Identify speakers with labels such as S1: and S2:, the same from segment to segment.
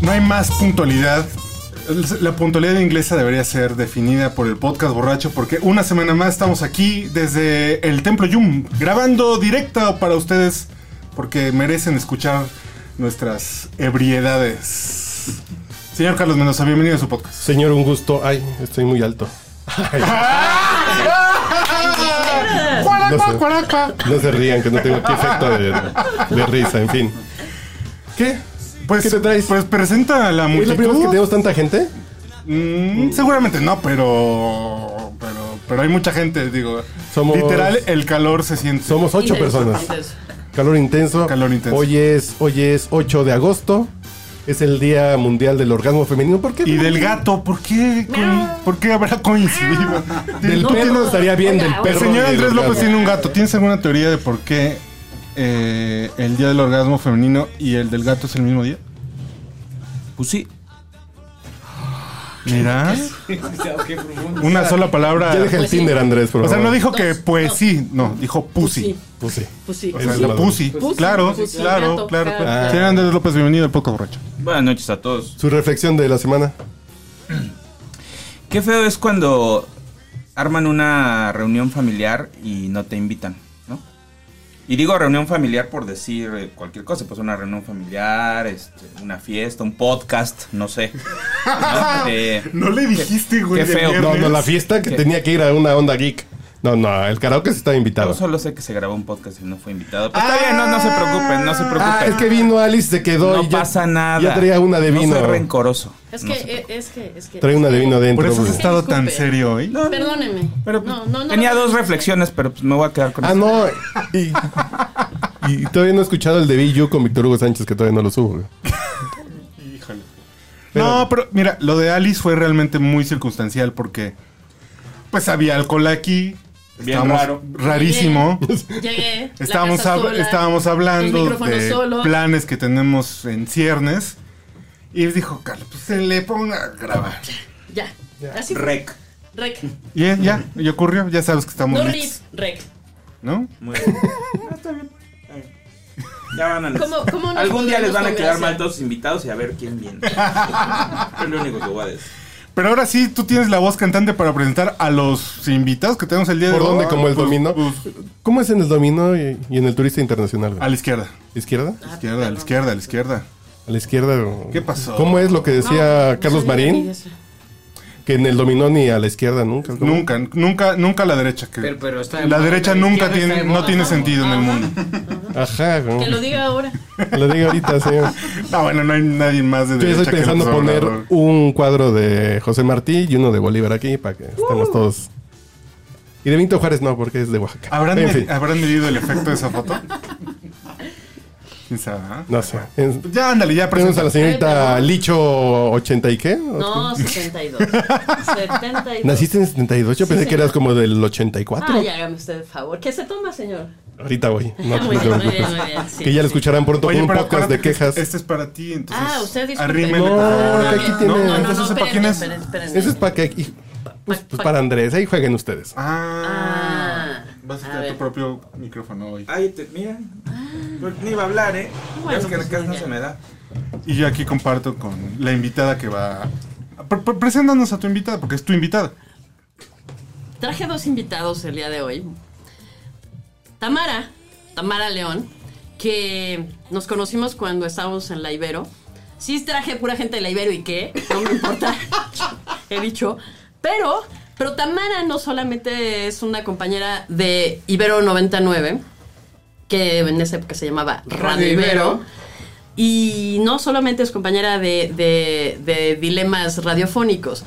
S1: No hay más puntualidad. La puntualidad inglesa debería ser definida por el podcast borracho porque una semana más estamos aquí desde el Templo Yum, grabando directa para ustedes porque merecen escuchar nuestras ebriedades. Señor Carlos Mendoza, bienvenido a su podcast.
S2: Señor, un gusto. Ay, estoy muy alto. Ay, no, se, no se rían, que no tengo aquí efecto de, de risa, en fin.
S1: ¿Qué? Pues,
S2: ¿Qué te traes?
S1: Pues presenta a la
S2: ¿Es la primera vez que
S1: multitud.
S2: tenemos tanta gente?
S1: Mm, seguramente no, pero, pero. Pero hay mucha gente, digo.
S2: Somos-
S1: Literal, el calor se siente.
S2: Somos ocho personas. Calor intenso.
S1: Calor intenso.
S2: Hoy es, hoy es 8 de agosto. Es el Día Mundial del Orgasmo Femenino. ¿Por qué?
S1: Y del gato, ¿por qué, con- ¿por qué habrá coincidido?
S2: Del
S1: ¿Tú
S2: perro
S1: tienes-
S2: estaría bien, del
S3: Oiga,
S2: perro.
S1: El señor
S2: y del
S1: Andrés López
S2: orgasmo.
S1: tiene un gato. ¿Tienes alguna teoría de por qué eh, el día del orgasmo femenino y el del gato es el mismo día?
S4: Pues sí.
S1: Mira. Una sola palabra.
S2: Ya deja el
S3: Pues sí.
S2: Tinder, Andrés, por
S1: O sea,
S2: favor.
S1: no dijo que
S3: Dos,
S1: pues
S3: dos.
S1: sí, no, dijo pussy.
S2: Pues sí.
S3: Pues sí.
S2: O
S1: Es
S2: sea,
S1: la
S2: la-
S1: pussy.
S3: Pussy,
S1: Claro,
S3: pussy,
S1: claro,
S3: gato,
S1: claro.
S3: claro.
S1: claro. Señor Andrés López, bienvenido al Poco Borracho.
S4: Buenas noches a todos.
S2: Su reflexión de la semana.
S4: Qué feo es cuando arman una reunión familiar y no te invitan, ¿no? Y digo reunión familiar por decir eh, cualquier cosa, pues una reunión familiar, este, una fiesta, un podcast, no sé. ¿no? Eh,
S1: No le dijiste, güey.
S4: qué
S1: de
S4: feo.
S1: viernes.
S2: No, no, la fiesta que
S4: ¿Qué?
S2: tenía que ir a una onda geek. No, no, el karaoke sí estaba invitado.
S4: yo solo sé que se grabó un podcast y no fue invitado. Pero está bien, no, no se preocupen, no se preocupen.
S2: Ah, es que vino Alice, se quedó.
S4: no
S2: y ya-
S4: pasa nada.
S2: Ya traía una de vino.
S4: No soy rencoroso.
S3: Es
S4: no se
S3: que, eh, es que, es que.
S2: traía una de vino
S1: Por
S2: dentro.
S1: eso has
S2: güey.
S1: estado tan
S3: Disculpe.
S1: serio hoy.
S4: No,
S3: Perdóneme.
S4: Pero
S3: no, no, no.
S4: tenía
S3: no,
S4: dos
S3: no.
S4: reflexiones, pero pues me voy a quedar con
S2: Ah,
S4: eso.
S2: no. Y, y todavía no he escuchado el de Be You con Víctor Hugo Sánchez, que todavía no lo subo. güey.
S1: No, pero mira, lo de Alice fue realmente muy circunstancial porque pues había alcohol aquí.
S4: Bien
S1: estábamos
S4: raro.
S1: Rarísimo.
S3: Llegué. la
S1: Estábamos,
S3: casa
S1: hab-
S3: sola,
S1: estábamos
S3: el
S1: hablando
S3: micrófono
S1: de
S3: solo.
S1: planes que tenemos en ciernes. Y él dijo, Carlos, pues se le ponga a grabar.
S3: Ya. Así. fue.
S4: Rec.
S3: Rec.
S1: Y ya, ya, y ocurrió, ya sabes que estamos
S3: No
S1: listos,
S3: rit. Rec.
S1: ¿no?
S4: Muy bien. Ah, está bien. Está bien. Ya van a
S3: ¿Cómo- cómo nos
S4: Algún día les van a quedar
S3: pondríamos conversación?
S4: mal todos sus invitados y a ver quién viene. es lo único que voy a decir.
S1: Pero ahora sí, tú tienes la voz cantante para presentar a los invitados que tenemos el día de
S2: ¿Por
S1: hoy.
S2: dónde? ¿Como el
S1: Pues,
S2: dominó?
S1: pues,
S2: ¿Cómo es en el dominó y, y en el turista internacional? güey?
S1: a la izquierda.
S2: ¿Izquierda?
S3: Ah,
S1: A la izquierda, a la izquierda, a la izquierda.
S2: ¿A la izquierda? güey?
S1: ¿Qué pasó?
S2: ¿Cómo es lo que decía
S3: No,
S2: Carlos
S3: no sabía ni de
S2: Marín?
S3: eso.
S2: Que en el dominó ni a la izquierda nunca. ¿cómo?
S1: Nunca, nunca, nunca la derecha. Que
S5: Pero- pero está de
S1: la
S5: moda,
S1: derecha
S5: la
S1: nunca
S5: izquierda
S1: tiene,
S5: está de
S1: no
S5: moda,
S1: tiene
S5: ¿no?
S1: sentido en el mundo.
S2: Ajá,
S3: Que lo
S2: güey.
S3: diga ahora.
S2: Lo digo ahorita, señor.
S1: Ah, bueno, no hay nadie más de
S2: Yo ya
S1: derecha.
S2: estoy
S1: que
S2: pensando
S1: López
S2: poner
S1: Obrador.
S2: un cuadro de José Martí y uno de Bolívar aquí para que
S3: Uh.
S2: estemos todos. Y de Benito Juárez no, porque es de Oaxaca.
S1: ¿Habrán,
S2: en
S1: med-
S2: fin,
S1: ¿Habrán medido el efecto de esa foto? ¿Quién sabe? ah?
S2: no sé. En-
S1: Ya, ándale, ya
S2: Tenemos a la
S1: presenta.
S2: señorita
S3: Ay,
S2: Licho 80 y qué?
S3: No, 72. 72.
S2: ¿Naciste en 72? Yo pensé que
S3: señor.
S2: eras como del 84.
S3: Ah, ya hágame usted el favor. ¿Qué se toma, señor?
S2: Ahorita voy. No, te
S3: Ah. muy, bien, muy
S2: preocupes.
S3: bien, muy bien. sí,
S2: que ya lo
S3: sí.
S2: escucharán pronto
S1: Oye,
S2: con un
S1: pero
S2: podcast
S1: acuérdate
S2: de
S1: que
S2: quejas.
S1: Este es para ti, entonces.
S3: Ah, usted disculpe.
S1: Arrímele,
S2: No,
S1: por favor.
S2: que aquí tiene-
S1: No,
S3: No, no,
S1: entonces,
S3: no,
S1: ¿para quién
S3: espérenme,
S1: es?
S3: espérenme, espérenme.
S2: Ese Este es para que. y- Pues, pues para Andrés, ahí jueguen ustedes.
S1: Ah.
S3: Ah.
S1: Vas a
S3: A
S1: tener
S3: ver.
S1: tu propio micrófono hoy.
S4: Ay, te, mira. Pues Ni iba a hablar, ¿eh?
S3: Bueno,
S4: ya es
S3: pues,
S4: que acá no
S3: ya.
S4: se me da.
S1: Y yo aquí comparto con la invitada que va. Pre- pre- Preséntanos a tu invitada, porque es tu invitada.
S3: Traje dos invitados el día de hoy. Tamara, Tamara León, que nos conocimos cuando estábamos en la Ibero. Sí traje pura gente de la Ibero y qué, no me importa, he dicho. Pero, pero Tamara no solamente es una compañera de Ibero 99, que en esa época se llamaba Radio
S5: Radio Ibero.
S3: Ibero. Y no solamente es compañera de, de- de dilemas radiofónicos.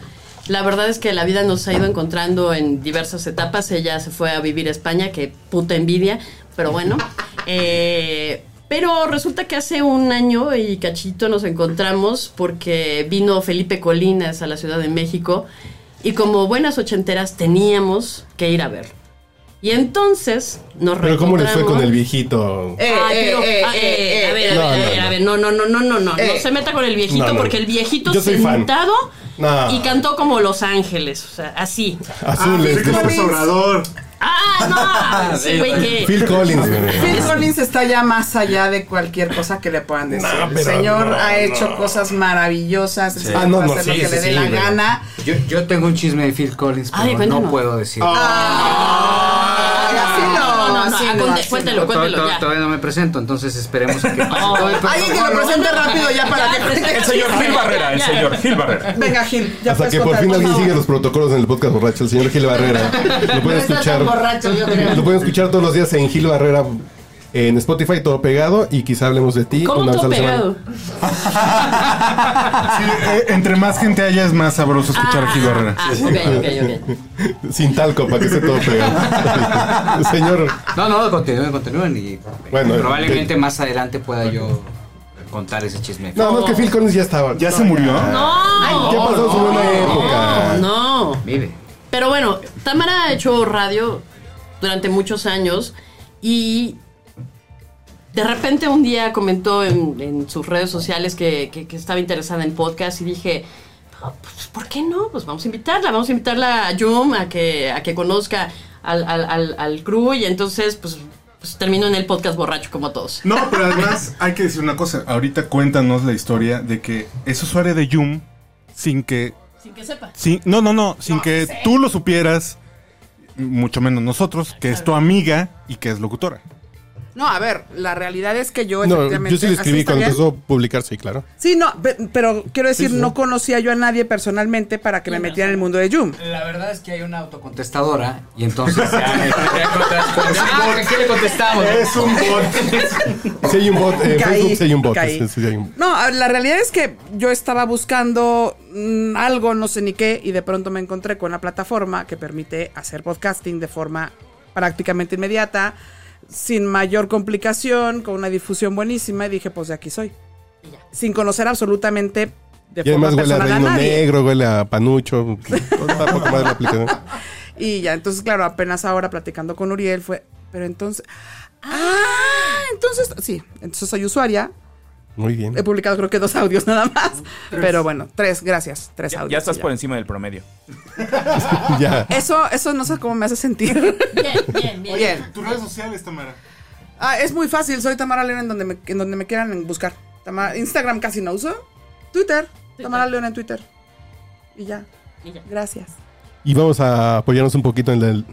S3: La verdad es que la vida nos ha ido encontrando en diversas etapas. Ella se fue a vivir a España, que puta envidia, pero bueno. Eh, pero resulta que hace un año y cachito nos encontramos porque vino Felipe Colinas a la Ciudad de México y como buenas ochenteras teníamos que ir a verlo. Y entonces nos
S2: Pero ¿cómo les fue con
S3: reencontramos-
S2: el viejito?
S6: Eh,
S3: Ah,
S6: eh,
S3: pero,
S6: eh,
S3: ah,
S6: eh,
S3: eh, a ver, a
S2: No, no,
S3: ver, a ver,
S2: no.
S3: a ver, no, no, no, no, no, no,
S6: Eh.
S3: no se meta con el viejito
S2: No, no.
S3: porque el viejito
S2: Yo soy fan. Ah.
S3: sentado
S2: No.
S3: y cantó como Los Ángeles, o sea, así.
S2: Azules.
S1: Felipe
S6: Collins.
S1: Obrador.
S3: Ah, no, ese güey que
S2: Phil Collins. güey.
S6: Phil Collins está ya más allá de cualquier cosa que le puedan decir.
S2: No,
S6: el
S2: pero
S6: señor
S2: no,
S6: ha hecho
S2: no.
S6: cosas maravillosas. El señor
S2: Ah, no,
S6: puede
S2: no,
S6: hacer
S2: sí,
S6: lo que
S2: sí,
S6: le dé
S2: sí,
S6: la
S2: pero-
S6: gana.
S7: Yo, yo tengo un chisme de Phil Collins,
S3: Ay, Ah,
S7: pero
S3: cuéntanos.
S7: no puedo decir.
S6: Ay, así no,
S3: no, no, no,
S6: así
S3: ah,
S6: no,
S3: conte-
S6: así no.
S3: cuéntelo,
S7: To- to-
S3: cuéntelo
S7: todavía,
S3: ya.
S7: no me presento, entonces esperemos a que pase
S3: Oh.
S7: todo el protocolo.
S6: Alguien que lo presente rápido ya para que
S3: presente.
S6: el señor
S8: Gil Barrera, el
S3: Ya.
S8: señor Gil Barrera.
S6: Venga, Gil, ya
S2: Hasta
S6: puedes
S2: que por
S6: contar,
S2: fin alguien
S6: favor.
S2: sigue los protocolos en el podcast borracho, el señor Gil Barrera. Lo pueden escuchar. Lo pueden escuchar todos los días en Gil Barrera en Spotify, todo pegado, y quizá hablemos de ti
S3: ¿Cómo
S2: una vez
S3: todo
S2: a la semana.
S3: pegado?
S1: Sí, eh, entre más gente haya es más sabroso escuchar a Gil Barrera.
S3: Ah, ok, ok, ok.
S2: Sin talco, para que esté todo pegado. Señor,
S7: No, no, continúen, continúen y
S2: Bueno,
S7: probablemente
S2: eh,
S7: más adelante pueda yo contar ese chisme.
S2: nada más que Phil Collins ya estaba.
S1: ¿Ya se murió?
S3: No,
S2: Ya pasó su buena época.
S3: no.
S7: Vive.
S3: Pero bueno, Tamara ha hecho radio durante muchos años y de repente un día comentó en, en sus redes sociales que, que- que estaba interesada en podcast y dije, "Ah, pues, ¿por qué no? Pues vamos a invitarla, vamos a invitarla a Yum a que, a que conozca al, al, al- al crew y entonces pues, pues termino en el podcast borracho como todos.
S1: No, pero además hay que decir una cosa. Ahorita cuéntanos la historia de que es usuario de Yum sin que...
S3: Sin que sepa.
S1: Sin, no, no, no. Sin que tú lo supieras, mucho menos nosotros, que es tu amiga y que es locutora.
S6: No, a ver, la realidad es que yo
S2: No,
S6: efectivamente...
S2: yo sí lo escribí
S6: ¿así
S2: cuando
S6: está bien?
S2: empezó a publicar, sí, claro.
S6: Sí, no, pe- pero quiero decir,
S2: Sí, sí.
S6: no conocía yo a nadie personalmente para que me metiera en el mundo de Yum.
S7: La verdad es que hay una autocontestadora y entonces
S8: Ah,
S7: ya me tendría que contestar. Ah, ¿a quién le contestamos?
S1: un bot.
S2: Sí hay un bot, eh, en
S6: Caí,
S2: Facebook sí hay un bot.
S6: caí.
S2: sí, sí hay un-
S6: No, a- la realidad es que yo estaba buscando mm, algo, no sé ni qué, y de pronto me encontré con una plataforma que permite hacer podcasting de forma prácticamente inmediata, sin mayor complicación, con una difusión buenísima, y dije, pues de aquí soy. Sin conocer absolutamente de
S2: Y
S6: forma
S2: además huele a
S6: personal a
S2: reino
S6: nadie.
S2: negro, huele a panucho. Está poca madre la aplicación.
S6: Y ya, entonces, claro, apenas ahora platicando con Uriel fue, pero entonces... Ah, entonces, sí, entonces soy usuaria.
S2: Muy bien.
S4: Eh,
S6: He publicado creo que dos audios nada más. Pero bueno, tres, gracias. Tres
S4: Ya,
S6: audios.
S4: ya estás
S6: y
S4: por encima del promedio.
S2: ya.
S6: Eso, eso no sé cómo me hace sentir.
S3: Bien, bien, bien.
S6: Bien.
S1: Tus redes sociales, Tamara.
S6: Ah, es muy fácil. Soy Tamara León en donde me, en donde me quieran buscar. Tama- Instagram casi no uso. Twitter. Tamara León en Twitter. Y ya.
S3: Y ya.
S6: Gracias.
S2: Y vamos a apoyarnos un poquito en el,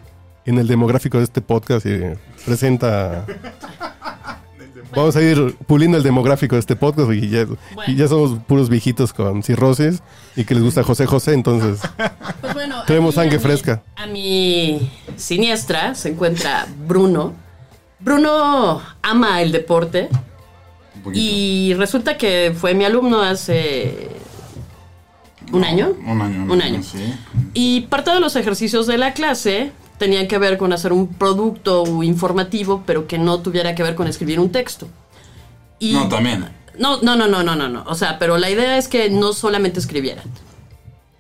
S2: en el demográfico de este podcast. Y presenta. Vamos a ir puliendo el demográfico de este podcast y ya, y ya somos puros viejitos con cirrosis y que les gusta José José, entonces.
S3: Pues bueno,
S2: Tenemos
S3: aquí
S2: sangre
S3: a mi-
S2: fresca.
S3: A mi siniestra se encuentra Bruno. Bruno ama el deporte y resulta que fue mi alumno hace un año.
S9: Un año.
S3: Un año.
S9: Sí.
S3: Y parte de los ejercicios de la clase tenían que ver con hacer un producto informativo, pero que no tuviera que ver con escribir un texto. Y
S9: No, también.
S3: no, no, no, no, no, no, no. O sea, pero la idea es que no solamente escribieran.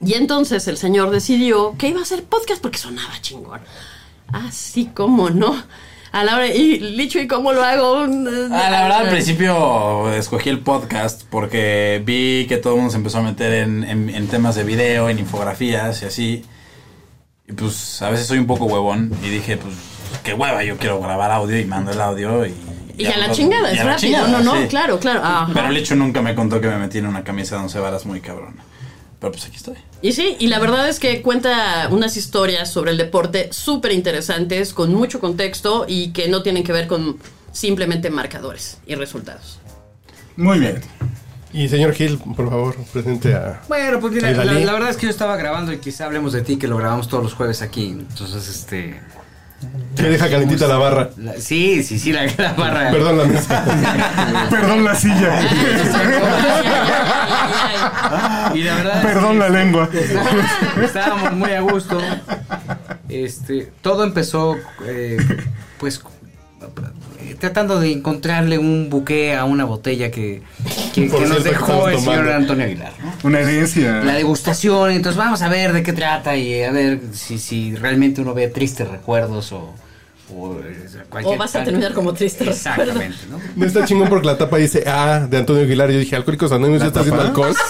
S3: Y entonces el señor decidió que iba a hacer podcast porque sonaba chingón. Así como no. A la hora, y Licho, ¿y cómo lo hago?
S9: Ah, la verdad, al principio escogí el podcast porque vi que todo el mundo se empezó a meter en, en- en temas de video, en infografías y así. Y pues a veces soy un poco huevón y dije, pues qué hueva, yo quiero grabar audio y mando el audio y...
S3: Y a la
S9: lo-
S3: chingada,
S9: y
S3: es
S9: a la
S3: rápido.
S9: chingada,
S3: no, no,
S9: sí.
S3: claro, claro. Ajá.
S9: Pero el hecho nunca me contó que me metí en una camisa de once varas muy cabrona. Pero pues aquí estoy.
S3: Y sí, y la verdad es que cuenta unas historias sobre el deporte súper interesantes, con mucho contexto y que no tienen que ver con simplemente marcadores y resultados.
S1: Muy bien.
S2: Y señor Gil, por favor, presente a.
S7: Bueno, pues mira,
S2: Sí,
S7: la,
S2: la ley.
S7: la verdad es que yo estaba grabando y quizá hablemos de ti, que lo grabamos todos los jueves aquí. Entonces, este.
S2: Que deja calentita la barra.
S7: la- sí, sí, sí, la, la barra.
S2: Perdón la mesa.
S1: Perdón la silla.
S7: Y la verdad. es
S1: Perdón
S7: que-
S1: la lengua.
S7: Estábamos muy a gusto. Este, todo empezó, eh, pues, tratando de encontrarle un buque a una botella que, que-
S2: Por
S7: que nos
S2: cierto,
S7: dejó
S2: estamos
S7: el señor
S2: tomando.
S7: Antonio Aguilar. ¿no?
S1: Una
S7: La
S1: herencia.
S7: degustación, entonces vamos a ver de qué trata y a ver si, si realmente uno ve tristes recuerdos o, O, eh, cualquier
S3: O vas a terminar como triste. recuerdo.
S7: Exactamente, ¿no?
S2: No está chingón porque la tapa dice ah, de Antonio Aguilar. Yo dije, Alcohólicos Anónimos ya está haciendo
S1: tapa?
S2: alcohol.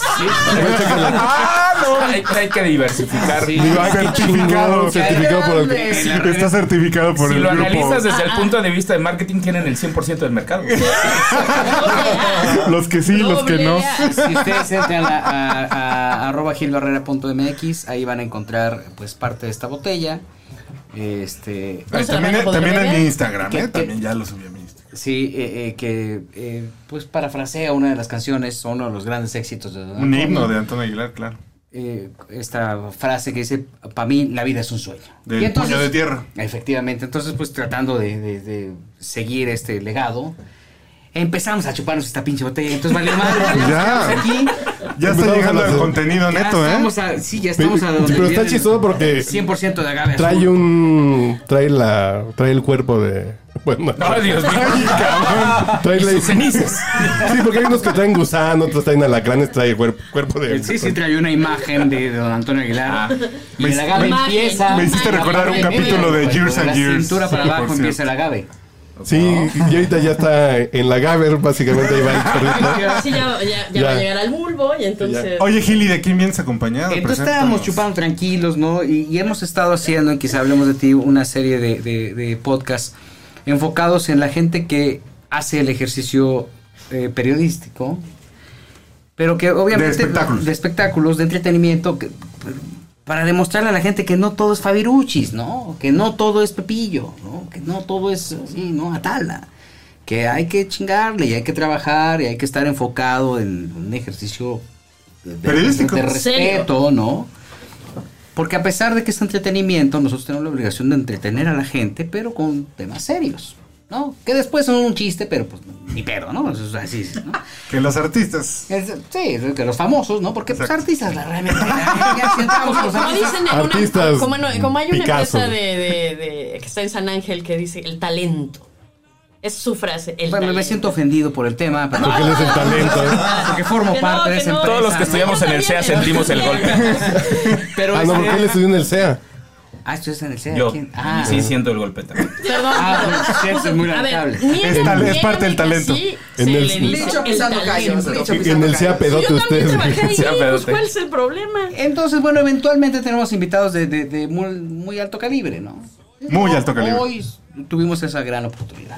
S4: ¡Ah, no! Hay, hay que diversificar.
S7: Sí.
S2: Digo, ah, qué
S1: Certificado.
S2: chingón, certificado por alcohol.
S7: En la red.
S1: Está certificado por
S4: si
S1: el
S4: lo
S1: grupo.
S4: analizas desde
S3: Ah,
S4: el punto de vista de marketing, tienen el 100% del mercado.
S3: Doble A.
S1: Los que sí, los que
S3: Doble
S1: no.
S3: A.
S7: Si ustedes entran a, a- a- a arroba gilbarrera.mx, ahí van a encontrar pues parte de esta botella. Este,
S3: No
S1: Ay,
S3: se la
S1: también
S3: van a poder
S1: también en
S3: beber.
S1: mi Instagram,
S7: ¿Qué-
S1: ¿eh?
S7: qué?
S1: También ya lo subí a mi Instagram.
S7: sí, eh, eh, que eh, pues parafrasea una de las canciones, o uno de los grandes éxitos de Don
S1: Un
S7: Antonio.
S1: himno de Antonio Aguilar, claro.
S7: Eh, esta frase que dice, para mí la vida es un sueño.
S1: Del
S7: Y entonces-
S1: puño de tierra.
S7: Efectivamente, entonces pues tratando de, de- de seguir este legado, empezamos a chuparnos esta pinche botella, entonces vale madre,
S2: Pues
S1: Ya.
S7: estamos aquí.
S1: Ya
S2: Empezamos
S1: está
S2: a
S1: llegando
S2: las-
S1: el contenido
S7: Ya
S1: neto, ¿eh?
S7: estamos a- sí, ya estamos a donde
S2: Pero está
S7: viene el
S2: chistoso porque
S7: 100% de agave
S2: Trae
S7: azul.
S2: un. Trae la. Trae el cuerpo de. Bueno,
S4: ¡No, Dios mío!
S2: trae la-
S4: sus cenizas.
S2: Sí, porque hay unos que traen gusano, otros traen alacranes, trae el cuerpo, cuerpo de.
S7: Sí, sí, trae una imagen de don Antonio Aguilar. y el agave
S3: me-
S7: empieza.
S3: me hiciste
S1: recordar un capítulo de Years and
S7: la
S1: Years.
S7: cintura para
S1: Sí,
S7: abajo
S1: por
S7: empieza el agave.
S2: Sí, y ahorita ya está en la Gaber, básicamente ahí va el perrito.
S3: Sí, ya, ya- ya va a
S2: Ya.
S3: llegar al bulbo y entonces.
S1: Oye, Gili, ¿de quién vienes acompañado?
S7: Entonces
S1: Preséntanos.
S7: estábamos chupando tranquilos, ¿no? Y, y hemos estado haciendo, en quizá hablemos de ti, una serie de, de- de podcasts enfocados en la gente que hace el ejercicio eh, periodístico, pero que obviamente...
S1: De espectáculos.
S7: De espectáculos, de entretenimiento, que- para demostrarle a la gente que no todo es Fabiruchis, ¿no? Que no todo es Pepillo, ¿no? Que no todo es así, ¿no? Atala. Que hay que chingarle y hay que trabajar y hay que estar enfocado en un ejercicio de, de-
S1: Periodístico.
S7: de respeto, ¿no? Porque a pesar de que es entretenimiento, nosotros tenemos la obligación de entretener a la gente, pero con temas serios, ¿no? Que después son un chiste, pero pues ni pedo, ¿no? Eso es así, ¿no?
S1: Que los artistas.
S7: Es- sí, que los famosos, ¿no? Porque pues,
S1: Exacto.
S7: artistas, la realmente. Ya, ya sentamos los
S3: Como
S7: artistas.
S3: dicen en una-
S2: Artistas,
S3: como, en- como hay una
S2: Picasso.
S3: empresa de, de- de- que está en San Ángel que dice el talento. Es su frase, el
S7: Bueno,
S3: talento.
S7: me siento ofendido por el tema, pero
S2: Porque él es el talento. ¿eh?
S7: porque formo
S3: Que no,
S7: parte de
S3: que
S7: esa
S3: no.
S7: empresa.
S4: Todos los que estudiamos en el CEA sentimos el golpe.
S7: Pero
S2: Ah, no,
S7: este-
S2: porque él estudió en el CEA.
S7: Ah, esto es en el CEA.
S4: Yo
S7: ¿quién? Ah,
S4: sí siento el golpe también.
S3: Perdón,
S7: Ah,
S3: perdón.
S7: bueno, sí, eso es muy
S3: A
S7: lamentable.
S3: ver, niégame-
S1: Es tal- es
S3: niégame
S1: parte del
S3: que
S1: talento.
S3: sí
S2: En
S3: se
S2: el-
S3: le dice
S5: Licho
S3: el
S5: pisando
S3: talento.
S5: callos.
S3: Yo
S5: Licho
S2: Y en
S5: pisando
S2: el CEA
S5: callos.
S2: pedote
S3: también
S2: ustedes.
S3: trabajé ahí,
S4: Sí,
S3: pues,
S4: pedote.
S3: ¿cuál es el problema?
S7: Entonces, bueno, eventualmente tenemos invitados de, de- de muy, muy alto calibre, ¿no?
S1: Muy alto calibre.
S7: Hoy tuvimos esa gran oportunidad.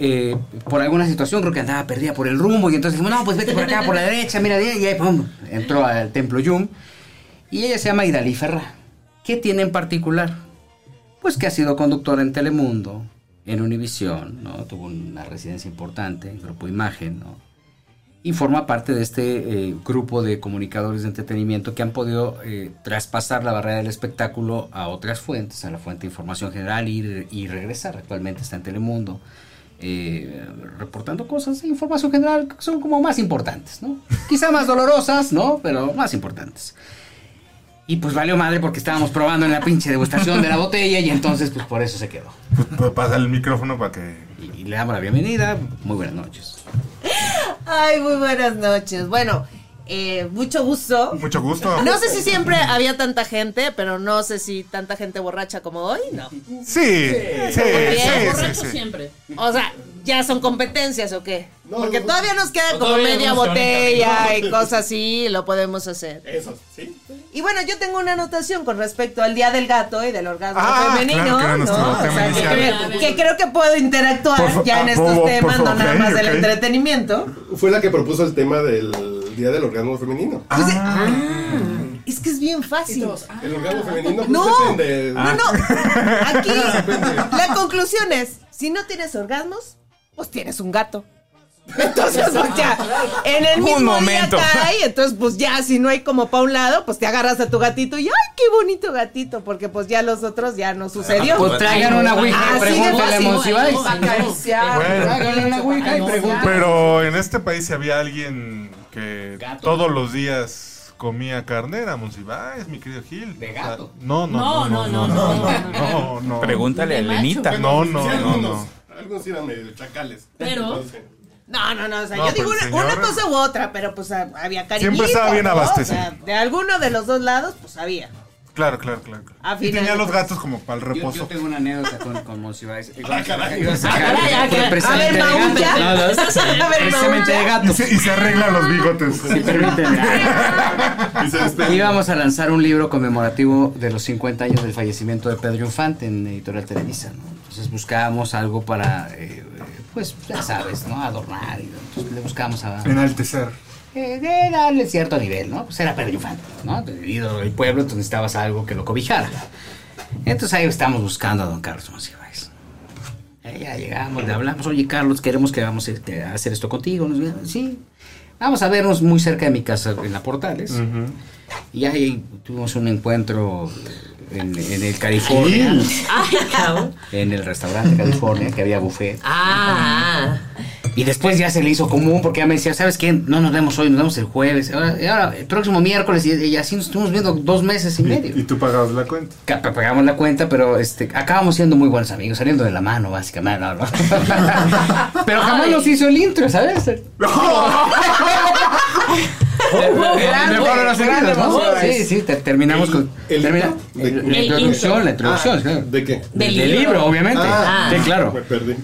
S7: Eh, por alguna situación, creo que andaba perdida por el rumbo, y entonces dijimos, no, pues vete por acá, por la derecha, mira, y ahí pum, entró al templo Yum. Y ella se llama Idalí Ferra. ¿Qué tiene en particular? Pues que ha sido conductora en Telemundo, en Univisión, ¿no? Tuvo una residencia importante, en Grupo Imagen, ¿no? y forma parte de este eh, grupo de comunicadores de entretenimiento que han podido eh, traspasar la barrera del espectáculo a otras fuentes, a la fuente de información general y, y regresar. Actualmente está en Telemundo eh, reportando cosas de información general que son como más importantes, ¿no? Quizá más dolorosas, ¿no? Pero más importantes. Y pues valió madre porque estábamos probando en la pinche degustación de la botella y entonces pues por eso se quedó.
S1: Pues, Pasa el micrófono para que.
S7: Y, y le damos la bienvenida. Muy buenas noches.
S10: Ay, muy buenas noches. Bueno, eh, mucho gusto.
S1: Mucho gusto.
S10: No sé si siempre había tanta gente, pero no sé si tanta gente borracha como hoy, no.
S1: Sí, sí,
S10: Bien,
S1: sí, sí,
S3: Correcto
S1: sí.
S3: siempre.
S10: O sea, ¿ya son competencias o qué? Porque todavía nos queda como
S9: Todavía
S10: media
S9: vamos con el
S10: botella y cosas así, lo podemos hacer. Eso, sí. Y bueno, yo tengo una anotación con respecto al Día del Gato y del orgasmo
S1: Ah,
S10: femenino,
S1: claro, que era nuestro
S10: ¿no? O sea,
S1: tema
S10: que,
S1: inicial.
S10: creo, que creo que puedo interactuar
S1: Por fa-
S10: ya en
S1: ah,
S10: estos
S1: por-
S10: temas,
S1: por
S10: no nada
S1: favor,
S10: más
S1: ok,
S10: del
S1: ok.
S10: entretenimiento.
S2: Fue la que propuso el tema del Día del Orgasmo Femenino.
S10: Pues, ah, es que es bien fácil.
S9: ah.
S2: El orgasmo femenino
S10: No,
S4: Ah.
S10: no, no. Aquí la conclusión es, si no tienes orgasmos, pues tienes un gato. Entonces, pues ya, en el
S4: Un
S10: mismo
S4: momento.
S10: día cae, entonces pues ya, si no hay como pa' un lado, pues te agarras a tu gatito y ¡ay, qué bonito gatito! Porque pues ya los otros ya no sucedió.
S7: Pues traigan una ouija y
S10: Así de
S7: pregúntenle a
S10: fácil.
S7: Monsiváis.
S1: Bueno.
S7: Tráiganle una ouija y pregúntenle.
S1: Pero en este país si había alguien que todos los días comía carne, era Monsiváis, mi querido Gil.
S7: De
S1: O sea,
S7: gato.
S1: No, no, no, no, no, no, no, no.
S4: Pregúntale a
S3: De macho,
S4: Lenita.
S3: pero-
S1: No, no, no, no.
S2: Algunos eran medio chacales.
S3: Pero-
S10: No, no, no, o sea,
S1: No,
S10: yo digo
S1: pero el
S10: una, una
S1: señor-
S10: cosa u otra, pero pues a- había cariñito.
S1: Siempre estaba bien
S10: ¿no?
S1: abastecido.
S10: O sea, de alguno de los dos lados, pues había.
S1: Claro, claro, claro. claro.
S10: A
S1: Y tenía
S10: final-
S1: los gatos como para el
S7: Yo,
S1: reposo.
S7: yo tengo una anécdota con, con Monsiváis.
S1: Ah, caray.
S7: Iba a sacar-
S3: Ah, caray, ah,
S7: fue
S3: caray.
S7: precisamente
S10: A ver,
S7: de
S10: Maúl, ya.
S7: gatos.
S10: A ver,
S7: Precisamente de
S1: Y
S7: gatos.
S1: se, y se arregla los bigotes.
S7: Si permíteme.
S1: Y se despega.
S7: Íbamos a lanzar un libro conmemorativo de los 50 años del fallecimiento de Pedro Infante en Editorial Televisa, ¿no? Entonces buscábamos algo para, eh, eh, pues, ya sabes, ¿no? Adornar. Y, entonces le buscábamos a...
S1: Enaltecer.
S7: eh, de darle cierto nivel, ¿no? Pues era Pedro Infante, ¿no? El ídolo del pueblo, entonces necesitabas algo que lo cobijara. Entonces ahí estamos buscando a don Carlos Monsiváis. Eh, ya llegamos, le hablamos, oye Carlos, queremos que vamos a ir- que- a hacer esto contigo. Nos dijo, Sí, vamos a vernos muy cerca de mi casa en la Portales. Y ahí tuvimos un encuentro en, en el California,
S3: Ay, cabrón.
S7: en el restaurante California, que había buffet.
S3: Ah,
S7: Y después ya se le hizo común porque ya me decía, ¿sabes qué? No nos vemos hoy, nos vemos el jueves. Ahora, y ahora, el próximo miércoles y, y así nos estuvimos viendo dos meses y medio.
S1: Y, y tú pagabas la cuenta.
S7: Ca- pa- Pagamos la cuenta, pero este, acabamos siendo muy buenos amigos, saliendo de la mano, básicamente. No, no. pero jamás
S3: Ay.
S7: nos hizo el intro, ¿sabes?
S10: grande,
S7: Mejor no se
S10: grande,
S7: quita, ¿no?
S10: vamos.
S7: Sí, sí, te- terminamos
S2: El-
S7: con...
S2: el
S7: termina-
S2: intro de-
S7: la
S3: El
S7: introducción,
S3: intro.
S7: la introducción, claro.
S2: ¿De qué?
S3: Del
S7: Del
S3: libro.
S7: libro, obviamente.
S2: Ah.
S7: sí, claro.
S2: Me perdí.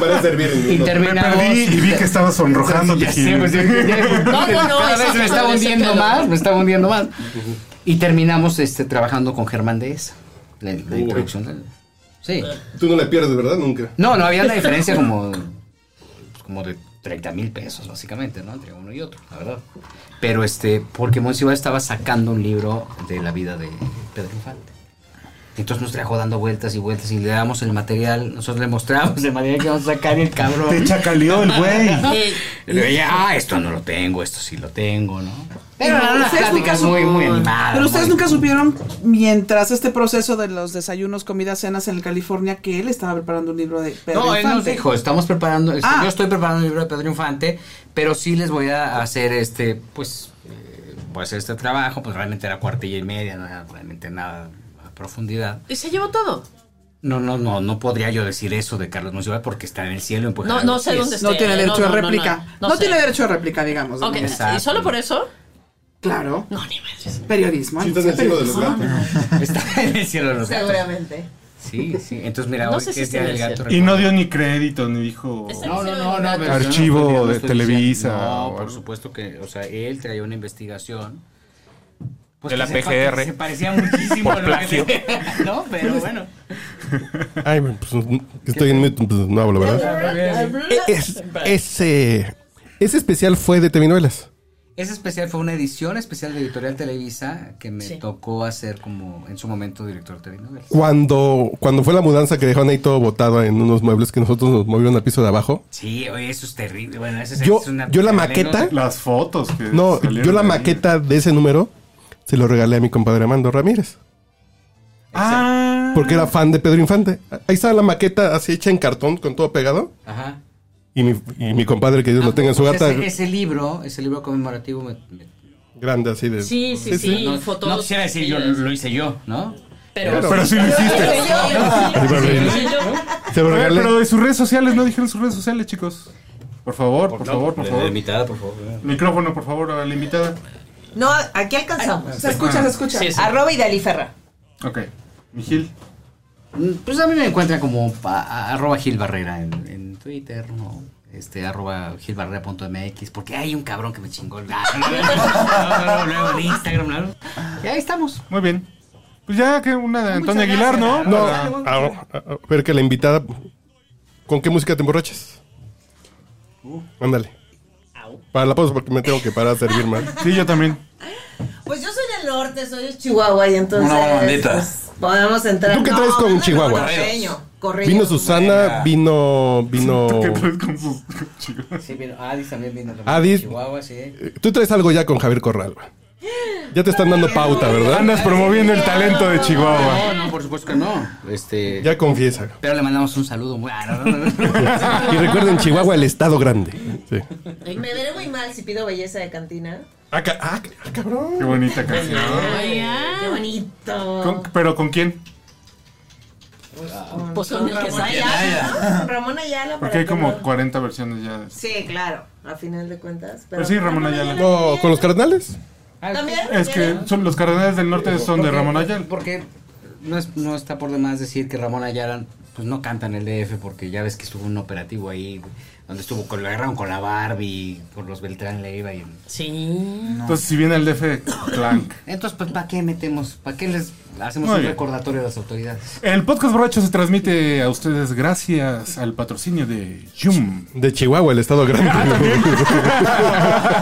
S2: Para servir en
S7: Y
S2: minuto.
S1: Me
S7: terminamos...
S1: perdí y vi que estabas sonrojándote.
S7: Ya sé, pues, ya- ya-
S3: No, no, no,
S7: Cada
S3: eso
S7: vez
S3: sí
S7: me
S3: no
S7: estaba
S3: debe ser
S7: hundiendo
S3: calor.
S7: más, me estaba hundiendo más. Y terminamos este, trabajando con Germán Dehesa. La, la
S2: Uy.
S7: introducción. del- Sí.
S2: Tú no la pierdes, ¿verdad? Nunca.
S7: No, no, había una diferencia como, pues, como de 30 mil pesos, básicamente, ¿no? Entre uno y otro, la verdad. Pero este, porque Monsiva estaba sacando un libro de la vida de Pedro Infante. Entonces nos trajo dando vueltas y vueltas y le damos el material, nosotros le mostramos el material que vamos a sacar y el cabrón.
S1: Te chacaleó el güey.
S3: ah. Eh,
S7: Y le veía, ah, esto no lo tengo, esto sí lo tengo, ¿no? Pero eran unas
S5: ustedes
S7: pláticas
S5: nunca
S7: muy,
S5: sup-
S7: muy animadas.
S5: Pero ustedes
S7: muy-
S5: nunca supieron, mientras este proceso de los desayunos, comidas, cenas en el California, que él estaba preparando un libro de Pedro
S7: No, él nos
S5: Infante.
S7: dijo, estamos preparando, este,
S5: Ah.
S7: yo estoy preparando un libro de Pedro Infante, pero sí les voy a hacer este, pues, eh, voy a hacer este trabajo, pues realmente era cuartilla y media, no era realmente nada a profundidad.
S3: y se llevó todo.
S7: No, no, no, no podría yo decir eso de Carlos Monsiváis porque está en el cielo. en Puebla.
S3: No, no sé dónde está.
S5: No tiene derecho
S3: no,
S5: a
S3: no, no,
S5: réplica. No,
S3: no, no sé.
S5: tiene derecho a réplica, digamos. de
S3: Ok,
S5: manera-
S3: ¿y solo por eso?
S5: Claro.
S3: No, ni más.
S5: Periodismo.
S2: Sí, estás en el cielo de los gatos.
S7: Está en el cielo de los gatos.
S10: Seguramente.
S7: Sí, sí. Entonces, mira,
S3: No
S7: hoy
S3: sé
S7: que
S3: si
S7: es Día
S3: está
S7: del
S3: en el
S7: gato.
S1: Y no dio ni crédito, ni dijo.
S7: No, no, no, no, pero yo no
S1: Archivo
S7: estoy- yo no
S1: de
S7: estoy
S1: Televisa
S7: diciendo-
S1: o
S7: No, por
S1: algo.
S7: supuesto que, o sea, él traía una investigación. pues
S4: De
S7: que
S4: la
S7: se pa-
S4: PGR.
S7: Se parecía muchísimo
S4: Por
S7: a lo que
S4: plagio. Pues,
S7: se- no, pero bueno.
S2: Ay, pues estoy en mute, pues no hablo, ¿verdad? Es- ese, ese especial fue de Tevinovelas.
S7: Ese especial fue una edición especial de Editorial Televisa que me
S3: Sí.
S7: tocó hacer como en su momento director de telenovelas.
S2: Cuando, cuando fue la mudanza que dejaron ahí todo botado en unos muebles que nosotros nos movieron al piso de abajo.
S7: Sí, oye, eso es terrible. Bueno, eso es,
S2: Yo-
S7: es una.
S2: yo la
S7: anécdota.
S2: maqueta-
S1: Las fotos que.
S2: No,
S1: salieron
S2: yo la
S1: de ahí.
S2: maqueta de ese número se lo regalé a mi compadre Amando Ramírez.
S1: Ah.
S2: Porque era fan de Pedro Infante. Ahí estaba la maqueta así hecha en cartón con todo pegado.
S7: Ajá.
S2: Y mi, y mi compadre, que Dios lo tenga en su
S7: Pues
S2: gata,
S7: Ese, ese libro, ese libro conmemorativo me- me
S2: grande así de...
S3: Sí, sí, sí.
S7: no,
S3: fotos.
S7: no quisiera decir yo lo hice yo, ¿no?
S3: Pero.
S1: Pero sí lo hiciste.
S3: Sí, yo-
S2: Se lo
S1: A ver,
S2: regalé.
S1: pero de sus redes sociales, no dijeron sus redes sociales, chicos. Por favor, por favor, por favor.
S9: Limitada, por favor.
S1: Micrófono, por favor, a la invitada.
S10: No, aquí alcanzamos.
S5: Se escucha, se escucha.
S3: Sí, sí.
S10: Arroba y Daliferra.
S1: Ok. Mijil.
S7: Mm, Pues a mí me encuentran como pa- a- arroba Gil Barrera en, en Twitter, ¿no? Este, arroba gilbarrera.mx, porque hay un cabrón que me chingó el Ah, no, no, no, luego en Instagram, ¿no? Y ahí estamos.
S1: Muy bien. Pues ya que una de Antonio
S7: gracias,
S1: Aguilar, ¿no?
S2: No,
S1: Para-
S2: a, a- a ver ah, que la invitada... ¿Con qué música te emborrachas?
S10: Uh.
S2: Ándale. Para la pausa porque me tengo que parar a servir más.
S1: Sí, yo también.
S10: Pues yo soy del norte, soy de Chihuahua y entonces.
S9: Una bandita.
S10: pues, podemos entrar.
S2: ¿Tú qué traes con
S10: venga,
S2: Chihuahua?
S10: Correño. Correño.
S2: Vino Susana,
S9: Venga.
S2: vino... vino...
S1: ¿Qué traes con sus chicos?
S7: Sí, vino Adis también vino.
S2: Adis. Eh,
S7: Chihuahua, sí.
S2: Tú traes algo ya con Javier Corral. güey. Ya te están dando pauta, ¿verdad?
S1: Andas promoviendo el talento de Chihuahua.
S7: No, no, por supuesto que no. Este,
S2: Ya confiesa.
S7: pero le mandamos un saludo muy... Ah, no, no, no.
S2: Y recuerden, Chihuahua, el estado grande. Sí.
S10: Me veré muy mal si pido belleza de cantina.
S2: Ah, ca- ah, ca- ah, cabrón.
S1: Qué bonita canción.
S10: Qué bonito.
S1: ¿Con- ¿Pero con quién?
S3: Pues son el que sale.
S10: Ayala. Ramón Ayala.
S1: Porque hay
S10: para
S1: como
S10: todo.
S1: 40 versiones ya. de-
S10: Sí, claro, a final de cuentas.
S1: Pero sí, Ramón Ayala.
S2: No, ¿Con los cardenales?
S3: ¿También?
S1: Es que son, los cardenales del norte son de
S7: Porque-
S1: Ramón Ayala.
S7: Porque no, es- no está por demás decir que Ramón Ayala pues no canta en el DF porque ya ves que estuvo un operativo ahí donde estuvo con lo agarraron con la Barbie, con los Beltrán Leiva y
S3: Sí.
S1: Entonces, si viene el DF, clank.
S7: entonces pues para qué metemos, para qué les hacemos
S1: Muy
S7: un
S1: bien.
S7: recordatorio a las autoridades.
S1: El podcast borracho se transmite a ustedes gracias al patrocinio de Yum.
S2: De Chihuahua, el estado
S1: Ah,
S2: grande.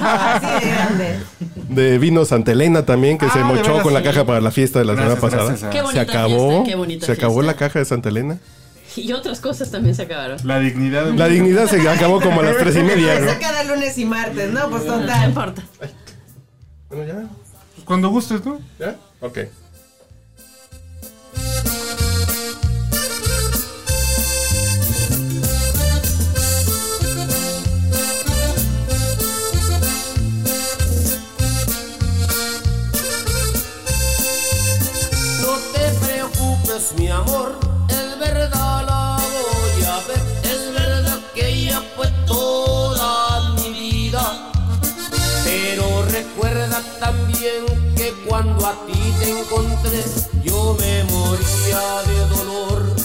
S10: Así de grande.
S2: de vino Santa Elena también, que se
S1: Ah, de
S2: mochó
S1: veras,
S2: con la
S1: sí.
S2: caja para la fiesta de la
S1: Gracias,
S2: semana
S1: gracias a-
S2: pasada.
S3: Qué
S2: se
S3: bonita
S2: acabó.
S3: fiesta, qué bonita
S2: se acabó
S3: fiesta.
S2: la caja de Santa Elena.
S3: Y otras cosas también se acabaron.
S1: La dignidad.
S2: La dignidad se acabó como a las tres y media.
S10: Eso
S2: ¿no?
S10: cada lunes y martes, ¿no? Pues
S3: No
S10: total.
S3: importa.
S2: Bueno, ya.
S1: Cuando gustes, ¿no?
S2: ¿Ya? Ok.
S11: No te preocupes, mi amor, es verdad la voy a ver, es verdad que ella fue toda mi vida. Pero recuerda también que cuando a ti te encontré, yo me moría de dolor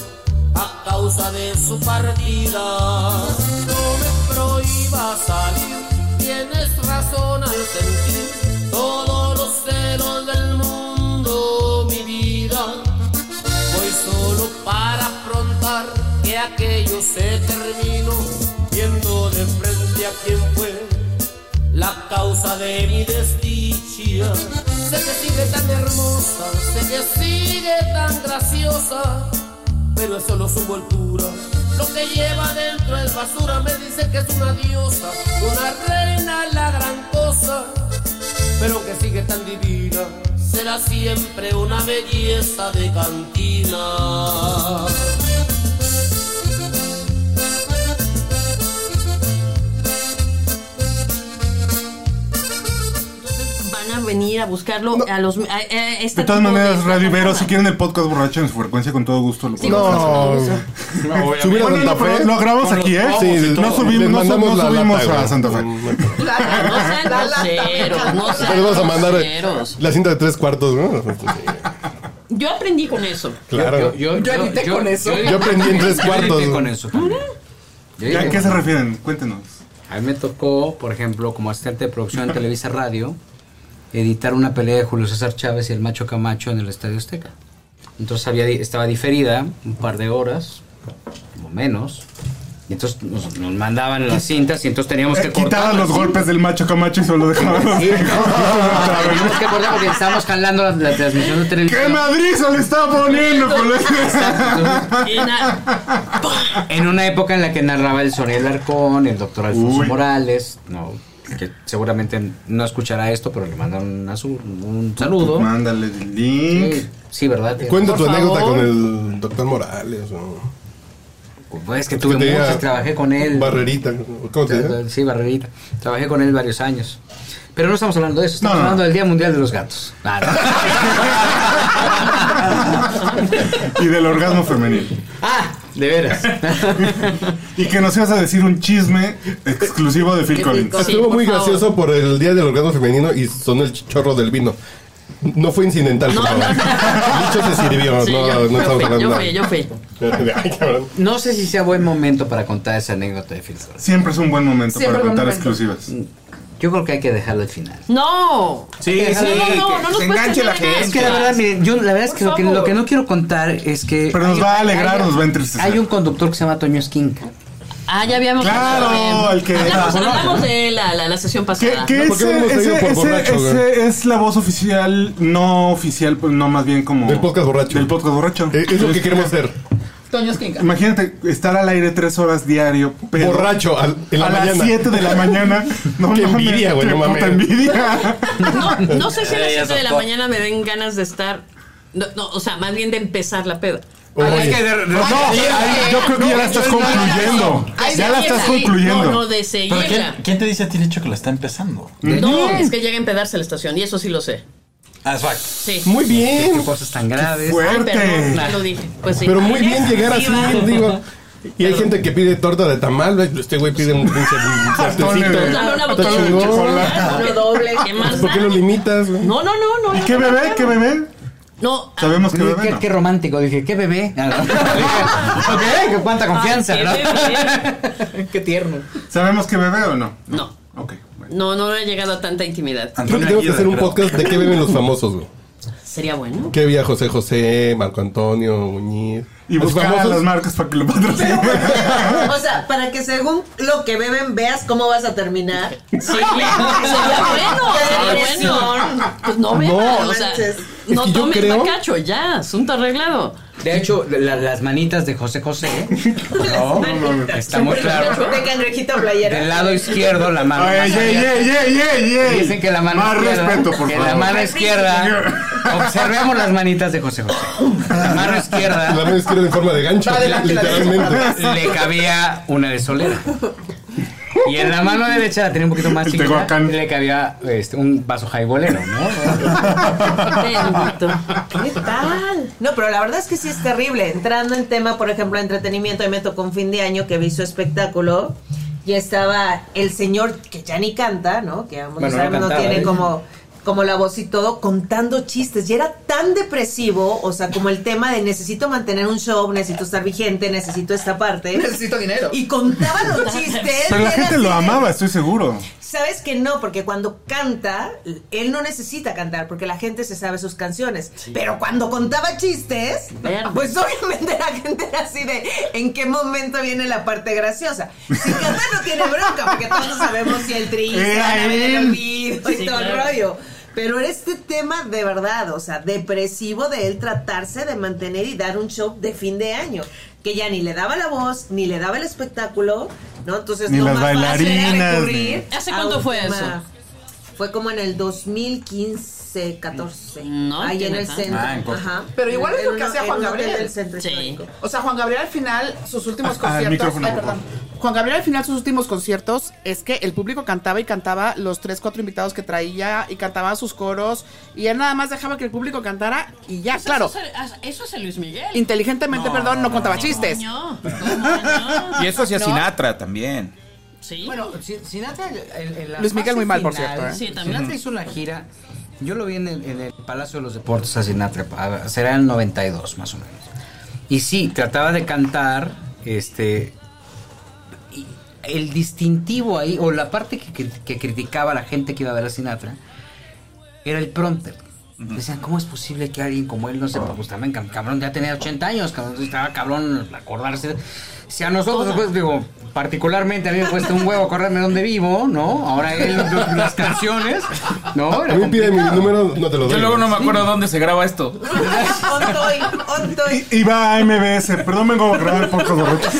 S11: a causa de su partida. No me prohíbas salir, tienes razón al sentir todos los celos del mundo, mi vida. Voy solo para afrontar que aquello se terminó, viendo de frente a quien fue la causa de mi desdicha. Sé que sigue tan hermosa, sé que sigue tan graciosa, pero es solo su voltura. Lo que lleva dentro es basura, me dice que es una diosa, una reina, la gran cosa, pero que sigue tan divina. Será siempre una belleza de cantina.
S3: Entonces van a venir a buscarlo a los. a- a este
S1: De todas
S3: tipo
S1: maneras, Radio Ibero,
S3: plataforma.
S1: si quieren el podcast borracho en su frecuencia, con todo gusto lo
S3: Sí,
S1: podemos hacer.
S2: No. Subir a
S1: Bueno,
S2: Santa
S1: no, pero
S2: Fe.
S1: lo grabamos
S2: con los
S1: aquí, ¿eh?
S2: pomos
S1: Sí,
S2: y
S1: no
S2: todo.
S1: subimos-
S2: Les
S1: no sub-
S2: mandamos
S1: no
S2: la
S1: subimos a
S2: güey.
S1: Santa Fe.
S2: Mm,
S3: Claro, no sean groseros, no sean
S2: Les vamos a mandar eh,
S3: groseros.
S2: la cinta de tres cuartos, ¿no? Sí,
S3: Yo aprendí con eso.
S2: Claro. Yo,
S5: Yo edité con eso.
S2: aprendí en tres
S7: yo edité
S2: cuartos.
S7: con
S2: güey.
S7: eso. también. Yo
S1: ¿A
S7: edité
S1: qué
S7: con-
S1: se refieren? Cuéntenos.
S7: A mí me tocó, por ejemplo, como asistente de producción en Televisa Radio, editar una pelea de Julio César Chávez y el Macho Camacho en el Estadio Azteca. Entonces había, di- estaba diferida un par de horas, o menos. Y entonces nos, nos mandaban las cintas y entonces teníamos que
S1: Eh,
S7: cortar.
S1: Quitaban los golpes del macho Camacho y solo dejaban los
S7: Sí. teníamos que cortar porque estábamos jalando la, la transmisión de
S1: ¡Qué
S7: televisión.
S1: madriza le está poniendo, culero!
S3: Y na-
S7: En una época en la que narraba el Soniel Arcón, el doctor Alfonso
S1: Uy.
S7: Morales, no, que seguramente no escuchará esto, pero le mandan una su- un saludo.
S1: Mándale el link.
S7: Sí, sí, ¿verdad?
S2: Cuenta
S3: Por
S2: tu anécdota
S3: favor.
S2: con el doctor Morales. o-
S7: Pues es que tuve
S2: Tenía
S7: muchas, trabajé con él.
S2: Barrerita. ¿Cómo te llama?
S7: Sí, barrerita. Trabajé con él varios años. Pero no estamos hablando de eso, estamos
S1: No, no.
S7: hablando del Día Mundial de los Gatos. Ah, no.
S1: Y del orgasmo femenil.
S7: Ah, de veras.
S1: Y que nos ibas a decir un chisme exclusivo de Phil Collins.
S3: Sí,
S2: Estuvo
S3: por
S2: muy
S3: favor.
S2: gracioso por el día del orgasmo femenino y sonó el chorro del vino. No fue incidental, por
S3: No,
S2: favor.
S3: no, no.
S2: Dicho se sirvió,
S3: Sí,
S2: no,
S3: yo,
S2: no
S3: yo
S2: estamos
S3: fui, yo
S2: hablando.
S3: fui, yo fui.
S2: Ay, cabrón.
S7: No sé si sea buen momento para contar esa anécdota de Phil Collins.
S1: Siempre es un buen momento
S10: Siempre
S1: para
S10: buen
S1: contar
S10: momento.
S1: exclusivas.
S7: Yo creo que hay que dejarlo al final.
S3: No.
S4: Sí, sí,
S3: no, no, no, no nos
S4: que se
S3: puedes
S4: enganche la
S3: tener
S4: gente.
S7: Es que la verdad, miren, yo la verdad es
S3: Por
S7: que lo, que
S3: favor.
S7: lo que no quiero contar es que.
S1: Pero nos
S7: hay-
S1: va a alegrar,
S7: hay-
S1: nos va a entristecer.
S7: Hay un conductor que se llama Toño Esquinca.
S3: Ah, ya habíamos
S1: Claro,
S3: hablado de-
S1: el que-
S3: hablamos,
S1: Ah,
S3: hablamos de él la, la, la sesión
S1: Que,
S3: pasada.
S1: que
S2: No, ¿por qué
S1: ese,
S2: no hemos ido
S1: ese-
S2: por
S1: ese-
S2: borracho,
S1: ese es la voz oficial, no oficial, pues, no más bien como...
S2: Del podcast borracho.
S1: Del podcast borracho. Este,
S2: Eh, Es lo que queremos hacer.
S10: Toño Esquinca.
S1: Imagínate estar al aire tres horas diario, pero
S2: Borracho al- en la
S1: a
S2: mañana.
S1: las 7 de la mañana. No
S2: Qué
S1: mames,
S2: envidia, güey,
S1: qué
S2: no mames.
S1: puta envidia.
S3: No, no sé si a las
S9: Ella
S3: 7 de la
S9: soltó.
S3: mañana me den ganas de estar. No, no, o sea, más bien de empezar la peda.
S2: Oye,
S1: No, ay, yo creo que ya la estás concluyendo.
S3: Ay,
S1: Ya la estás
S3: seguirla. No,
S9: ¿Pero
S1: concluyendo.
S3: no, de
S9: quién,
S3: seguirla.
S9: quién te dice a ti, Licho, que la está empezando?
S3: No, es que llega a empedarse a la estación y eso sí lo sé.
S9: Ah, es fact.
S3: Sí.
S2: muy
S7: Qué
S2: bien.
S7: cosas tan graves.
S3: Ay, perdón, ya
S1: Fuerte.
S3: lo dije. Pues sí.
S2: Pero muy bien llegar así,
S3: Exclusiva.
S2: digo. Y hay gente que pide torta de tamal, güey, este güey pide un pinche
S1: Atole
S2: sartencito.
S1: de-
S3: Una
S2: Está
S3: botella de
S2: chingón.
S1: chocolate.
S3: Uno doble, ¿qué más
S2: ¿Por qué
S3: da?
S2: lo limitas? güey?
S3: No, no, no, no.
S1: ¿Y qué bebé? ¿Qué bebé?
S3: No, ah,
S1: Sabemos que
S7: Qué,
S1: bebé. no.
S7: qué romántico, dije, qué bebé. ok, cuánta confianza,
S3: qué
S7: ¿no?
S3: bebé.
S7: qué tierno.
S1: ¿Sabemos que bebé o no?
S3: no,
S1: Ok, bueno.
S3: no, no he llegado a tanta intimidad.
S2: Creo que tenemos que hacer un podcast de qué beben los famosos, güey.
S3: Sería bueno.
S2: ¿Qué bebía José José, Marco Antonio, Muñiz?
S1: Y
S2: Los
S1: buscar a
S2: famosos.
S1: las marcas para que lo patrocinen.
S10: O sea, para que según lo que beben veas cómo vas a terminar.
S3: Sí, sería bueno,
S10: Qué
S3: sería bueno. Pues no beban,
S10: No
S3: o sea,
S10: manches.
S2: Es
S3: no
S2: que yo
S3: tomes
S2: creo-
S3: macacho, ya, asunto arreglado.
S7: De hecho, la- las manitas de José José, no, está muy claro.
S10: De cangrejita playera.
S7: Del lado izquierdo, la mano.
S1: Ay,
S7: más
S1: ey,
S7: abierta.
S1: ey, ey, ey, ey.
S7: Dicen que la mano
S1: Más
S7: izquierda.
S1: respeto, por
S7: que
S1: favor.
S7: la mano izquierda. Observemos las manitas de José José. La mano izquierda.
S2: La mano izquierda en forma de gancho, literalmente.
S7: le cabía una de solera. Y en la mano derecha la tenía un poquito más
S1: El
S7: chiquita.
S1: Tehuacán.
S7: Le cabía este, un vaso jaibolero, ¿no?
S3: Bendito.
S10: ¿Qué tal? No, pero la verdad es que sí es terrible. Entrando en tema, por ejemplo, entretenimiento, a mí me tocó un fin de año que vi su espectáculo y estaba el señor que ya ni canta, ¿no? Que vamos,
S7: Bueno,
S10: a
S7: no
S10: no,
S7: cantaba,
S10: tiene
S7: ¿eh?
S10: como como la voz y todo, contando chistes. Y era tan depresivo, o sea, como el tema de necesito mantener un show, necesito estar vigente, necesito esta parte.
S6: Necesito dinero.
S10: Y contaba los chistes.
S1: Pero la
S10: y era
S1: gente
S10: así
S1: lo
S10: de-
S1: amaba, estoy seguro.
S10: Sabes que no, porque cuando canta, él no necesita cantar, porque la gente se sabe sus canciones. Pero cuando contaba chistes,
S3: Verde.
S10: pues obviamente la gente era así de en qué momento viene la parte graciosa. Si canta no tiene bronca, porque todos sabemos si el triste,
S1: Era
S10: van a ver
S1: él.
S10: el olvido y
S3: Sí,
S10: todo
S3: claro.
S10: el rollo. Pero era este tema de verdad, o sea, depresivo de él tratarse de mantener y dar un show de fin de año. Que ya ni le daba la voz, ni le daba el espectáculo, ¿no? Entonces,
S1: Ni
S10: no
S1: las
S10: más fácil era
S1: bailarinas,
S10: recurrir
S1: ni-
S3: ¿Hace cuánto
S10: a un
S3: fue
S10: tema-
S3: eso?
S10: Ah, Fue como en el 2015, 14.
S3: No
S10: ahí en
S3: tiene
S10: el
S3: tanto.
S10: centro.
S9: Ah, en corto.
S10: Ajá.
S6: Pero igual es
S10: En
S6: lo que
S10: una-
S6: hacía
S10: en
S6: Juan
S10: un hotel
S6: Gabriel.
S10: del centro
S3: Sí.
S10: histórico.
S6: O sea, Juan Gabriel al final, sus últimos
S1: Ah, ah, el
S6: conciertos.
S1: micrófono,
S6: Ay,
S1: por
S6: perdón. Juan Gabriel al final, sus últimos conciertos, es que el público cantaba y cantaba los tres, cuatro invitados que traía y cantaba sus coros. Y él nada más dejaba que el público cantara y
S7: Pues
S6: ya, claro.
S3: Pues Eso es, eso es el Luis Miguel.
S6: Inteligentemente, perdón, no contaba chistes.
S3: Coño, ¿cómo no?
S4: Y eso hacía
S6: No.
S4: Sinatra también.
S3: Sí.
S7: Bueno, Sin- Sinatra. en- en la
S6: Luis Miguel
S7: fase
S6: muy mal, por
S7: final,
S6: cierto, ¿eh?
S3: Sí, también.
S7: Sinatra hizo una gira. Yo lo vi en el, en el Palacio de los Deportes a Sinatra. pa- Será en el 92, más o menos. Y sí, trataba de cantar. Este. y el distintivo ahí, o la parte que, cri- que criticaba a la gente que iba a ver a Sinatra, era el prompter. Decían, ¿cómo es posible que alguien como él no se pues también, cab- cabrón, ya tenía 80 años, cabrón, estaba cabrón acordarse. Si a nosotros, pues, digo, particularmente a mí me cuesta un huevo acordarme dónde vivo, ¿no? Ahora él, las canciones, ¿no?
S2: A
S7: Era
S2: mí pide mi
S7: complicado.
S2: número, no te lo doy.
S9: Yo luego no me acuerdo dónde se graba esto.
S10: Ontoy, ontoy.
S1: Y va a MBS. Perdón, vengo a grabar podcast borrachos.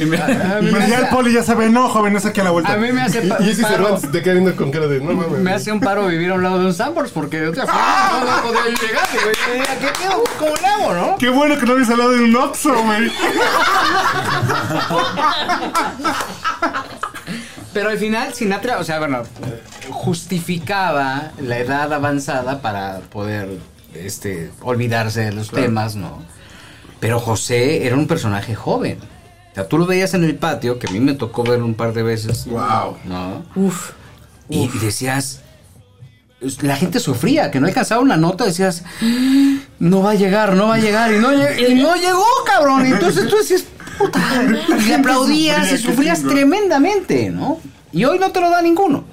S9: Y me-
S7: A mí me
S1: Pero ya el
S7: hace-
S1: poli ya sabe, no, joven, es aquí a la vuelta.
S7: a mí me hace, pa-
S2: Y, y ese
S7: paro-
S2: Cervantes te queda viendo con cara de no mames.
S7: me hace un paro vivir a un lado de un Sambors porque de otra forma no podría yo llegar. güey. ¿Qué pedo? ¿Cómo le hago, no?
S1: Qué bueno que no habías hablado de un Oxxo, güey.
S7: Pero al final Sinatra, o sea, bueno, justificaba la edad avanzada para poder este, olvidarse de los temas, ¿no? Pero José era un personaje joven. O sea, tú lo veías en el patio, que a mí me tocó verlo un par de veces.
S1: Wow.
S7: ¿No? Uf. Y, y decías, pues, la gente sufría, que no alcanzaba una nota, decías, "Mm, no va a llegar, no va a llegar, y no, lle- y no llegó, cabrón. Y entonces tú decías, puta, y le aplaudías
S1: sufría,
S7: y
S1: qué
S7: sufrías
S1: chingón.
S7: tremendamente, ¿no? Y hoy no te lo da ninguno.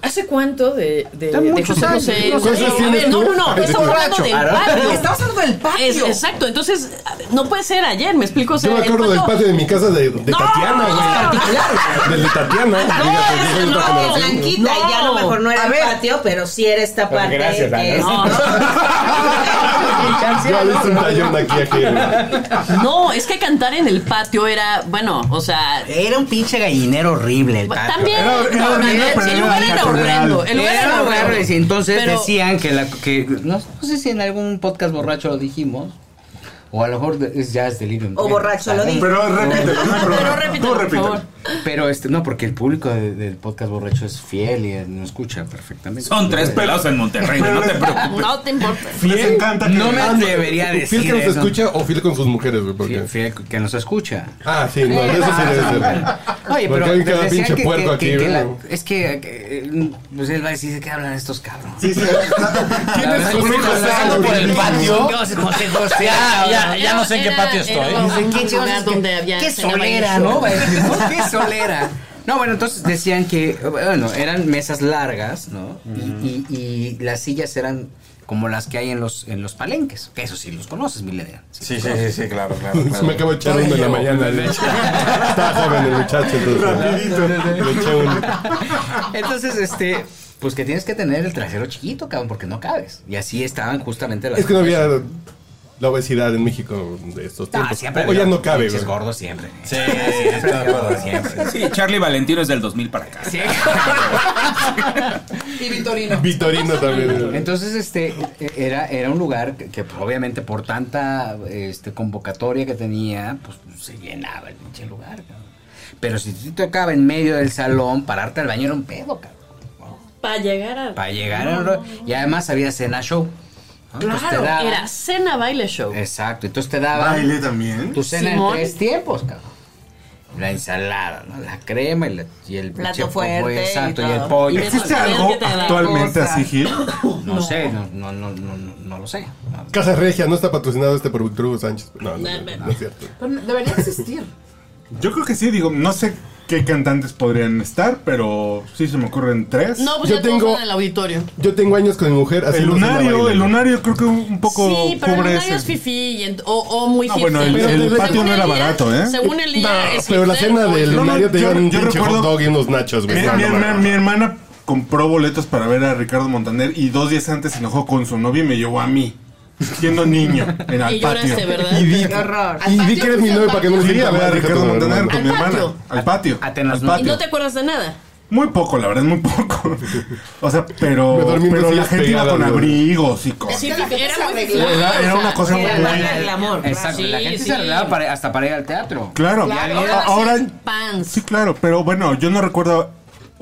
S3: ¿Hace cuánto de, de,
S7: Da
S3: de
S7: muchos
S3: José
S7: años,
S3: José?
S7: no sé.
S3: O sea,
S7: ¿Cuántos
S3: a ver,
S2: tienes
S3: no,
S2: tú?
S3: no, no,
S2: Eres
S3: estamos hablando
S7: borracho.
S3: del
S7: Ahora,
S3: patio.
S10: Estamos hablando del patio.
S3: Es- exacto, entonces a ver, no puede ser ayer, me explico. o sea,
S2: Yo me
S3: el
S2: acuerdo del
S3: pato-
S2: patio de mi casa de, de
S3: No,
S2: Tatiana, güey.
S3: particular.
S2: Del de Tatiana. Fíjate, yo soy otra
S10: No, es
S2: generación.
S10: blanquita y ya a lo mejor no era
S6: A
S10: el
S6: ver.
S10: patio, pero sí era esta
S7: Pues
S10: parte.
S7: gracias,
S10: que
S7: Ana.
S10: es-
S3: No.
S2: Ah, Ya le hice un tallón aquí, aquí. güey.
S3: No, es que cantar en el patio era, bueno, o sea,
S7: Era un pinche gallinero horrible el patio.
S3: también
S1: Era- era
S3: no,
S1: horrible, pero
S3: el
S1: era
S3: lugar era
S1: natural.
S3: horrendo, el lugar
S7: Era
S3: era
S7: horrible,
S3: horrendo.
S7: y entonces
S3: Pero-
S7: decían que la que no, no sé si en algún podcast borracho lo dijimos, O a lo mejor de- es ya es delirium.
S3: Oh.
S10: O borracho, lo digo.
S1: Pero repítelo, no hay
S3: Pero
S1: problema.
S3: repítelo,
S1: Tú
S3: por
S1: repítelo.
S3: favor.
S7: Pero este, no, porque el público de- del podcast borracho es fiel y eh, no escucha perfectamente.
S4: Son tres pelados en Monterrey, no te preocupes.
S3: No te importa.
S1: Les encanta que-
S7: No me atrevería a decir
S2: Fiel que nos
S7: eso.
S2: escucha o fiel con sus mujeres, güey. porque-
S7: Fiel, fiel que nos escucha.
S2: Ah, sí, no, de eso sí debe ser. Porque
S7: Oye, pero
S2: hay cada
S7: decían
S2: pinche puerco aquí,
S7: que
S2: ¿verdad?
S7: la- es que, eh, pues él va a decir de qué hablan estos cabrones.
S1: Sí, sí. ¿Quién es José
S9: pasando por el
S1: José?
S9: patio.
S7: Dios, José José,
S9: Ya, ya, ya
S3: Era-
S9: no sé en qué
S3: era-
S9: patio
S3: era
S9: estoy.
S3: un
S7: No sé qué chingados
S3: lugar
S7: es que-
S3: donde había-
S7: Qué
S3: se llamaba
S7: solera,
S3: el show.
S7: ¿no? Va a decir, ¿no? Qué solera. No, bueno, entonces decían que, bueno, eran mesas largas, ¿no? Y- y, y las sillas eran como las que hay en los, en los palenques. Que eso sí los conoces, Milena.
S9: Sí, sí, sí, sí, claro, claro.
S2: Se me acabo de echar uno en la mañana. le- Estaba joven el muchacho, entonces.
S9: mañana.
S2: Le eché uno.
S7: Entonces, este, pues que tienes que tener el trasero chiquito, cabrón, porque no cabes. Y así estaban justamente las
S2: Es que no había la obesidad en México de estos
S7: Ah,
S2: tiempos.
S7: siempre
S2: o ya
S7: había
S2: no cabe,
S7: pinches
S2: güey.
S7: gordos siempre.
S9: Sí, estoy de acuerdo.
S7: Siempre.
S4: Sí, Charlie Valentino es del 2000 para acá.
S7: Sí.
S5: Y Victorino.
S2: Vitorino también.
S7: Entonces, este, era, era un lugar que, que, pues, obviamente por tanta este, convocatoria que tenía, pues se llenaba el pinche lugar, cabrón. Pero si te tocaba en medio del salón, pararte al baño era un pedo, cabrón.
S3: Para llegar a.
S7: Para llegar a... Y además había cena show. ¿no? Entonces te
S3: Claro,
S7: daban-
S3: era cena baile show.
S7: Exacto, entonces te daban...
S1: Baile también.
S7: Tu cena
S3: Simón.
S7: en tres tiempos, cabrón. La ensalada, ¿no? la crema y, la- y el
S10: Plato
S7: pinche pollo,
S10: fuerte y
S7: exacto, y, el
S10: todo.
S7: pollo.
S3: Y
S1: ¿Existe
S3: Eso es
S1: algo
S3: que te da la
S1: actualmente
S5: cosa.
S1: así, Gil?
S7: No, sé, no, no, no, no, no- no lo sé. No.
S2: Casa Regia no está patrocinado este por Hugo Sánchez. No, no, no, no, no es cierto.
S5: Pero debería existir.
S1: Yo creo que sí, digo, no sé qué cantantes podrían estar, pero sí se me ocurren tres.
S3: No, pues
S2: Yo
S3: yo ya tengo
S2: tengo-
S3: del auditorio.
S2: Yo tengo años con mi mujer. así
S1: El
S2: no se la
S1: lunario,
S2: baila.
S1: el lunario creo que un un poco
S3: sí, pero el
S1: cubre
S3: lunario es
S1: ese.
S3: fifí y ent- o, o muy
S1: No,
S3: hipster.
S1: bueno, el-
S2: el
S3: pues, Según
S1: patio no era
S3: Elías-
S1: barato, ¿eh?
S3: Según el
S2: No,
S3: día. es
S2: pero la
S3: hipster
S2: cena
S3: o-
S2: del
S1: No, no,
S2: lunario te
S1: yo-
S2: llevan un
S1: yo
S2: pinche
S1: recuerdo-
S2: hot dog y unos nachos,
S1: Mi,
S2: güey. No,
S1: mi-
S2: no, no,
S1: herma-
S2: no.
S1: mi hermana compró boletos para ver a Ricardo Montaner y dos días antes se enojó con su novio y me llevó a mí, siendo niño, en el
S3: Y lloraste,
S1: patio.
S3: ¿verdad?
S2: Y di,
S10: Qué horror.
S2: y di que eres mi novio para que no
S1: Fui
S2: se
S1: a ver a
S2: diga.
S1: Ricardo Montaner con mi
S3: Al
S1: hermana.
S3: patio.
S1: Al patio.
S7: Atenas,
S1: al
S7: ¿no?
S3: Y no
S1: patio.
S3: te acuerdas de nada.
S1: Muy poco, la verdad, muy poco. O sea, pero,
S2: Me dormí en
S1: pero
S2: dos
S1: la
S2: días
S1: gente iba
S2: pegada,
S1: con
S2: güey.
S1: abrigos y cosas.
S3: Sí,
S5: que la gente se
S3: era muy
S5: arreglaba.
S3: fifí,
S1: Era-
S3: o
S1: era
S3: sea,
S1: una cosa
S10: Era
S1: muy-
S10: la gala del amor.
S7: Exacto,
S3: Sí,
S7: la gente
S3: sí.
S7: se arreglaba para- hasta para ir al teatro.
S1: Claro,
S3: Ahora,
S1: ahora
S3: sí, pants.
S1: sí, claro, pero bueno, yo no recuerdo,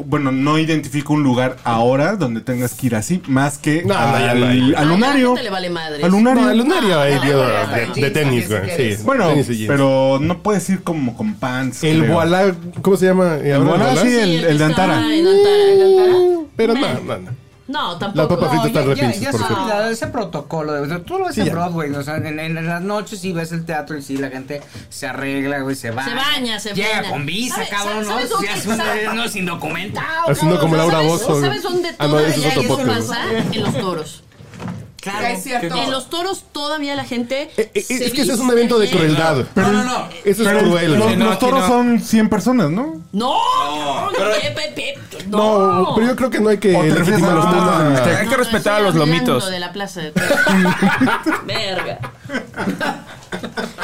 S1: bueno, no identifico un lugar ahora donde tengas que ir así, más que
S2: No, no, ya
S1: al,
S2: no hay.
S1: al
S3: Ay, a la
S1: lunario.
S3: gente le vale madres. Ah,
S1: Al lunario.
S2: No, el lunario hay de,
S3: lunario,
S2: de- de tenis, güey. Sí,
S1: Bueno,
S2: tenis y jeans.
S1: pero no puedes ir como con pants.
S2: El
S1: creo.
S2: Boalá, ¿cómo se llama? ¿El
S1: Boalá, sí, el- el de
S3: está
S1: Antara.
S3: en Antara.
S2: Pero no, no, no.
S3: No,
S2: Las
S3: tampoco.
S2: papas fritas están repinches, por
S7: se ha
S2: cierto.
S7: olvidado ese protocolo. de- Tú lo ves
S2: Sí,
S7: en
S2: ya.
S7: Broadway, o sea, en, en- en las noches sí ves el teatro y sí, la gente se arregla, güey, se baña.
S3: baña, se
S7: Llega
S3: baña.
S7: con visa,
S3: ¿Sabe-
S7: cabrón,
S3: sabe-
S7: ¿no?
S3: sabes
S7: Se
S3: lo
S7: hace
S3: que-
S7: un
S3: sabe-
S7: no sin documento.
S2: Haciendo como
S3: ¿Sabes-
S2: Laura Bozzo.
S3: ¿Sabes dónde
S2: Ah, no,
S3: todavía
S2: ese es otro
S3: eso
S2: podcast.
S3: pasa? En los toros.
S5: Claro, es cierto.
S3: En los toros todavía la gente.
S2: Eh, eh,
S3: se
S2: Es que ese es un
S3: viste
S2: evento de
S3: bien.
S2: crueldad.
S9: No, no, no.
S2: Eso es
S1: Pero
S2: cruel.
S1: los,
S2: güey.
S9: no,
S1: los
S9: aquí
S1: toros
S9: no.
S1: son 100 personas, ¿no?
S3: No, no, Pepe, Pepe, no,
S2: No, pero yo creo que no hay que
S1: O te refieres
S2: legitimar
S1: a los
S2: Eh, los
S1: toros de
S2: toros.
S1: Mixteco.
S4: Hay que respetar a
S3: estoy
S4: los
S3: hablando
S4: lomitos.
S3: de la plaza de toros. Verga.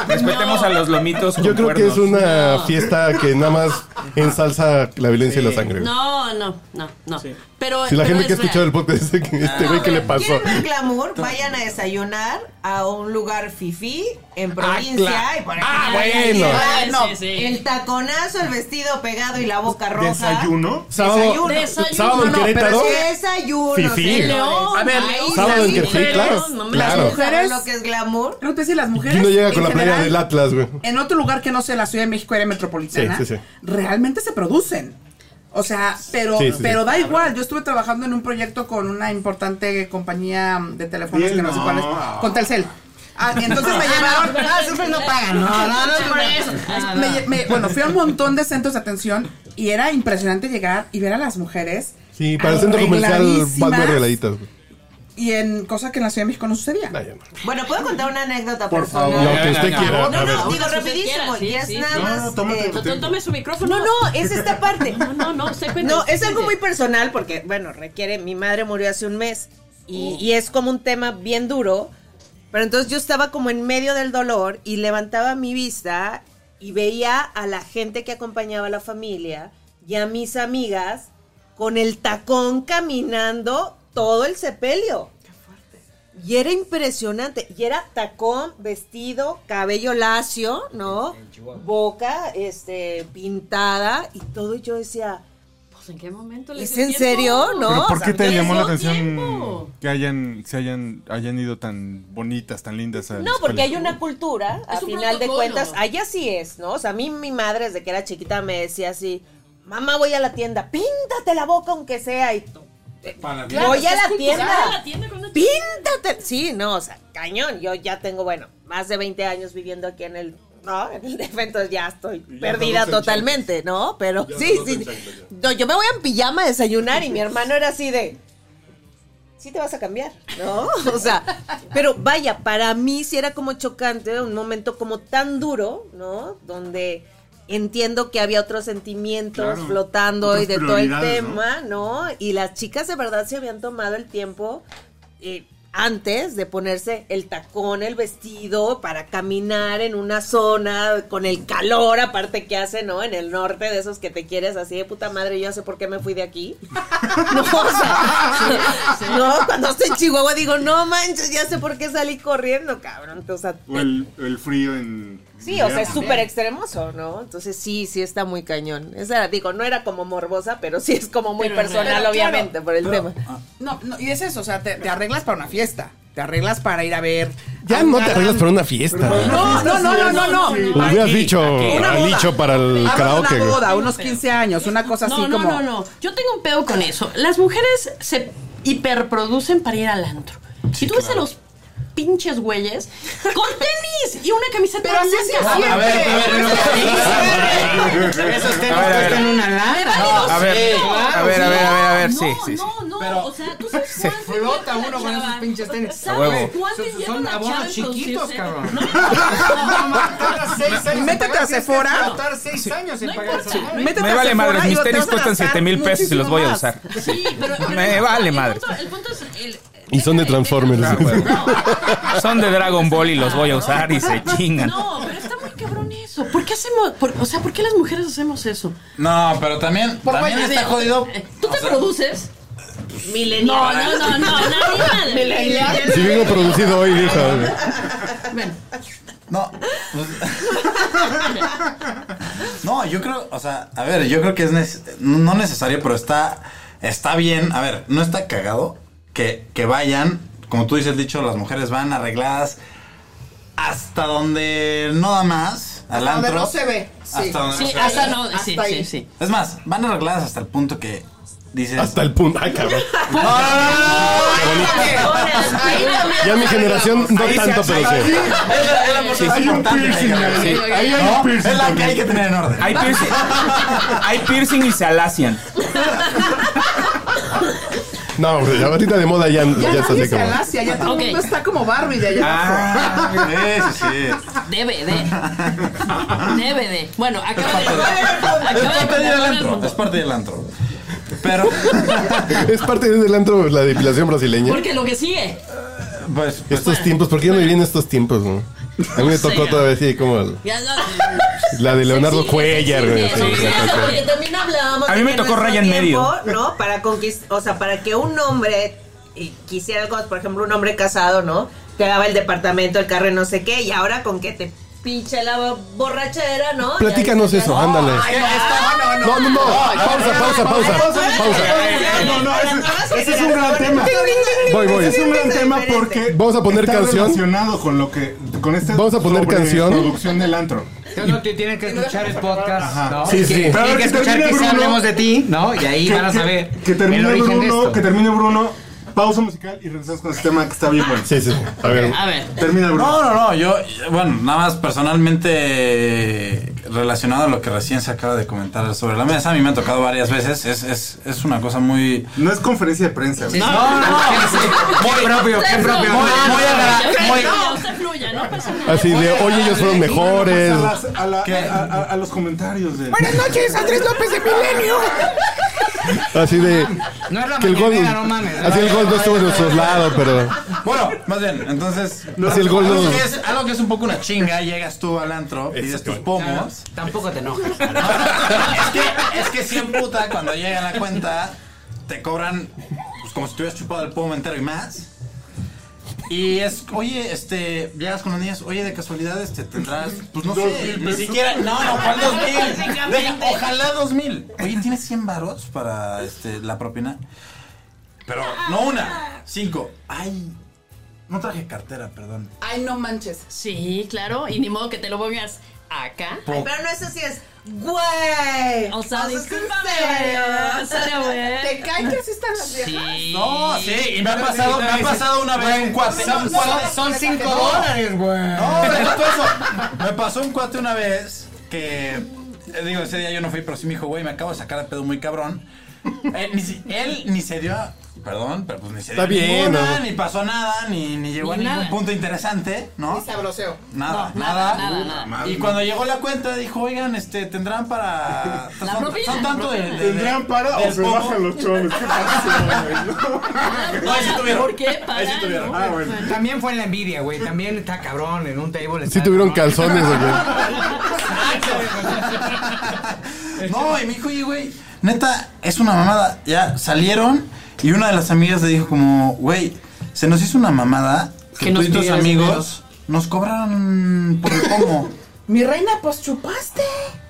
S4: Respetemos
S3: No.
S4: a los lomitos.
S2: Yo
S4: con
S2: creo que es
S4: cuernos.
S2: una
S3: No.
S2: fiesta que nada más ensalza la violencia y la sangre. güey.
S3: No, no, no, no.
S4: Sí.
S3: Pero,
S2: Si la
S3: pero
S2: gente que ha
S3: es real.
S2: escuchado el podcast dice que este güey, ¿qué le pasó?
S10: ¿Quieren ver glamour? Vayan a desayunar a un lugar fifí en provincia. y por
S2: Ah,
S10: ejemplo,
S2: bueno.
S10: ahí
S3: Sí,
S10: no,
S3: sí, sí.
S10: El taconazo, el vestido pegado y la boca roja.
S1: Desayuno.
S2: Sábado,
S3: Desayuno.
S2: sábado en
S3: No, no, pero
S2: Querétaro.
S10: Desayuno.
S2: Fifí.
S10: señores.
S3: León,
S5: A ver,
S3: ahí
S2: Sábado en
S3: sí,
S2: Querétaro,
S3: pero
S2: claro,
S3: no
S2: claro.
S3: me las-
S10: ¿Saben
S5: mujeres.
S10: lo que es glamour?
S5: No te si las mujeres.
S2: Gino llega
S5: en
S2: con la playa
S5: general,
S2: del Atlas, güey.
S5: En otro lugar que no sea la Ciudad de México era metropolitana,
S2: Sí, sí, sí.
S5: realmente se producen. O sea, pero,
S2: Sí, sí, sí.
S5: pero da igual. Yo estuve trabajando en un proyecto con una importante compañía de teléfonos que no sé
S1: No.
S5: cuál es, con Telcel. Ah, entonces me
S10: Ah,
S5: llevaron.
S10: no, ah, siempre no pagan. No, no, no, por eso.
S5: Ah, me lle- me- bueno, fui a un montón de centros de atención y era impresionante llegar y ver a las mujeres.
S2: Sí, para el centro comercial
S5: arregladísimas
S2: van muy arregladitas. güey.
S5: Y en cosa que en la Ciudad de México no sucedía.
S2: No, ya no.
S10: Bueno, ¿puedo contar una anécdota
S1: Por
S10: personal?
S1: favor.
S2: Lo que usted
S9: no.
S2: quiera.
S10: No,
S2: A ver.
S10: no, digo
S3: Lo que usted
S10: rapidísimo.
S3: quiera, sí,
S10: ya es
S3: sí.
S10: nada
S1: No, no,
S10: más.
S1: tómate
S10: eh,
S1: tu
S3: Tú Tome su micrófono.
S10: No, no, es esta parte.
S3: No, no, no, se cuenta.
S10: No, es algo muy personal porque, bueno, requiere. Mi madre murió hace un mes y,
S3: Oh.
S10: y es como un tema bien duro. Pero entonces yo estaba como en medio del dolor y levantaba mi vista y veía a la gente que acompañaba a la familia y a mis amigas con el tacón caminando todo el sepelio. Y era impresionante. Y era tacón, vestido, cabello lacio, ¿no? Boca, este, pintada y todo. Y yo decía,
S3: Pues, ¿en qué momento le
S10: ¿es
S3: dio
S10: en
S3: tiempo?
S10: serio? ¿No?
S1: ¿Pero
S10: O
S1: por
S10: sea,
S1: qué te
S3: les
S1: llamó la
S3: dio
S1: atención
S3: tiempo.
S1: que hayan, se hayan, hayan ido tan bonitas, tan lindas? a la
S10: No, porque
S1: escuela?
S10: hay una cultura, a
S3: Es un
S10: final de
S3: protocolo.
S10: cuentas, allá sí es, ¿no? O sea, a mí mi madre desde que era chiquita me decía así, mamá voy a la tienda, píntate la boca aunque sea y tú.
S3: Claro,
S10: voy a
S3: es
S10: la
S3: cultural,
S10: tienda.
S3: a la tienda con una chica.
S10: Píntate. Sí, no, o sea, cañón. Yo ya tengo, bueno, más de 20 años viviendo aquí en el. No, en el DF, entonces ya estoy perdida totalmente, ¿no? Pero sí, sí. No, yo me voy en pijama a desayunar y mi hermano era así de. Sí te vas a cambiar, ¿no? O sea, pero vaya, para mí sí era como chocante, un momento como tan duro, ¿no? Donde entiendo que había otros sentimientos
S8: Claro,
S10: flotando y
S8: otras
S10: de todo el
S8: prioridades, ¿no?
S10: tema. Ah, ¿no? Y las chicas de verdad se habían tomado el tiempo eh, antes de ponerse el tacón, el vestido, para caminar en una zona con el calor, aparte que hace, ¿no? En el norte, de esos que te quieres así de puta madre, yo no sé por qué me fui de aquí. No, o sea, no, cuando estoy en Chihuahua digo, no manches, ya sé por qué salí corriendo, cabrón. O sea,
S8: O el, el frío en.
S10: Sí, o sea, es
S8: invierno.
S10: súper extremoso, ¿no? Entonces sí, sí está muy cañón. Esa era, digo, no era como morbosa, pero sí es como muy
S3: Pero
S10: personal,
S6: real.
S10: obviamente, por el tema.
S6: ah, No, no, y es eso, o sea, te, te arreglas para una fiesta. Te arreglas para ir a ver. a
S2: Ya
S6: un
S2: no te
S6: galán.
S2: arreglas para una fiesta.
S6: No, no, no, no, no, no.
S2: Hubieras dicho,
S6: Una
S2: al
S6: boda.
S2: dicho para el
S6: Hago
S2: karaoke.
S6: una
S2: güey.
S6: boda, unos 15 años, una cosa así
S3: No, no,
S6: como.
S3: no, no. Yo tengo un peo con eso. Las mujeres se hiperproducen para ir al antro. y tú ves a los pinches güeyes con tenis y una camiseta
S6: Pero así se
S3: blanca.
S6: siente.
S9: A ver, a ver, no.
S7: Esos temas cuestan una
S3: Me
S7: lana.
S3: vale dos
S4: a ver,
S3: kilos.
S4: a ver, a ver, a ver, a ver,
S3: No,
S4: sí, sí, sí.
S3: No, no,
S7: Pero-
S3: o sea, tú sabes cuánto
S7: flota
S3: lleva la
S7: uno con esos
S3: chava.
S7: pinches tenis.
S4: A huevo.
S3: ¿Sabes cuánto
S7: Son-
S3: lleva
S7: son
S3: la
S7: abonos
S3: chava en
S7: chiquitos,
S3: producirse?
S7: cabrón.
S3: No, no, no.
S6: Métete a Sephora.
S7: seis años en
S3: No
S7: pagar esa
S3: importa.
S7: madre.
S6: Métete
S4: Me
S6: a
S4: vale
S6: Sephora
S4: madres,
S6: y
S4: mis
S6: te
S4: tenis
S6: vas a
S4: cuestan
S6: gastar
S4: 7 mil pesos y los
S6: muchísimo
S4: voy a
S6: más.
S4: usar.
S3: Sí, pero, pero
S4: Me
S3: no,
S4: vale
S3: el
S4: madre.
S3: punto- el punto es el-
S2: Y son de Transformers.
S3: déjame- déjame- no.
S4: Ah, Son de Dragon Ball y los voy a usar y se chingan.
S3: No, pero está muy cabrón eso. ¿Por qué hacemos, por- o sea, por qué las mujeres hacemos eso?
S9: No, pero también, también
S3: Oye,
S9: está
S3: de-
S9: jodido.
S3: ¿Tú te produces? No, no, no, no, no, ni madre.
S2: Si vengo producido hoy, dijo. güey.
S3: Bueno,
S9: No. pues- no, yo creo, o sea, a ver, yo creo que es neces- no necesario, pero está está bien. A ver, no está cagado que, que vayan, como tú dices el dicho, las mujeres van arregladas hasta donde no da más, al
S6: Hasta donde
S9: antro.
S6: no se ve.
S9: Hasta donde no
S3: sí,
S9: se ve.
S3: hasta no, sí,
S6: Hasta
S3: sí,
S6: ahí.
S3: sí.
S9: Es más, van arregladas hasta el punto que dices
S2: Hasta el punto. Ah, cabrón.
S9: "No, no, no, no, no".
S2: Ya mi generación, no tanto, pero sí.
S9: Es la- es la
S4: Sí,
S9: más
S4: sí.
S9: importante,
S8: Hay un
S9: cabrón,
S8: piercing,
S9: sí.
S8: ahí hay un
S9: No,
S8: piercing
S9: Es la que hay que tener en orden.
S4: Hay piercing, hay piercing y se alacian.
S2: No, hombre, la batita de moda ya,
S6: Ya,
S2: ya, está
S6: nadie
S2: así
S6: se
S2: como.
S6: alacia, ya todo
S3: Ok.
S6: el mundo está como Barbie de allá.
S9: Sí, sí, sí.
S3: Debe de. Debe de. Bueno, acaba de.
S9: Es
S3: Acaba
S9: parte del
S3: de.
S9: antro. Es parte del antro. Pero,
S2: Es parte del antro la depilación brasileña.
S3: Porque lo que sigue.
S9: pues, pues,
S4: eh.
S2: Estos tiempos, ¿por qué ya no vivían estos tiempos? no? A mí me tocó
S3: Sí.
S2: todavía así como el-
S3: Ya no.
S2: la de Leonardo
S3: Sí, sí,
S2: Cuellar.
S3: sí,
S2: güey,
S3: sí,
S2: así,
S3: sí, sí,
S2: exacto.
S10: Porque también hablábamos
S4: A mí
S10: de
S4: me
S10: que
S4: tocó
S10: nuestro
S4: raya en
S10: tiempo,
S4: medio.
S10: ¿no? Para conquistar, o sea, para que un hombre y quisiera algo, por ejemplo, un hombre casado, ¿no? Te daba el departamento, el carro, y no sé qué, y ahora con que te pinche la borrachera, ¿no? Ya
S2: Platícanos
S10: dices,
S2: eso,
S10: "Ay,
S2: ándale.
S10: no,
S2: No, no, no. Pausa, pausa, pausa. Pausa.
S8: No, no,
S10: Para nuevas
S8: ese, ese es un gran tema.
S10: generaciones".
S2: Voy, voy.
S8: Ese es un gran tema
S10: Diferente.
S8: porque.
S2: Vamos a poner
S8: está
S2: canción.
S8: relacionado con lo que. Con este
S2: Vamos a poner
S8: sobre
S2: canción.
S8: Producción del antro.
S7: Entonces, no, te tienen que escuchar el podcast, ¿no?
S2: Sí, sí.
S7: Tienen
S8: Pero a ver,
S7: que
S8: que
S7: escuchar
S8: termine
S7: que
S8: Bruno.
S7: hablemos de ti, ¿no? Y ahí van a saber
S8: Que termine
S7: el origen de
S8: Bruno,
S7: esto.
S8: que termine Bruno. Pausa musical y regresamos con este tema que está bien bueno.
S2: Sí, sí. A ver.
S3: A ver.
S8: Termina Bruno.
S9: no, no, no. Yo, bueno, nada más personalmente relacionado a lo que recién se acaba de comentar sobre la mesa, a mí me ha tocado varias veces. Es, es, es una cosa muy.
S8: No es conferencia de prensa. güey.
S7: No, no, no. Qué propio, qué propio.
S9: Muy- muy agra- muy-
S3: Usted fluya, no pasa nada.
S2: Así de, oye, ellos fueron mejores.
S8: A, las- a la-
S9: ¿Qué?
S8: a- a- a los comentarios de.
S6: Buenas noches, Andrés López de Milenio.
S2: Así de.
S7: No es la
S2: Que el gol.
S7: mañanera, no mames.
S2: Así el gol no estuvo de nuestro lado, pero.
S9: Bueno, más bien, entonces.
S2: Así el gol no-
S9: algo, que es, algo que es un poco una chinga, llegas tú al antro, pides tus pomos.
S7: Tampoco te enojas.
S9: es que, es que si en puta, cuando llega la cuenta, te cobran pues, como si tuvieras chupado el pomo entero y más. Y es, oye, este, llegas con las niñas, oye, de casualidad, este, tendrás, pues no
S1: Dos
S9: sé,
S1: mil
S9: ni
S1: pesos.
S9: siquiera, no, no, ¿cuál dos mil?
S10: Básicamente.
S9: Deja- Ojalá dos mil. Oye, ¿tienes 100 varos para, este, la propina? Pero, no una, cinco. Ay, no traje cartera, perdón.
S6: Ay, no manches.
S3: Sí, claro, y ni modo que te lo pongas acá.
S10: Ay, pero no es así, es güey.
S3: O sea,
S10: ¿es en
S3: discúlpame,
S10: serio?
S3: güey, o sea, güey.
S6: ¿Te cae que así están las viejas?
S3: Sí.
S9: No, sí, y me ha pasado, me ha pasado una vez un cuate. un cuate-
S7: Son 5 dólares, güey.
S9: No, deja tú eso. Me pasó un cuate una vez que. eh, Digo, ese día yo no fui, pero sí me dijo, güey, me acabo de sacar de pedo muy cabrón. Él ni, si- él ni se dio a- Perdón, pero pues ni se dio
S2: Está
S9: a
S2: bien,
S9: ninguna,
S2: ¿no?
S9: ni pasó nada, ni, ni llegó
S3: Ni
S9: a ningún
S3: nada.
S9: punto interesante, ¿no?
S6: Sabroseo.
S9: Nada,
S3: No,
S9: nada.
S3: nada, nada, nada.
S9: Y cuando llegó la cuenta dijo, oigan, este, tendrán para.
S3: La
S9: son,
S3: propina,
S9: son tanto de, de- de-
S1: ¿Tendrán para o
S9: del
S1: se
S9: poco".
S1: bajan los chones? ¿Qué pasó, güey?
S9: No, ahí sí tuvieron.
S3: ¿Por qué? Para,
S9: Ahí sí tuvieron.
S3: ¿no?
S1: Ah, bueno.
S7: También fue en la envidia, güey. También está cabrón en un table.
S2: Si
S7: está
S2: tuvieron
S7: cabrón.
S2: calzones, oye.
S9: No, y me dijo, oye, güey, neta, es una mamada. Ya salieron y una de las amigas le dijo como, güey, se nos hizo una mamada que
S7: Que
S9: tú
S7: nos
S9: y tus
S7: pidieras
S9: amigos nos cobraron por el pomo.
S6: Mi reina, pues chupaste.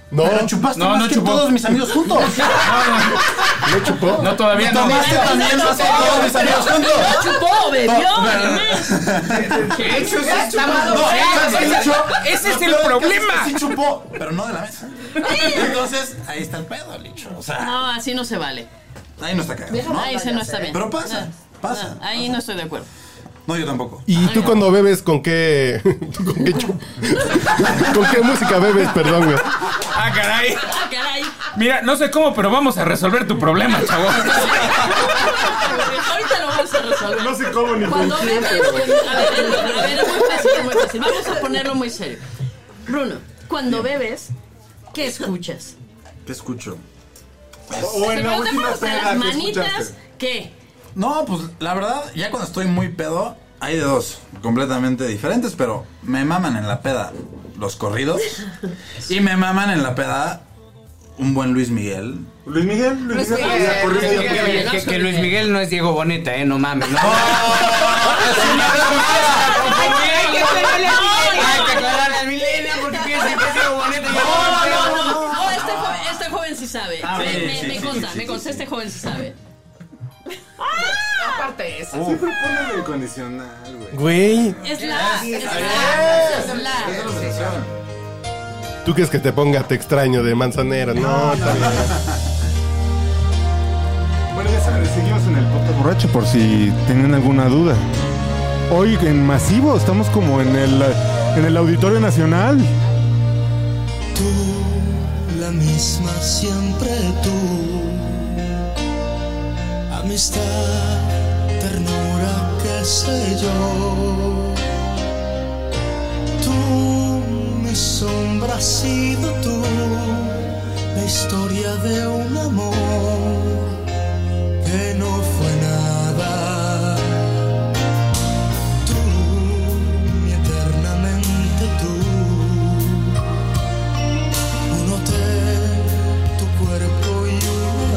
S2: No,
S9: Pero chupaste
S4: No,
S9: más
S4: no
S9: que
S4: chupó.
S9: todos mis amigos juntos.
S2: no chupó.
S4: No, todavía no.
S9: Tomaste también más que todos mis amigos juntos.
S3: No chupó, bebió, además.
S9: No, ¿sabes qué chupó?
S4: Ese es el
S9: Lo peor del caso
S4: problema.
S9: es que Sí chupó, pero no de la mesa. Entonces, ahí está el pedo, Licho. O sea,
S3: No, así no se vale.
S9: ahí no está cagado, ¿no?
S3: Ahí se no está bien.
S9: Pero pasa, pasa,
S3: no, ahí no estoy de acuerdo.
S9: No, yo tampoco.
S2: ¿Y tú cuando bebes con qué. con qué chup- ¿Con qué música bebes, perdón, güey?
S4: Ah, caray.
S3: Ah, caray.
S4: Mira, no sé cómo, pero vamos a resolver tu problema, chavo.
S3: Ahorita lo vamos a resolver.
S1: No sé cómo ni con
S3: Cuando
S1: quién.
S3: vengas, a ver, a ver, es muy fácil, muy fácil. Vamos a ponerlo muy serio. Bruno, cuando bebes, ¿qué escuchas?
S9: Te escucho.
S1: O
S3: Te
S1: en la última
S3: preguntamos de las
S1: peda que
S3: manitas,
S1: escuchaste.
S3: ¿qué?
S9: No, pues la verdad, ya cuando estoy muy pedo, hay de dos, completamente diferentes, pero me maman en la peda los corridos y me maman en la peda un buen Luis Miguel.
S1: Luis Miguel, Luis Miguel. ya, por Luis Miguel.
S7: Que, que- que Luis Miguel no es Diego Boneta, eh, no mames. No.
S9: ¡Es
S7: Hay que aclararle al milenio porque piensa que es Diego Boneta.
S3: No, no, no, este, joven, este joven sí sabe.
S9: Ah,
S3: me,
S9: sí,
S3: me-
S9: sí,
S3: me
S9: sí,
S3: consta,
S9: sí,
S3: me
S9: sí,
S3: consta, este joven sí sabe.
S6: Aparte eso.
S1: Oh. Siempre ponen el condicional, Ah, güey.
S2: Güey.
S3: Es la, es la, es la.
S2: ¿Tú quieres que te ponga te extraño de manzanero? No, está bien.
S1: Bueno, ya saben, seguimos en el podcast borracho por si tienen alguna duda. Hoy en masivo, estamos como en el, en el Auditorio Nacional.
S8: Tú, la misma siempre tú. Amistad, ternura, qué sé yo. Tú, mi sombra has sido tú. La historia de un amor que no fue nada. Tú, mi eternamente tú. Un hotel, tu cuerpo y un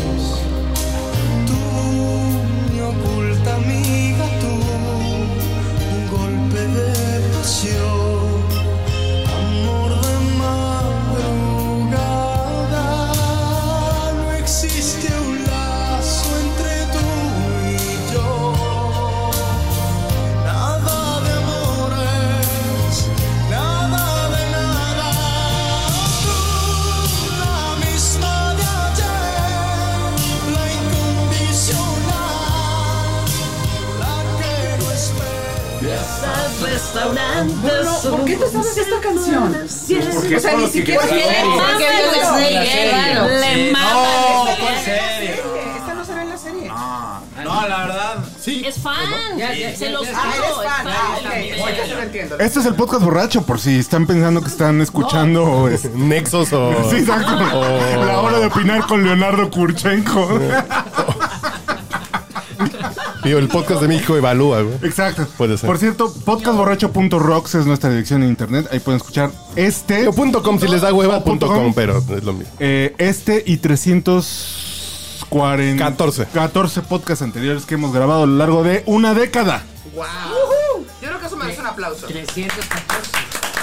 S8: adiós. Tú, mi oculta amiga, tú, un golpe de pasión, amor de madrugada. No existe un lazo entre tú y yo. Nada de amores, nada de nada. Tú, la misma de ayer, la incondicional, la que no espera.
S6: Bruno, ¿por qué te sabes esta canción?
S8: Pues,
S4: Porque
S6: O sea, ni siquiera
S3: Porque le mama Luis Miguel, eh, le mama
S9: No,
S3: Luis
S9: ¿cuál
S3: Miguel.
S9: serio?
S6: Esta no sale en la serie.
S9: No, no, la verdad, sí.
S3: Es fan, se los
S6: Ah, eres
S3: juro, es
S6: fan. Ah, ok. Hoy
S3: fan.
S6: ya se lo entiendo.
S1: Este es el podcast borracho por si están pensando que están escuchando. es-
S2: Nexos o.
S1: Sí, exacto.
S2: Oh.
S1: La hora de opinar con Leonardo Kurchenko.
S2: Digo, el podcast de México evalúa, güey.
S1: Exacto.
S2: Puede ser.
S1: Por cierto, podcastborracho.rocks es nuestra dirección en internet. Ahí pueden escuchar este, eh,
S2: Digo, punto com, si les da hueva,
S1: Punto
S2: punto
S1: com.
S2: com, pero es lo mismo.
S1: eh, este y 300 este cuarenta-
S2: 14.
S1: 14 podcasts anteriores que hemos grabado a lo largo de una década.
S6: ¡Wow! Yo creo que eso merece un aplauso.
S7: 314.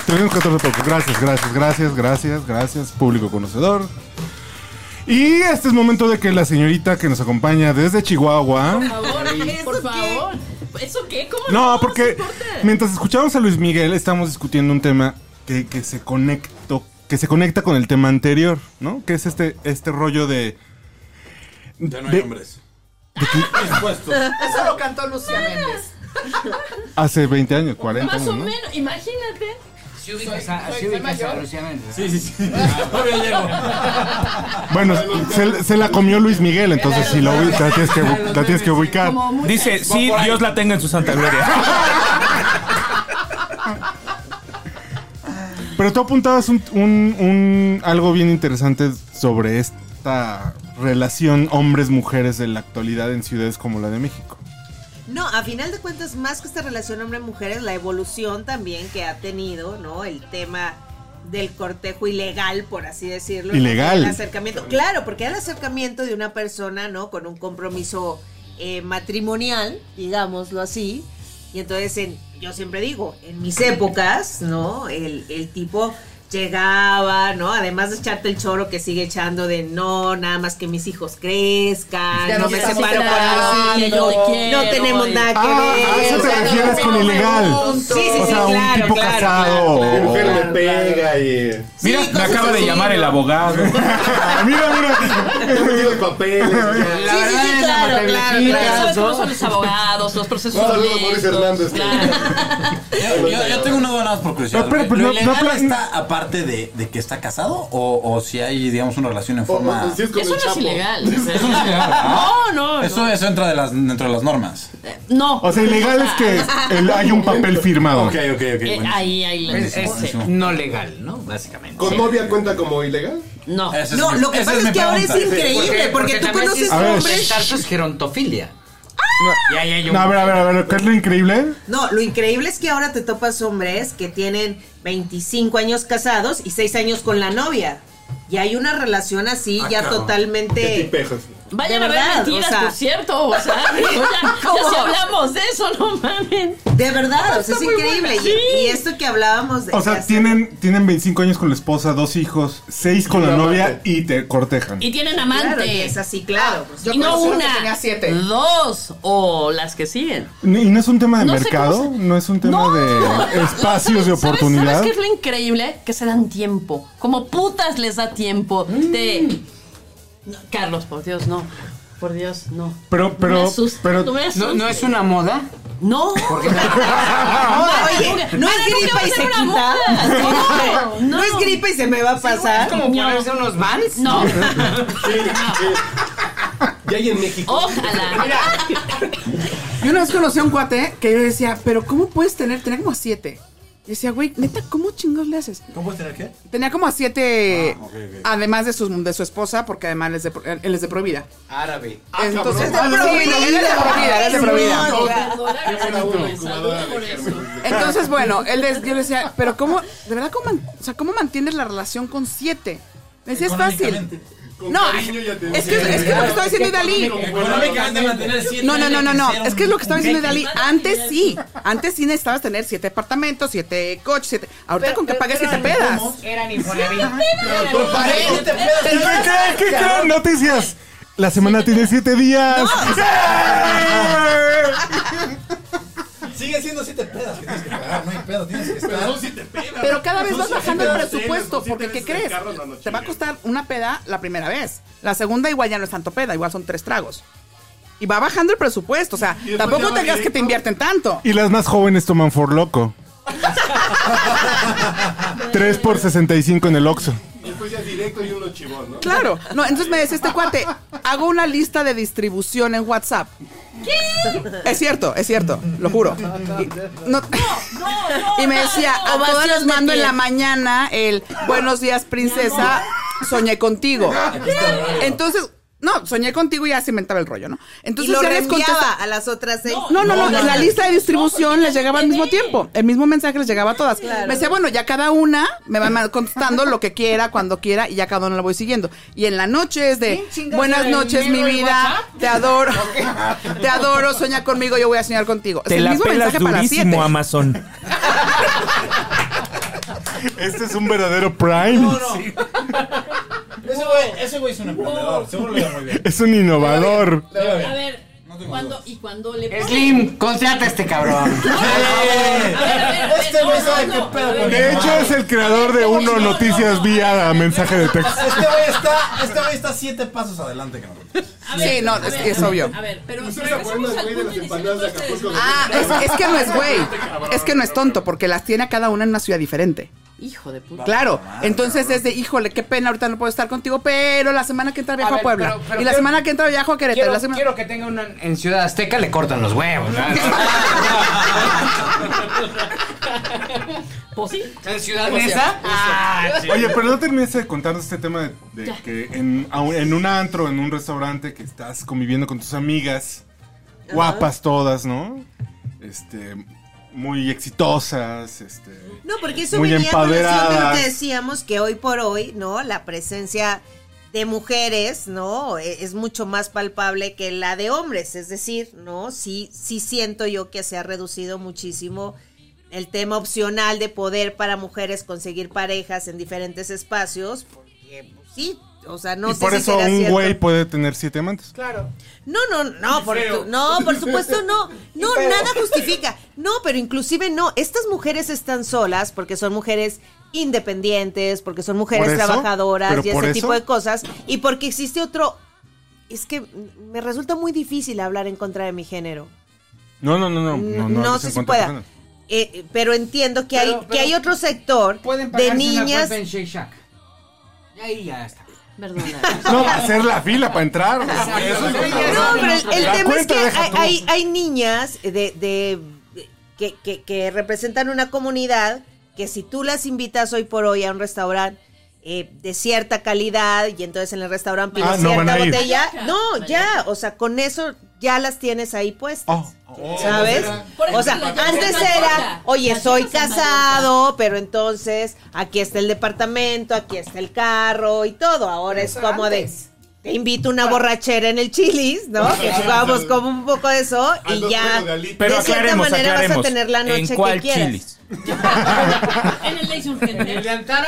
S1: Tenemos 14 podcasts. Gracias, gracias, gracias, gracias, gracias, público conocedor. Y este es momento de que la señorita que nos acompaña desde Chihuahua.
S3: Por favor, por favor. ¿Eso qué? ¿Cómo no?
S1: No, porque
S3: soporte.
S1: mientras escuchamos a Luis Miguel, estamos discutiendo un tema que, que se conectó, que se conecta con el tema anterior, ¿no? Que es este, este rollo de.
S9: Ya no hay
S1: de-
S9: hombres.
S6: Eso lo cantó Lucía Méndez.
S1: hace 20 años, 40
S3: Más
S1: años,
S3: o
S1: ¿no?
S3: menos, imagínate.
S7: Si ubicas a,
S6: soy-
S7: sí
S6: soy
S7: ubicas a
S6: mayor.
S7: Lucía Méndez. Ah,
S9: Sí, sí, sí. Todavía llego.
S1: Bueno, se, se la comió Luis Miguel, entonces si la, ubi- la tienes que,
S7: Claro,
S1: la tienes que
S7: sí.
S1: ubicar.
S3: Como muchas-
S4: Dice, sí,
S9: por ahí.
S4: Dios la tenga en su santa gloria.
S1: Pero tú apuntabas un, un- un- algo bien interesante sobre esta relación hombres-mujeres de la actualidad en ciudades como la de México.
S10: No, a final de cuentas, más que esta relación hombre-mujeres, la evolución también que ha tenido, ¿no? El tema del cortejo ilegal, por así decirlo. ¿no?
S1: Ilegal.
S10: El acercamiento. Claro, porque el acercamiento de una persona, ¿no? Con un compromiso eh, matrimonial, digámoslo así. Y entonces, en- yo siempre digo, en mis épocas, ¿no? El, el tipo llegaba, ¿no? Además de echarte el choro que sigue echando de no, nada más que mis hijos crezcan,
S6: Ya
S10: no
S6: no
S10: me
S6: estás
S10: separo con
S6: casada,
S10: los
S6: yo
S10: hijos,
S6: te
S3: quiero,
S10: no tenemos
S3: y-
S10: nada que
S1: Ah,
S10: ver.
S1: a eso te
S10: o sea,
S1: refieres
S10: no,
S1: con
S10: no,
S1: ilegal.
S10: no. Sí, sí,
S1: o
S10: sí,
S1: sea, un
S10: claro,
S1: tipo
S10: claro,
S1: casado.
S10: claro,
S1: o-
S10: claro.
S8: pega y.
S4: Mira,
S10: Sí,
S4: me
S10: cosas
S4: acaba de
S10: así,
S4: llamar
S10: ¿no?
S4: el abogado.
S8: Ah,
S1: Mira, mira.
S8: de papeles.
S10: Sí, sí, sí, claro, claro,
S3: Pero ya
S10: claro.
S3: sabes cómo son los abogados, los procesos
S8: Vamos a hablar de Boris
S3: lentos,
S8: Hernández.
S3: claro.
S9: Yo, yo- yo tengo una duda nada más por curiosidad.
S1: No, pero, pero
S9: ¿Lo
S1: no-
S9: ilegal
S1: no-
S9: está aparte de, de que está casado o, o si hay, digamos, una relación en forma...
S3: Eso no es ilegal. o sea.
S9: Eso no es ilegal, ¿verdad?
S3: No, no.
S9: Eso,
S3: no.
S9: eso entra de las, dentro de las normas.
S3: Eh, No.
S1: O sea, ilegal es que el- hay un papel firmado.
S9: Ok, ok, ok.
S3: Eh,
S9: buenísimo.
S3: ahí, ahí. la-
S7: Es, es
S9: buenísimo.
S7: no legal, ¿no? Básicamente.
S8: ¿Con novia cuenta como ilegal?
S3: No.
S9: Esa es
S10: No,
S9: mi-
S10: lo que
S9: esa
S10: pasa es
S9: mi
S10: que ahora es
S9: pregunta.
S10: increíble, porque tú
S7: también
S10: conoces
S7: si-
S1: A ver.
S10: hombres.
S7: Exacto, es gerontofilia. Y ahí hay un-
S1: No, a ver, a ver, a ver, ¿qué es lo increíble?
S10: No, lo increíble es que ahora te topas hombres que tienen 25 años casados y 6 años con la novia. Y hay una relación así
S1: Ah,
S10: ya
S8: ¿Qué
S10: totalmente...
S8: tipejas?
S3: Vayan
S10: de
S3: a ver
S10: verdad,
S3: mentiras,
S10: o sea.
S3: por cierto. O sea, digo, ya, ya si hablamos de eso, no mames. Ah,
S10: De verdad, o sea,
S3: Está
S10: es
S3: muy buena,
S10: increíble. Y-
S3: sí.
S10: Y, esto que hablábamos de...
S1: O sea,
S10: hace-
S1: tienen, tienen 25 años con la esposa, dos hijos, seis con la
S8: Una
S1: novia
S8: amante.
S1: y te cortejan.
S3: Y tienen
S10: Claro,
S3: amantes.
S10: y es así, claro. por
S6: Pues yo
S3: y no
S6: conocí uno que
S3: una,
S6: tenía siete.
S3: dos o las que siguen.
S1: Ni- ¿Y no es un tema de
S3: No sé
S1: mercado?
S3: cómo se-
S1: ¿No es un tema
S3: No.
S1: de espacios de
S3: ¿Sabes- sabes-
S1: oportunidad?
S3: ¿Sabes qué es lo increíble? Que se dan tiempo. Como putas les da tiempo de... No, Carlos, por Dios, no. Por Dios, no.
S1: Pero- pero-
S3: Me asustas,
S1: pero-
S3: tú me
S7: No, no
S3: asustas.
S7: es una moda.
S3: No.
S10: No,
S3: Mara,
S10: oye,
S3: nunca-
S10: no
S3: Mara,
S10: es
S3: nunca
S10: gripa
S3: va a
S10: y se
S3: ser una
S10: quita.
S3: moda.
S10: No, no es gripa y se me va a pasar.
S7: Es como
S3: No.
S7: ponerse unos vans.
S3: No,
S8: Y hay en México.
S3: ojalá.
S6: Yo una vez conocí a un cuate que yo decía, pero ¿cómo puedes tener? Tenía como a siete. Y decía, güey, neta, ¿cómo chingados le haces?
S9: ¿Cómo puedes tener qué?
S6: Tenía como a siete,
S9: Ah, ok, ok.
S6: además de su, de su esposa, porque además él es de, pro- él es de Provida.
S7: Árabe.
S6: Entonces,
S10: cabrón.
S6: Sí, él es Ah, de Provida, él es de Provida.
S10: Ay,
S6: Entonces, bueno, él des- yo le decía, pero ¿cómo, de verdad, cómo, man- o sea, ¿cómo mantienes la relación con siete? Me decía, es fácil.
S9: Económicamente.
S6: No, es que, es que lo que estaba diciendo Dalí.
S9: Económicamente mantener siete
S6: No, no, no, no, no.
S9: años
S6: Es que es lo que estaba diciendo
S9: crecer
S6: Dalí. Antes sí. Antes sí necesitabas tener siete apartamentos, siete coches, siete. Ahorita con que pagues siete pedas.
S7: Eran Infonavit.
S1: ¿Qué creen? ¿Qué creen? Noticias. La semana tiene siete días.
S9: un- Sigue siendo siete pedas que tienes que pagar, no hay pedo, tienes que estar.
S6: Pero cada vez
S8: Son
S6: vas
S8: siete
S6: bajando el
S8: pedas,
S6: presupuesto,
S8: son siete
S6: porque ¿qué
S8: veces el
S6: crees?
S8: carro, no, no,
S6: Te va a
S8: chingues.
S6: costar una peda la primera vez. La segunda igual ya no es tanto peda, igual son tres tragos. Y va bajando el presupuesto, o sea,
S8: después ya
S6: tampoco
S8: va
S6: te creas que
S8: directo.
S6: te invierten tanto.
S1: Y las más jóvenes toman for loco. 3 por 65 en el Oxxo.
S8: Después ya es directo y uno chivón, ¿no?
S6: Claro, no, entonces me decía este cuate, hago una lista de distribución en WhatsApp. ¿Qué? Es cierto, es cierto, lo juro. Y, no- y me decía, a todas
S3: Ovaciones
S6: las mando en
S3: de
S6: la
S3: pie.
S6: mañana el buenos días princesa, soñé contigo. Entonces, No, soñé contigo y ya se inventaba el rollo, ¿no?
S10: Y
S6: Entonces
S10: lo
S6: ya les
S10: reenviaba
S6: contesta.
S10: a las otras seis.
S6: No, no, no,
S10: No,
S6: en la
S10: no.
S6: lista de distribución
S3: No,
S6: les llegaba al mismo tiempo. El mismo mensaje les llegaba a todas.
S10: Claro.
S6: Me decía, bueno, ya cada una me va contestando lo que quiera, cuando quiera, y ya cada una la voy siguiendo. Y en la noche es de,
S12: ¿Quién chingas
S6: buenas
S12: era el
S6: noches, mi
S12: mero en
S6: vida,
S12: WhatsApp?
S6: te adoro, te adoro, sueña conmigo, yo voy a soñar contigo. Es
S13: Te
S6: el
S13: la
S6: mismo
S13: pelas
S6: mensaje para las siete.
S13: durísimo, Amazon.
S1: Este es un verdadero Prime.
S9: Ese güey, ese güey es un emprendedor. Seguro le va muy bien.
S1: Es un innovador.
S9: Le va
S3: A
S9: bien.
S3: ver, cuando, y cuando le ponen-
S7: Slim, contrata a este cabrón.
S3: A ver, a ver, a ver,
S9: Este güey
S3: no,
S9: sabe
S3: no,
S9: qué
S3: no,
S9: pedo
S3: a ver,
S9: con
S1: De hecho, es el creador de Uno Noticias vía mensaje de texto.
S9: Este güey está, este güey está siete pasos adelante, cabrón.
S3: a
S6: Sí,
S3: ver,
S6: no,
S3: a
S6: es-
S3: ver,
S6: es obvio.
S3: A ver, pero
S8: Ustedes se acuerdan
S3: regresemos
S8: del
S3: al
S8: güey de
S3: punto
S8: las
S3: pues, inicial
S8: empanadas de
S3: de ustedes.
S8: Acapulco?
S6: Ah, es, es que no es güey. Es que no es tonto, porque las tiene a cada una en una ciudad diferente.
S3: Hijo de puta.
S6: Claro, entonces es de, híjole, qué pena, ahorita no puedo estar contigo, pero la semana que entra viajo a,
S7: ver,
S6: Puebla.
S7: pero- pero
S6: y la
S7: quiero-
S6: semana que entra viajo a Querétaro.
S7: Quiero,
S6: la semana-
S7: quiero que tenga una en Ciudad Azteca, le cortan los huevos. ¿no?
S3: Pues sí.
S7: ¿En Ciudad Neza? Ah, sí.
S1: Oye, pero no terminaste de contarnos este tema de, de que en, a un- en un antro, en un restaurante que estás conviviendo con tus amigas, guapas todas, ¿no? Este, muy exitosas, este.
S10: No, porque eso
S1: Muy
S10: venía con relación de lo
S1: empoderadas.
S10: que decíamos que hoy por hoy, ¿no? La presencia de mujeres, ¿no? E- Es mucho más palpable que la de hombres, es decir, ¿no? Sí, sí siento yo que se ha reducido muchísimo el tema opcional de poder para mujeres conseguir parejas en diferentes espacios, porque pues, sí, o sea, no
S1: y
S10: sé
S1: por
S10: si
S1: eso
S10: será
S1: un
S10: cierto.
S1: güey puede tener siete amantes.
S10: No, no, no, por, tu- no, por supuesto no. No, nada justifica. No, pero inclusive no. Estas mujeres están solas porque son mujeres independientes, porque son mujeres
S1: ¿Por eso?
S10: trabajadoras
S1: ¿Pero
S10: y ese
S1: por eso?
S10: tipo de cosas. Y porque existe otro... Es que me resulta muy difícil hablar en contra de mi género.
S1: No, no, no, no.
S10: No,
S1: No, no,
S10: sé
S1: se
S10: si
S1: encuentra
S10: pueda.
S1: persona.
S10: Eh, eh, pero entiendo que hay,
S7: Pero-
S10: que hay
S7: pero
S10: otro sector
S7: Pueden
S10: de
S7: pagarse una
S10: niñas.
S7: cuenta en Shake Shack. Y ahí ya está.
S3: Perdona.
S1: No, hacer la fila para entrar. güey. Eso es lo que-
S10: No, pero el, el
S1: La
S10: tema es
S1: cuenta,
S10: que
S1: deja
S10: hay,
S1: tú.
S10: hay- hay niñas de, de- que, que- que representan una comunidad que si tú las invitas hoy por hoy a un restaurante eh, de cierta calidad y entonces en el restaurante pides
S1: Ah, no van
S10: cierta
S1: a ir.
S10: botella, no, ya, o sea, con eso ya las tienes ahí puestas.
S1: Oh, oh.
S10: ¿Sabes?
S3: Por ejemplo,
S10: o sea,
S3: la chicas
S10: antes
S3: en Mallorca.
S10: era, oye,
S3: Las
S10: soy
S3: chicas en
S10: casado, pero entonces aquí está el departamento, aquí está el carro y todo. Ahora es como de, te invito una borrachera en el chilis, ¿no? Que jugamos como un poco de eso
S8: Al
S10: y
S8: dos
S10: ya,
S8: juegos de alito.
S4: Pero
S10: de cierta
S4: aclaremos,
S10: manera
S4: aclaremos.
S10: vas a tener la noche
S4: ¿En cuál
S10: que quieras.
S4: chilis?
S3: En el Leis
S7: ¿El de
S3: Urgente.
S7: Antara?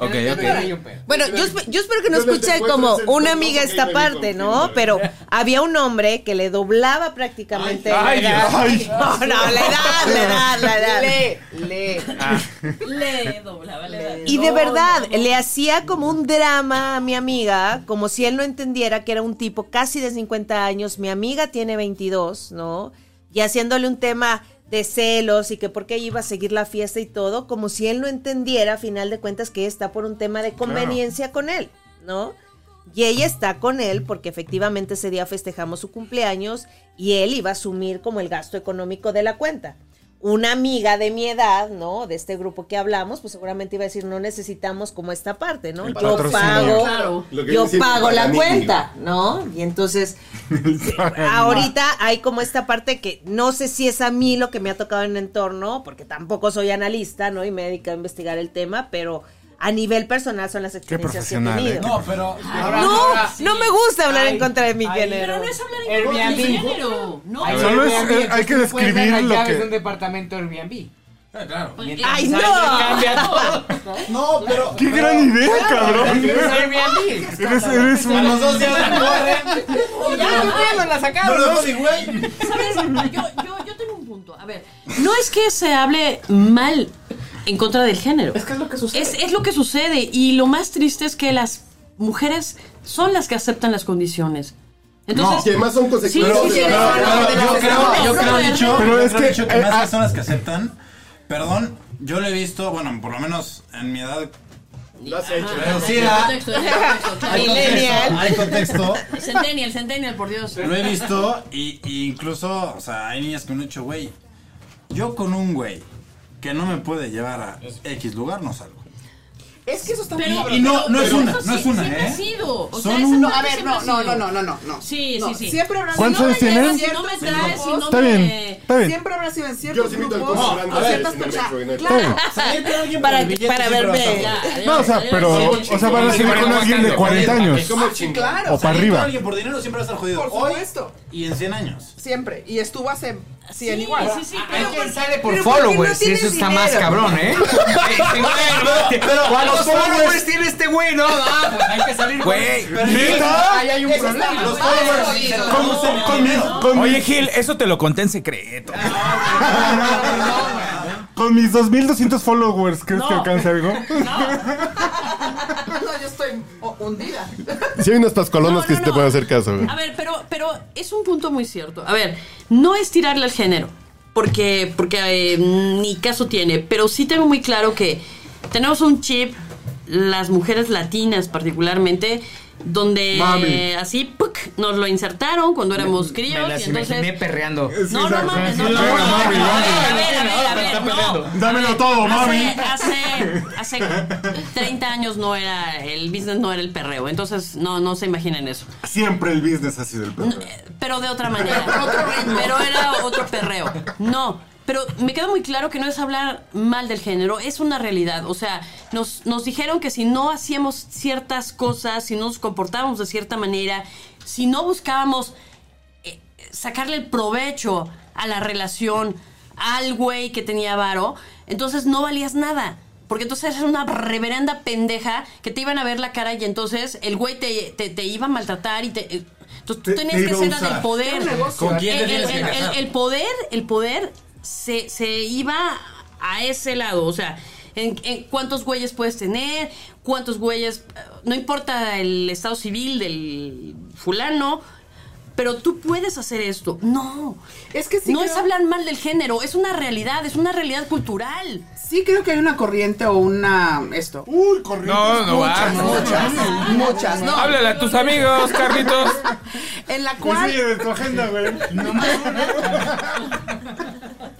S4: Ok, ok.
S10: Bueno, yo, esp- yo espero que no
S8: Yo les
S10: escuche
S8: encuentro
S10: como
S8: ese
S10: una
S8: punto
S10: amiga
S8: que
S10: esta
S8: me
S10: parte,
S8: confirma.
S10: ¿no? Pero había un hombre que le doblaba prácticamente la
S4: Ay,
S10: edad.
S4: ay.
S10: No, no, la edad, la edad, la edad.
S3: Le doblaba, le daba.
S10: Y de verdad, le hacía como un drama a mi amiga, como si él no entendiera que era un tipo casi de 50 años, mi amiga tiene 22, ¿no? Y haciéndole un tema de celos y que por qué iba a seguir la fiesta y todo, como si él no entendiera, a final de cuentas, que ella está por un tema de conveniencia con él, ¿no? Y ella está con él porque efectivamente ese día festejamos su cumpleaños y él iba a asumir como el gasto económico de la cuenta. Una amiga de mi edad, ¿no? De este grupo que hablamos, pues seguramente iba a decir, no necesitamos como esta parte, ¿no?
S8: El
S10: Yo
S8: patrocinio.
S10: pago,
S3: Claro.
S8: Lo que
S10: yo
S8: dice
S10: pago la
S8: Paganini.
S10: cuenta, ¿no? Y entonces, ahorita hay como esta parte que no sé si es a mí lo que me ha tocado en el entorno, porque tampoco soy analista, ¿no? Y me he dedicado a investigar el tema, pero a nivel personal son las experiencias que he
S1: profesional,
S10: tenido.
S1: ¿eh?
S9: No, pero.
S7: Ahora,
S10: Ah, No,
S7: ahora sí.
S10: no me gusta hablar
S7: Ay,
S10: en contra de mi
S7: ay,
S10: género.
S3: Pero no es hablar en contra de
S7: Airbnb.
S3: género. No.
S7: Ay,
S1: Solo es-
S7: Airbnb,
S1: hay que
S7: entonces tú puedes dar
S1: describir
S7: las
S1: lo
S7: llaves
S1: que-
S7: de un departamento Airbnb.
S9: Ah, claro.
S10: ¡Ay,
S7: Mientras alguien
S10: no!
S7: cambia todo.
S9: No, pero.
S1: ¡Qué gran idea, cabrón!
S7: Airbnb.
S1: Eres, eres
S9: A los
S1: un...
S9: dos días la corren. No lo dejo ni güey.
S3: ¿Sabes? Yo, yo, yo tengo un punto. A ver, no es que se hable mal en contra del género. Es que es lo que sucede. Es, lo que sucede. Y lo más triste es que las mujeres son las que aceptan las condiciones. Entonces,
S8: Que además son
S3: sí,
S8: consecuencias.
S3: sí, sí,
S8: de-
S3: no, no, no,
S9: yo
S3: no,
S9: creo,
S3: no,
S9: yo
S3: no,
S9: creo,
S3: no,
S9: dicho,
S1: Pero
S9: yo
S1: es
S9: creo
S1: que,
S9: dicho que
S1: eh,
S9: más
S1: ah-
S9: personas que aceptan, perdón, yo lo he visto, bueno, por lo menos en mi edad.
S8: Lo has hecho. ¿eh?
S9: Pero sí,
S3: El
S9: ah,
S3: contexto, el contexto,
S9: hay
S3: claro.
S9: contexto, hay contexto,
S3: Centennial, centennial, por Dios.
S9: lo he visto y, y incluso, o sea, hay niñas que me han dicho, güey, yo con un güey que no me puede llevar a X lugar no salgo.
S6: Es que eso está
S3: Pero-
S6: muy
S9: Y no, no es
S3: pero
S9: una,
S3: eso
S9: no es
S3: sí-
S9: una,
S3: siempre
S9: ¿eh?
S3: ha sido. O
S9: Son
S3: sea, eso
S9: un-
S6: No,
S3: siempre
S6: a ver,
S3: siempre
S6: no,
S3: ha
S6: no,
S3: sido.
S6: no, no, no, no, no.
S3: Sí,
S6: No,
S3: sí, sí.
S6: Siempre habrá
S3: Si
S1: ¿Cuántos
S3: no me
S1: años tienen?
S3: llevas, Si no me traes, si no
S1: Está
S3: me...
S1: bien, está bien.
S6: Siempre habrá sido en
S8: Yo
S6: ciertos
S8: los invito al
S6: grupos.
S8: curso grande
S6: a
S8: de
S6: ciertas
S8: Cinemex,
S6: personas.
S8: güey, no hay
S6: Claro.
S8: problema.
S9: sea, entra alguien por
S10: Para,
S9: el billete,
S10: para
S9: siempre va a
S10: verme.
S9: estar.
S3: Ya,
S1: No, o sea,
S3: adiós,
S1: pero,
S3: adiós.
S1: o sea, van a
S4: Sí,
S1: ser con
S4: bueno,
S1: alguien de
S4: bastante,
S1: 40 años.
S8: ¿Cómo chingón?
S6: Claro,
S1: O
S6: o sea,
S1: para
S9: Entra
S1: arriba.
S9: alguien por dinero siempre va a estar jodido.
S6: Por
S9: Hoy
S6: supuesto.
S9: y en 100 años.
S6: siempre. Y estuvo hace 100
S3: Sí,
S6: igual.
S3: sí, sí,
S7: Hay
S3: pero-
S7: quien sale por
S10: pero ¿por qué no
S7: followers, y
S10: tienes
S7: eso está
S10: dinero?
S7: más cabrón, ¿eh?
S3: Ah,
S7: Pero ¿cuántos followers tiene este güey? No, ah, pues hay que salir. Güey,
S1: ¿Neta?
S7: ahí hay un problema.
S9: Los followers.
S1: Con, con, con mis, con,
S4: Oye,
S1: mis-
S4: Gil, eso te lo conté en secreto.
S1: con mis 2200 followers, ¿crees que alcance algo?
S6: No, yo estoy oh, hundida.
S2: Sí hay unas pascualonas
S3: No,
S2: que
S3: no,
S2: sí te
S3: no.
S2: pueden hacer caso, güey.
S3: A ver, pero, pero es un punto muy cierto. A ver, no es tirarle al género, porque, porque eh, ni caso tiene, pero sí tengo muy claro que tenemos un chip, las mujeres latinas particularmente, donde eh, así ¡puc! nos lo insertaron cuando éramos críos.
S7: Me las
S3: y entonces,
S7: imaginé perreando.
S3: no, no mames, no,
S1: Sí,
S3: no,
S1: sí, sí,
S3: no, no,
S1: mami,
S3: no,
S1: mami.
S3: a ver, a ver, a ver, no.
S1: Dámelo todo, mami.
S3: Hace, hace, hace 30 años no era, el business no era el perreo, entonces no, no se imaginen eso.
S1: Siempre el business ha sido el peor.
S3: Pero de otra manera. Pero era otro perreo. No. Pero me queda muy claro que no es hablar mal del género, es una realidad. O sea, nos, nos dijeron que si no hacíamos ciertas cosas, si no nos comportábamos de cierta manera, si no buscábamos eh, sacarle el provecho a la relación al güey que tenía varo, entonces no valías nada. Porque entonces eras una reverenda pendeja que te iban a ver la cara y entonces el güey te, te- te iba a maltratar y te... eh, Entonces
S1: Te-
S3: tú tenías
S1: te
S3: que
S1: iba a
S3: ser
S1: usar.
S3: del poder.
S9: ¿Con quién te
S3: El,
S9: tienes que
S3: el- el-
S9: casar?
S3: el poder, el poder se, se iba a ese lado, o sea, en, en cuántos güeyes puedes tener, cuántos güeyes, eh, no importa el estado civil del fulano, pero tú puedes hacer esto. No,
S6: Es que sí
S3: no
S6: creo-
S3: es hablar mal del género, es una realidad, es una realidad cultural.
S6: Sí creo que hay una corriente o una... Esto.
S8: Uy, corriente.
S4: No, no va. no.
S6: Muchas, muchas, ¿no?
S4: Pues Háblale a tus amigos, Carlitos.
S6: En la
S1: ¿Cuál?
S6: cual...
S1: de tu agenda, güey.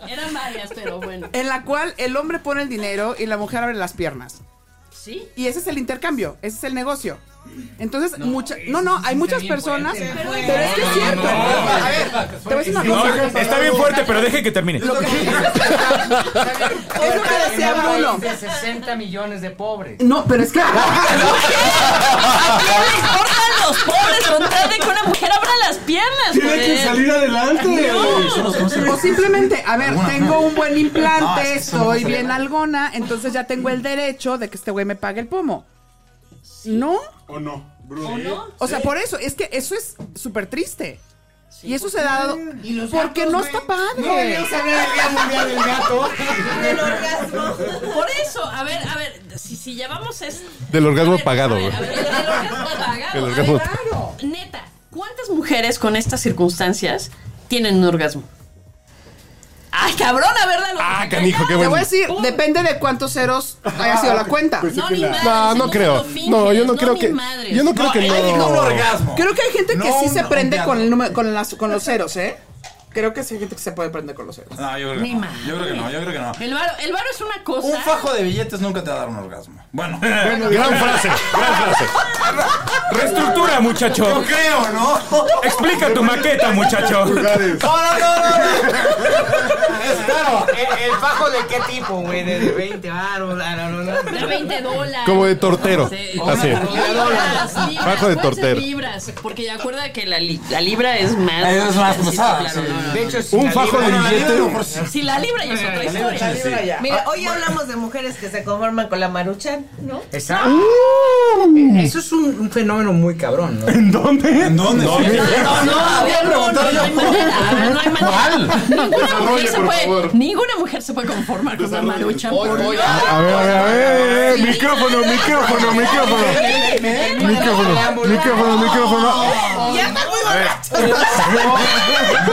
S3: Eran varias, pero bueno.
S6: En la cual el hombre pone el dinero y la mujer abre las piernas.
S3: Sí.
S6: Y ese es el intercambio, ese es el negocio. Entonces, no, no, no, hay muchas personas, pero es que es cierto. A ver, te voy a decir una
S4: No,
S6: cosa.
S4: está bien fuerte, pero deje que termine.
S6: Es lo que decía Bruno.
S7: De 60 millones de pobres.
S6: No, pero es que
S3: ¿A quién le importan los pobres con tal de que una mujer abra las piernas?
S1: Tiene que
S3: joder?
S1: salir adelante.
S6: o simplemente, a ver, tengo un buen
S9: No, es
S6: implante,
S9: que eso no
S6: soy
S9: se
S6: bien
S9: le da.
S6: algona, entonces ya tengo el derecho de que este güey me pague el pomo. ¿No?
S1: ¿O no? Bruno.
S6: O sea, por eso, es que eso es súper triste. Y eso se da porque no está padre.
S10: El orgasmo.
S3: Por eso, a ver, a ver, si, si llevamos es.
S2: Del orgasmo
S3: A ver,
S2: pagado,
S3: a ver, a
S2: güey.
S3: ver, Del
S2: El orgasmo-
S3: orgasmo pagado. A ver, claro. Neta, ¿cuántas mujeres con estas circunstancias tienen un orgasmo? ¡Ay, cabrón! A verla lo
S2: Ah, canijo, qué
S6: Te
S2: bueno.
S6: voy a decir, depende de cuántos ceros haya sido la cuenta.
S8: Pues
S3: No, ni madre,
S2: No, no creo. No, yo no creo que. Yo no creo que
S9: él dijo un
S2: no.
S9: orgasmo.
S6: Creo que hay gente que
S9: No,
S6: sí se
S9: no,
S6: prende
S9: ya
S6: con,
S9: no.
S6: el número, con, las, con los ceros, ¿eh? Creo que sí hay gente que se puede prender con los ceros.
S9: No, yo creo
S3: Ni
S9: que no.
S3: madre.
S9: Yo creo que no, yo creo que no.
S3: El varo, el varo es una cosa.
S9: Un fajo de billetes nunca te va a dar un orgasmo. Bueno,
S2: Gran frase, gran frase.
S4: Reestructura, muchacho.
S9: yo creo, ¿no?
S4: Explica tu maqueta, muchacho.
S9: No, no, no, no.
S7: Claro, el, el fajo de qué tipo, güey, de, de 20 baros, no, no, no.
S3: De 20 dólares.
S2: Como de tortero.
S3: Sí.
S2: Así.
S3: Libras, libras,
S2: Bajo de
S3: pueden ser
S2: tortero.
S3: libras, porque ya acuerda que la, li- la libra es más.
S9: Ah, Es más pesada, sí.
S7: De hecho, si
S2: Un
S7: la
S2: fajo de
S9: Bueno, la libra a lo
S2: billetes.
S9: mejor sí.
S3: Si la libra ya es otra historia.
S10: Mira, hoy hablamos de mujeres que se conforman con la maruchan. No.
S7: Está-
S3: Eh,
S7: Eso es un, un fenómeno muy cabrón, ¿no?
S1: ¿En dónde?
S9: ¿En dónde?
S3: No, no, a ver, no, no, no hay manera, a ver, no hay manera. Ninguna mujer,
S8: Desarrolle,
S3: se
S8: por
S3: puede,
S8: favor.
S3: ninguna mujer se puede conformar con una marucha. por Dios.
S1: A ver, a ver, a ver. Micrófono, micrófono, micrófono. Micrófono, micrófono, micrófono.
S4: A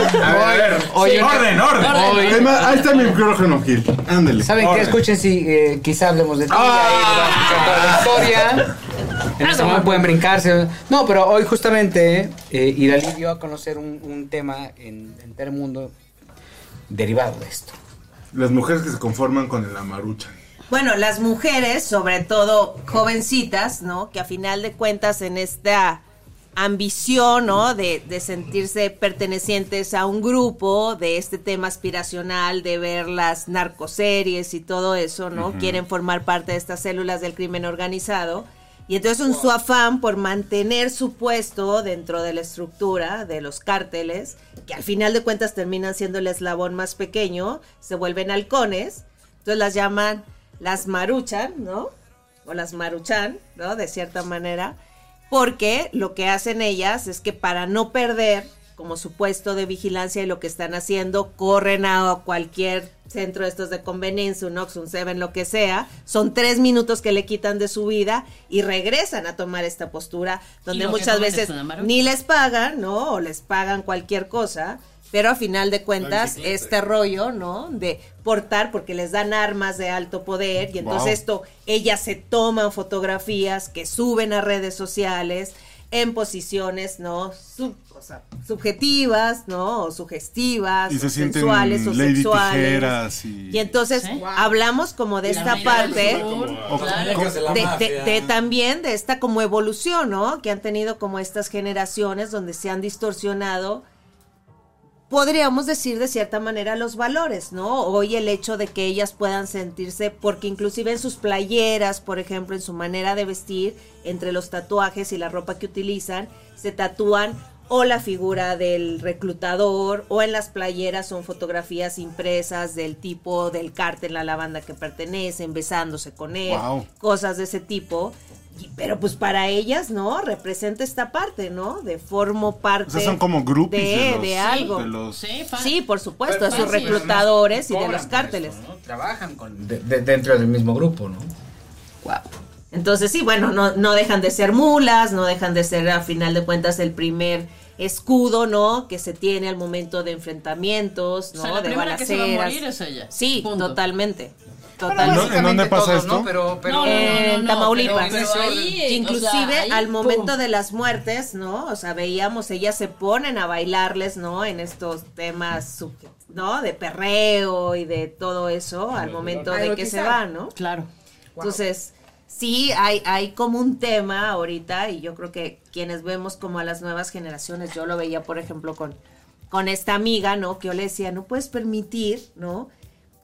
S4: ver, a ver.
S7: Oye,
S4: Orden, orden.
S1: Además, ahí está mi micrófono, Gil. Ándale.
S7: ¿Saben qué? Escuchen si eh, quizá hablemos de ti.
S1: Ah.
S7: ahí les vamos a contar la historia. En este momento pueden brincarse. No, pero hoy justamente eh, Iralí dio a conocer un, un tema en, en Telemundo derivado de esto.
S1: Las mujeres que se conforman con la marucha.
S10: Bueno, las mujeres, sobre todo jovencitas, ¿no? Que a final de cuentas en esta ambición, ¿no? De, de sentirse pertenecientes a un grupo, de este tema aspiracional, de ver las narcoseries y todo eso, ¿no? Quieren formar parte de estas células del crimen organizado. Y entonces en su afán por mantener su puesto dentro de la estructura de los cárteles, que al final de cuentas terminan siendo el eslabón más pequeño, se vuelven halcones, entonces las llaman las maruchan, ¿no? O las maruchan, ¿no? De cierta manera, porque lo que hacen ellas es que para no perder como su puesto de vigilancia y lo que están haciendo, corren a cualquier centro de estos de conveniencia, un Ox, un Seven, lo que sea, son tres minutos que le quitan de su vida y regresan a tomar esta postura,
S3: Y
S10: donde
S3: lo que
S10: muchas
S3: comen es
S10: veces
S3: una marucha.
S10: ni les pagan, ¿no? O les pagan cualquier cosa, pero a final de cuentas, este rollo, ¿no? De portar, porque les dan armas de alto poder, y entonces
S1: Wow.
S10: esto, ellas se toman fotografías que suben a redes sociales en posiciones, ¿no? Sub- o sea, subjetivas, ¿no? O sugestivas,
S1: Y se
S10: o
S1: sienten
S10: sensuales o
S1: Lady
S10: sexuales.
S1: Tijeras y-
S10: Y entonces
S3: Sí.
S10: hablamos como de
S3: La
S10: esta
S3: América del
S10: parte
S3: Sur,
S1: O-
S3: claro.
S1: ¿cómo-
S9: de la
S10: de,
S9: mafia.
S10: de- de también de esta como evolución, ¿no? Que han tenido como estas generaciones donde se han distorsionado, podríamos decir de cierta manera los valores, ¿no? Hoy el hecho de que ellas puedan sentirse, porque inclusive en sus playeras, por ejemplo, en su manera de vestir, entre los tatuajes y la ropa que utilizan, se tatúan o la figura del reclutador o en las playeras son fotografías impresas del tipo del cártel a la banda que pertenecen, besándose con él,
S1: Wow.
S10: cosas de ese tipo. Y- pero pues para ellas, ¿no? Representa esta parte, ¿no? De formo parte
S1: O sea, son como groupies
S10: de,
S1: de los-
S10: de algo.
S1: de los-
S3: Sí, fa-
S10: Sí, por supuesto, de sus
S3: Pero-
S10: reclutadores y de
S7: Cobran
S10: los
S7: por
S10: cárteles.
S7: eso, ¿no? Trabajan con, de- de- dentro del mismo grupo, ¿no?
S10: Entonces, sí, bueno, no, no dejan de ser mulas, no dejan de ser, a final de cuentas, el primer escudo, ¿no? Que se tiene al momento de enfrentamientos,
S3: O
S10: ¿no?
S3: sea, la
S10: de
S3: primera que se va a
S10: balaceras.
S3: morir es ella.
S10: Sí,
S3: Punto.
S10: totalmente.
S1: ¿En
S10: Totalmente.
S1: dónde- en dónde pasa
S7: todos,
S1: esto?
S7: ¿no? Pero, pero-
S3: No, no, no,
S10: en Tamaulipas.
S3: pero- pero ahí, o sea,
S10: Inclusive
S3: ahí,
S10: al
S3: pum.
S10: momento de las muertes, ¿no? O sea, veíamos, ellas se ponen a bailarles, ¿no? En estos temas, sub- ¿no? De perreo y de todo eso al momento de que se van, ¿no?
S3: Claro.
S10: Entonces, sí, hay, hay como un tema ahorita y yo creo que quienes vemos como a las nuevas generaciones, yo lo veía, por ejemplo, con, con esta amiga, ¿no? Que yo le decía, no puedes permitir, ¿no?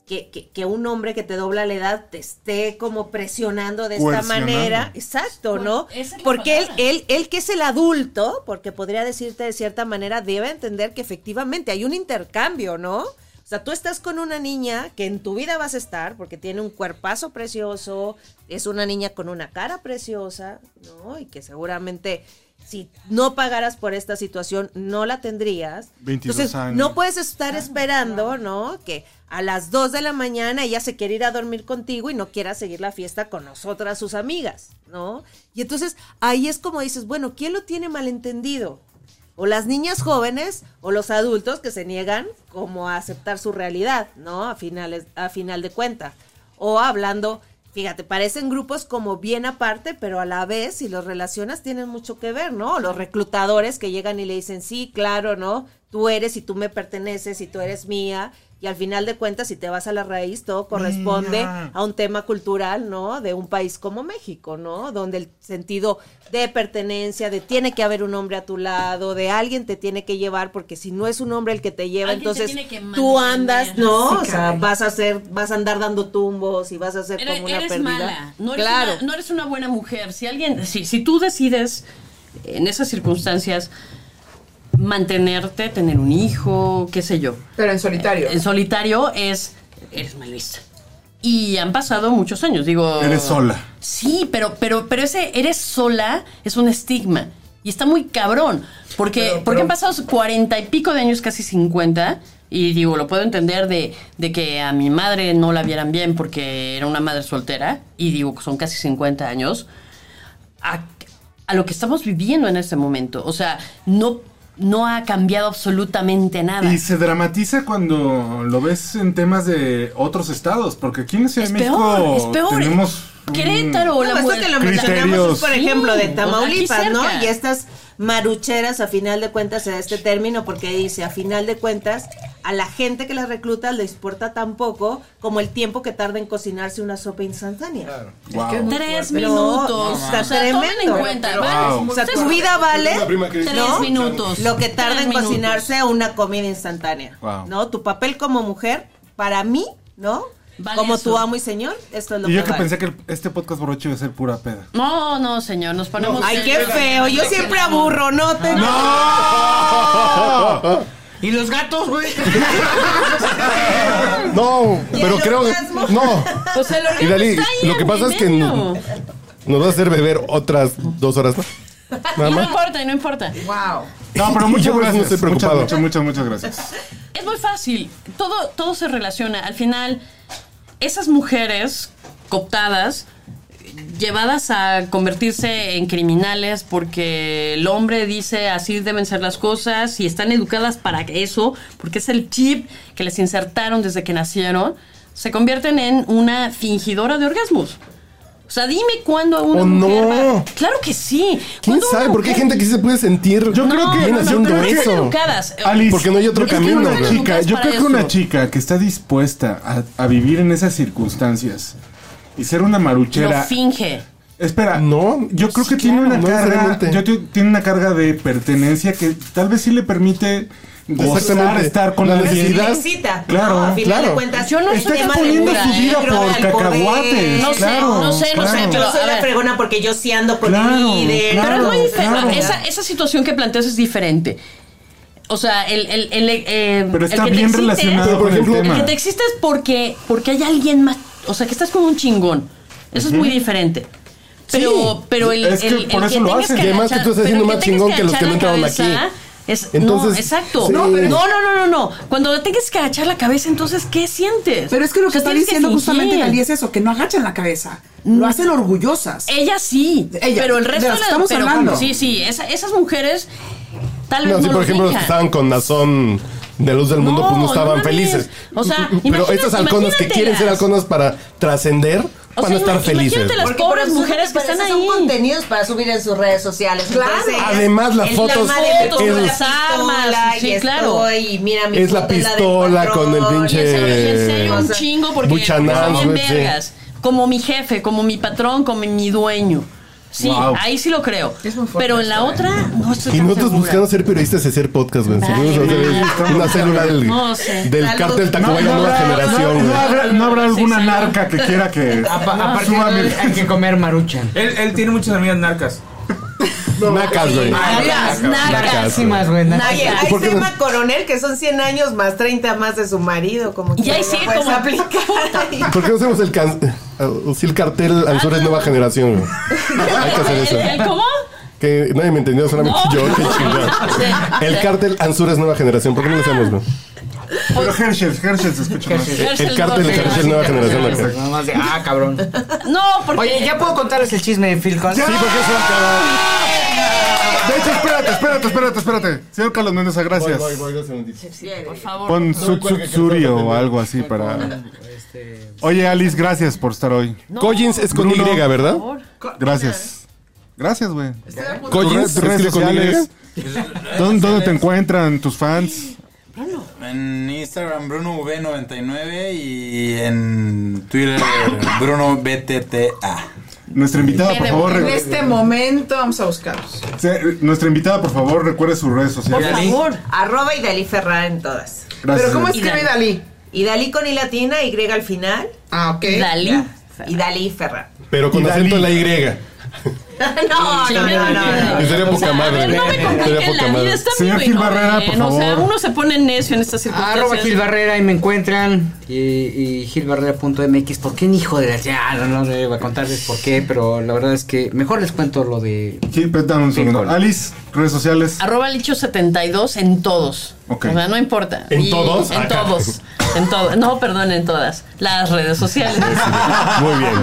S10: Que, que, que un hombre que te dobla la edad te esté como presionando de esta
S1: Coercionando.
S10: manera. Exacto, ¿no?
S3: Pues, esa es la
S10: Porque él,
S3: palabra.
S10: él, él que es el adulto, porque podría decirte de cierta manera, debe entender que efectivamente hay un intercambio, ¿no? O sea, tú estás con una niña que en tu vida vas a estar porque tiene un cuerpazo precioso, es una niña con una cara preciosa, ¿no? Y que seguramente si no pagaras por esta situación no la tendrías.
S1: 22
S10: Entonces,
S1: años.
S10: no puedes estar esperando, ¿no? Que a las 2 de la mañana ella se quiere ir a dormir contigo y no quiera seguir la fiesta con nosotras, sus amigas, ¿no? Y entonces ahí es como dices, bueno, ¿quién lo tiene malentendido? O las niñas jóvenes o los adultos que se niegan como a aceptar su realidad, ¿no? A, finales, a final de cuentas. O hablando, fíjate, parecen grupos como bien aparte, pero a la vez, si los relacionas, tienen mucho que ver, ¿no? Los reclutadores que llegan y le dicen, sí, claro, ¿no? Tú eres y tú me perteneces y tú eres mía. Y al final de cuentas, si te vas a la raíz, todo corresponde
S1: Mía.
S10: a un tema cultural, ¿no? De un país como México, ¿no? Donde el sentido de pertenencia, de tiene que haber un hombre a tu lado, de alguien te tiene que llevar, porque si no es un hombre el que te lleva,
S3: Alguien te
S10: entonces
S3: tiene que
S10: tú
S3: mantener.
S10: andas, ¿no?
S7: Sí,
S10: o sea,
S7: caray.
S10: vas a hacer, vas a andar dando tumbos y vas a hacer
S3: Eres,
S10: como una
S3: eres
S10: perdida.
S3: mala, no eres,
S10: claro.
S3: una, no eres una buena mujer. Si alguien, si, si tú decides en esas circunstancias mantenerte, tener un hijo, qué sé yo,
S6: Pero en solitario.
S3: en solitario es, eres malvista. Y han pasado muchos años, digo...
S1: Eres sola.
S3: Sí, pero, pero, pero ese eres sola es un estigma. Y está muy cabrón. Porque, porque han pasado cuarenta y pico de años, casi cincuenta. Y digo, lo puedo entender de, de que a mi madre no la vieran bien porque era una madre soltera. Y digo, son casi 50 años. A, a lo que estamos viviendo en este momento. O sea, no, no ha cambiado absolutamente nada.
S1: Y se dramatiza cuando lo ves en temas de otros estados, porque aquí en la Ciudad
S3: es
S1: de México
S3: peor, es peor.
S1: tenemos un-
S10: Mm.
S3: Querétaro,
S10: No,
S3: la
S10: esto
S3: mujer-
S10: que lo
S1: Criterios.
S10: mencionamos es, por ejemplo, de
S3: Sí,
S10: Tamaulipas,
S3: aquí
S10: ¿no?
S3: cerca.
S10: Y estas marucheras, a final de cuentas, a este término, porque dice, a final de cuentas, a la gente que las recluta les importa tan poco como el tiempo que tarda en cocinarse una sopa instantánea.
S3: Wow. Tres minutos.
S10: No, está
S3: o sea,
S10: tremendo.
S3: tomen en cuenta. vale,
S10: O sea, tu vida vale
S1: Una prima que dice,
S3: Tres
S1: "No,
S3: minutos.
S10: lo que tarda
S3: Tres
S10: en
S3: minutos.
S10: cocinarse una comida instantánea.
S4: Wow.
S10: ¿No? Tu papel como mujer, para mí, ¿no?
S3: Vale
S10: como
S3: eso.
S10: tu amo y señor, esto es lo
S1: Y yo
S10: que
S1: que
S10: vale.
S1: pensé que el- este podcast borracho iba a ser pura peda.
S3: No, no, señor, nos ponemos.
S10: Ay, qué feo. Yo siempre aburro, no te.
S7: ¿Y los gatos, güey?
S2: No,
S10: ¿Y el
S2: pero creo que.
S10: orgasmo?
S2: No.
S3: Pues el
S2: Y
S3: orgasmo
S2: Dalí,
S3: está ahí
S2: lo que
S3: en
S2: pasa es que
S3: medio.
S2: no- nos va a hacer beber otras dos horas más. Nada
S3: Y no
S2: más.
S3: importa, y no importa.
S5: Wow.
S1: No, pero muchas
S2: Yo por eso
S1: gracias.
S2: no estoy preocupado.
S1: Muchas, muchas, muchas, muchas gracias.
S3: Es muy fácil. Todo, todo se relaciona. Al final, esas mujeres cooptadas, llevadas a convertirse en criminales porque el hombre dice así deben ser las cosas y están educadas para eso, porque es el chip que les insertaron desde que nacieron, se convierten en una fingidora de orgasmos. O sea, dime cuándo una
S2: Oh,
S3: mujer
S2: no.
S3: va- Claro que sí.
S2: ¿Quién
S3: Cuando una
S2: sabe? Porque hay
S3: mujer-
S2: gente que sí se puede sentir
S1: Yo creo que-
S2: bien
S1: no, no,
S2: haciendo
S1: pero no
S3: están
S2: eso.
S3: educadas.
S1: Alice,
S2: Porque no hay otro
S1: es que
S2: camino,
S1: una
S2: güey.
S1: chica- yo
S3: Para
S1: creo que una
S3: eso.
S1: chica que está dispuesta a, a vivir en esas circunstancias y ser una
S3: Lo
S1: maruchera.
S3: finge.
S1: Espera,
S2: No,
S1: yo creo que
S2: sí,
S1: tiene
S2: claro,
S1: una
S2: no
S1: carga,
S2: necesariamente.
S1: yo te- tiene una carga de pertenencia que tal vez sí le permite gozar
S2: Exactamente.
S1: estar con
S2: La
S1: la
S10: Pero sí me
S2: necesidad.
S10: excita,
S1: Claro,
S10: ¿no? A final
S2: claro.
S10: de cuentas,
S3: Yo no
S10: el
S1: Está
S3: soy
S10: tema
S1: exponiendo
S10: del
S1: su vida
S10: negro,
S1: por
S10: del
S1: cacahuates.
S10: poder.
S3: No sé,
S1: claro,
S3: no sé, no sé,
S1: claro.
S3: pero-
S10: Yo soy
S3: a
S10: la
S3: ver.
S10: fregona porque yo sí ando con
S1: Claro,
S10: el líder.
S1: claro,
S3: Pero es muy diferente.
S1: claro.
S3: Esa, esa situación que planteas es diferente. O sea, el, el, el, eh,
S1: Pero
S3: el
S1: está
S3: que te
S1: bien
S3: existe-
S1: relacionado
S2: Pero, por
S1: con
S2: ejemplo,
S1: el
S3: El
S1: tema.
S3: que te existe es porque, porque hay alguien más. O sea, que estás como un chingón. Eso es muy diferente. Pero, pero el,
S1: Es que
S3: el- el
S1: por eso
S3: que
S1: lo
S3: tengas
S1: hacen.
S3: que
S2: Y además que
S3: agachar-
S2: tú estás
S3: pero
S2: siendo más
S3: tengas
S2: chingón que los
S3: agachar
S2: que no
S3: la
S2: entraron
S3: cabeza
S2: aquí.
S3: es- no,
S2: Entonces,
S3: exacto.
S2: sí.
S3: No, pero- no, no, no, no, no. Cuando tengas que agachar la cabeza, entonces, ¿qué sientes?
S5: Pero es que lo
S3: O
S5: que
S3: sea,
S5: está
S3: tienes
S5: diciendo
S3: fingir. Mm.
S5: justamente Cali es eso, que no agachan la cabeza. Lo hacen orgullosas.
S3: Ella sí,
S5: Ella,
S3: pero el resto
S5: de las que estamos
S3: pero-
S5: hablando.
S3: Sí, sí, esa- esas mujeres tal vez
S2: No,
S3: no,
S2: si por
S3: lo
S2: ejemplo los que
S3: digan.
S2: estaban con Nazón de Luz del Mundo, pues no estaban
S3: mames.
S2: felices.
S3: O sea,
S2: Pero
S3: imagina-
S2: estas halconas que quieren ser
S3: imagínatelas.
S2: halconas para trascender
S3: O
S2: van
S3: sea,
S2: a estar
S3: ima-
S2: felices.
S3: imagínatelas.
S10: Porque
S3: pobres
S10: por eso
S3: mujeres que
S10: pero
S3: están
S10: esos son
S3: ahí.
S10: contenidos para subir en sus redes sociales.
S5: Claro.
S10: Entonces,
S2: Además, las
S10: el
S2: fotos-
S10: tema de
S3: fotos,
S10: pistola,
S3: las armas,
S10: pistola,
S3: sí,
S10: y
S3: claro.
S10: estoy, y mira mi
S2: Es la
S10: foto, del
S2: pistola con el
S10: patrón,
S2: pinche-
S10: y
S3: Se
S10: esa-
S3: los enseño un
S10: Eh,
S3: chingo porque pues,
S2: buchanás,
S3: son bien
S2: güey, sí.
S3: vergas. Como mi jefe, como mi patrón, como mi dueño. Sí,
S1: Wow.
S3: ahí sí lo creo. Pero en la otra, no estoy
S2: Y
S3: tan
S2: nosotros
S3: segura.
S2: buscando ser periodistas y hacer podcast, güey.
S3: Vale,
S2: Seguimos a hacer
S3: madre.
S2: una célula del,
S3: No sé.
S2: del
S10: Salud.
S2: cártel Tacubaya
S1: No, no
S2: Nueva
S1: habrá-
S2: Generación,
S1: no,
S2: güey.
S1: no habrá, no habrá alguna
S3: sí.
S1: narca que quiera que
S7: Apa- aparte,
S1: suba mi-
S7: hay que comer maruchan.
S4: Él, él tiene muchas amigas narcas.
S2: Nacas, güey.
S10: Nalgas, nalgas.
S7: Carísimas, güey. nada.
S10: Oye, hay
S2: ¿Por qué no?
S10: Selma Coronel que son 100 años más 30 más de su marido. Como que
S3: Y ahí
S10: no
S3: sigue
S10: puedes
S3: como-
S10: aplicar ahí.
S2: ¿Por qué no hacemos el, can- eh, sí, el cartel Anzores Nueva Generación, güey? Hay que hacer eso.
S3: Ah, ¿El, el cómo?
S2: Que nadie me entendió, solamente
S3: No.
S2: yo. Qué chingado.
S3: Sí.
S2: El cártel Anzures Nueva Generación, ¿por qué no lo hacemos, güey?
S1: Pero Herschel, Herschel se escucha más.
S2: El cártel de Herschel Nueva Generación. güey. Sí,
S7: Nada más de, ah, cabrón.
S3: No, porque.
S7: Oye, ¿ya puedo contarles el chisme de Phil Collins?
S2: porque eso va a acabar.
S1: De hecho, espérate, espérate, espérate, espérate. Señor Carlos Mendoza, gracias.
S3: Por favor.
S1: Pon Suri o algo así para.
S7: Este,
S1: Oye, Alice, gracias por estar hoy.
S2: Collins es con
S1: Bruno.
S2: Y, ¿verdad?
S1: Gracias. Gracias, güey.
S2: Collins
S1: Tus
S2: se escribe
S1: redes
S2: con
S1: sociales.
S2: Y.
S1: ¿Dónde, dónde te encuentran tus fans?
S9: En Instagram BrunoV99 y en Twitter BrunoBTTA.
S1: Nuestra invitada, por favor.
S5: En
S1: re-
S5: este momento vamos a buscarlos.
S1: se- Nuestra invitada, por favor, recuerde sus redes
S3: Por
S1: sociales.
S3: favor.
S10: Arroba y Dalí Ferrara en todas.
S1: Gracias.
S5: Pero ¿cómo
S1: señor.
S5: escribe Dalí?
S10: Y Dalí con I latina, Y al final.
S5: Ah, ok.
S3: Dalí.
S10: Ya. Y Dalí Ferrara.
S2: Pero con
S1: Y
S2: acento en la
S1: Dalí.
S2: Y.
S10: no, no, no, no, no.
S2: Y sería
S3: O
S2: poca
S3: sea, a
S2: madre.
S3: ver, no me compliquen la vida, está
S1: Señor
S3: vivo y
S1: Gil
S3: no
S1: Barrera,
S3: ven,
S1: por
S3: O sea,
S1: favor.
S3: uno se pone necio en estas
S7: Arroba Gil
S3: circunstancias.
S7: Barrera y me encuentran. Y, y gilbarrera.mx. ¿Por qué un hijo de la.? Ya, no, no, no iba a contarles por qué, pero la verdad es que mejor les cuento lo de.
S1: Sí, pues, dame un segundo.
S7: Híjole.
S1: Alice, redes sociales.
S3: Arroba Licho72 en todos.
S1: Ok. Ah,
S3: O sea, no importa.
S2: ¿En todos?
S3: En
S2: Acá.
S3: todos. En todos. No, perdón, en todas. Las redes sociales.
S2: Muy bien.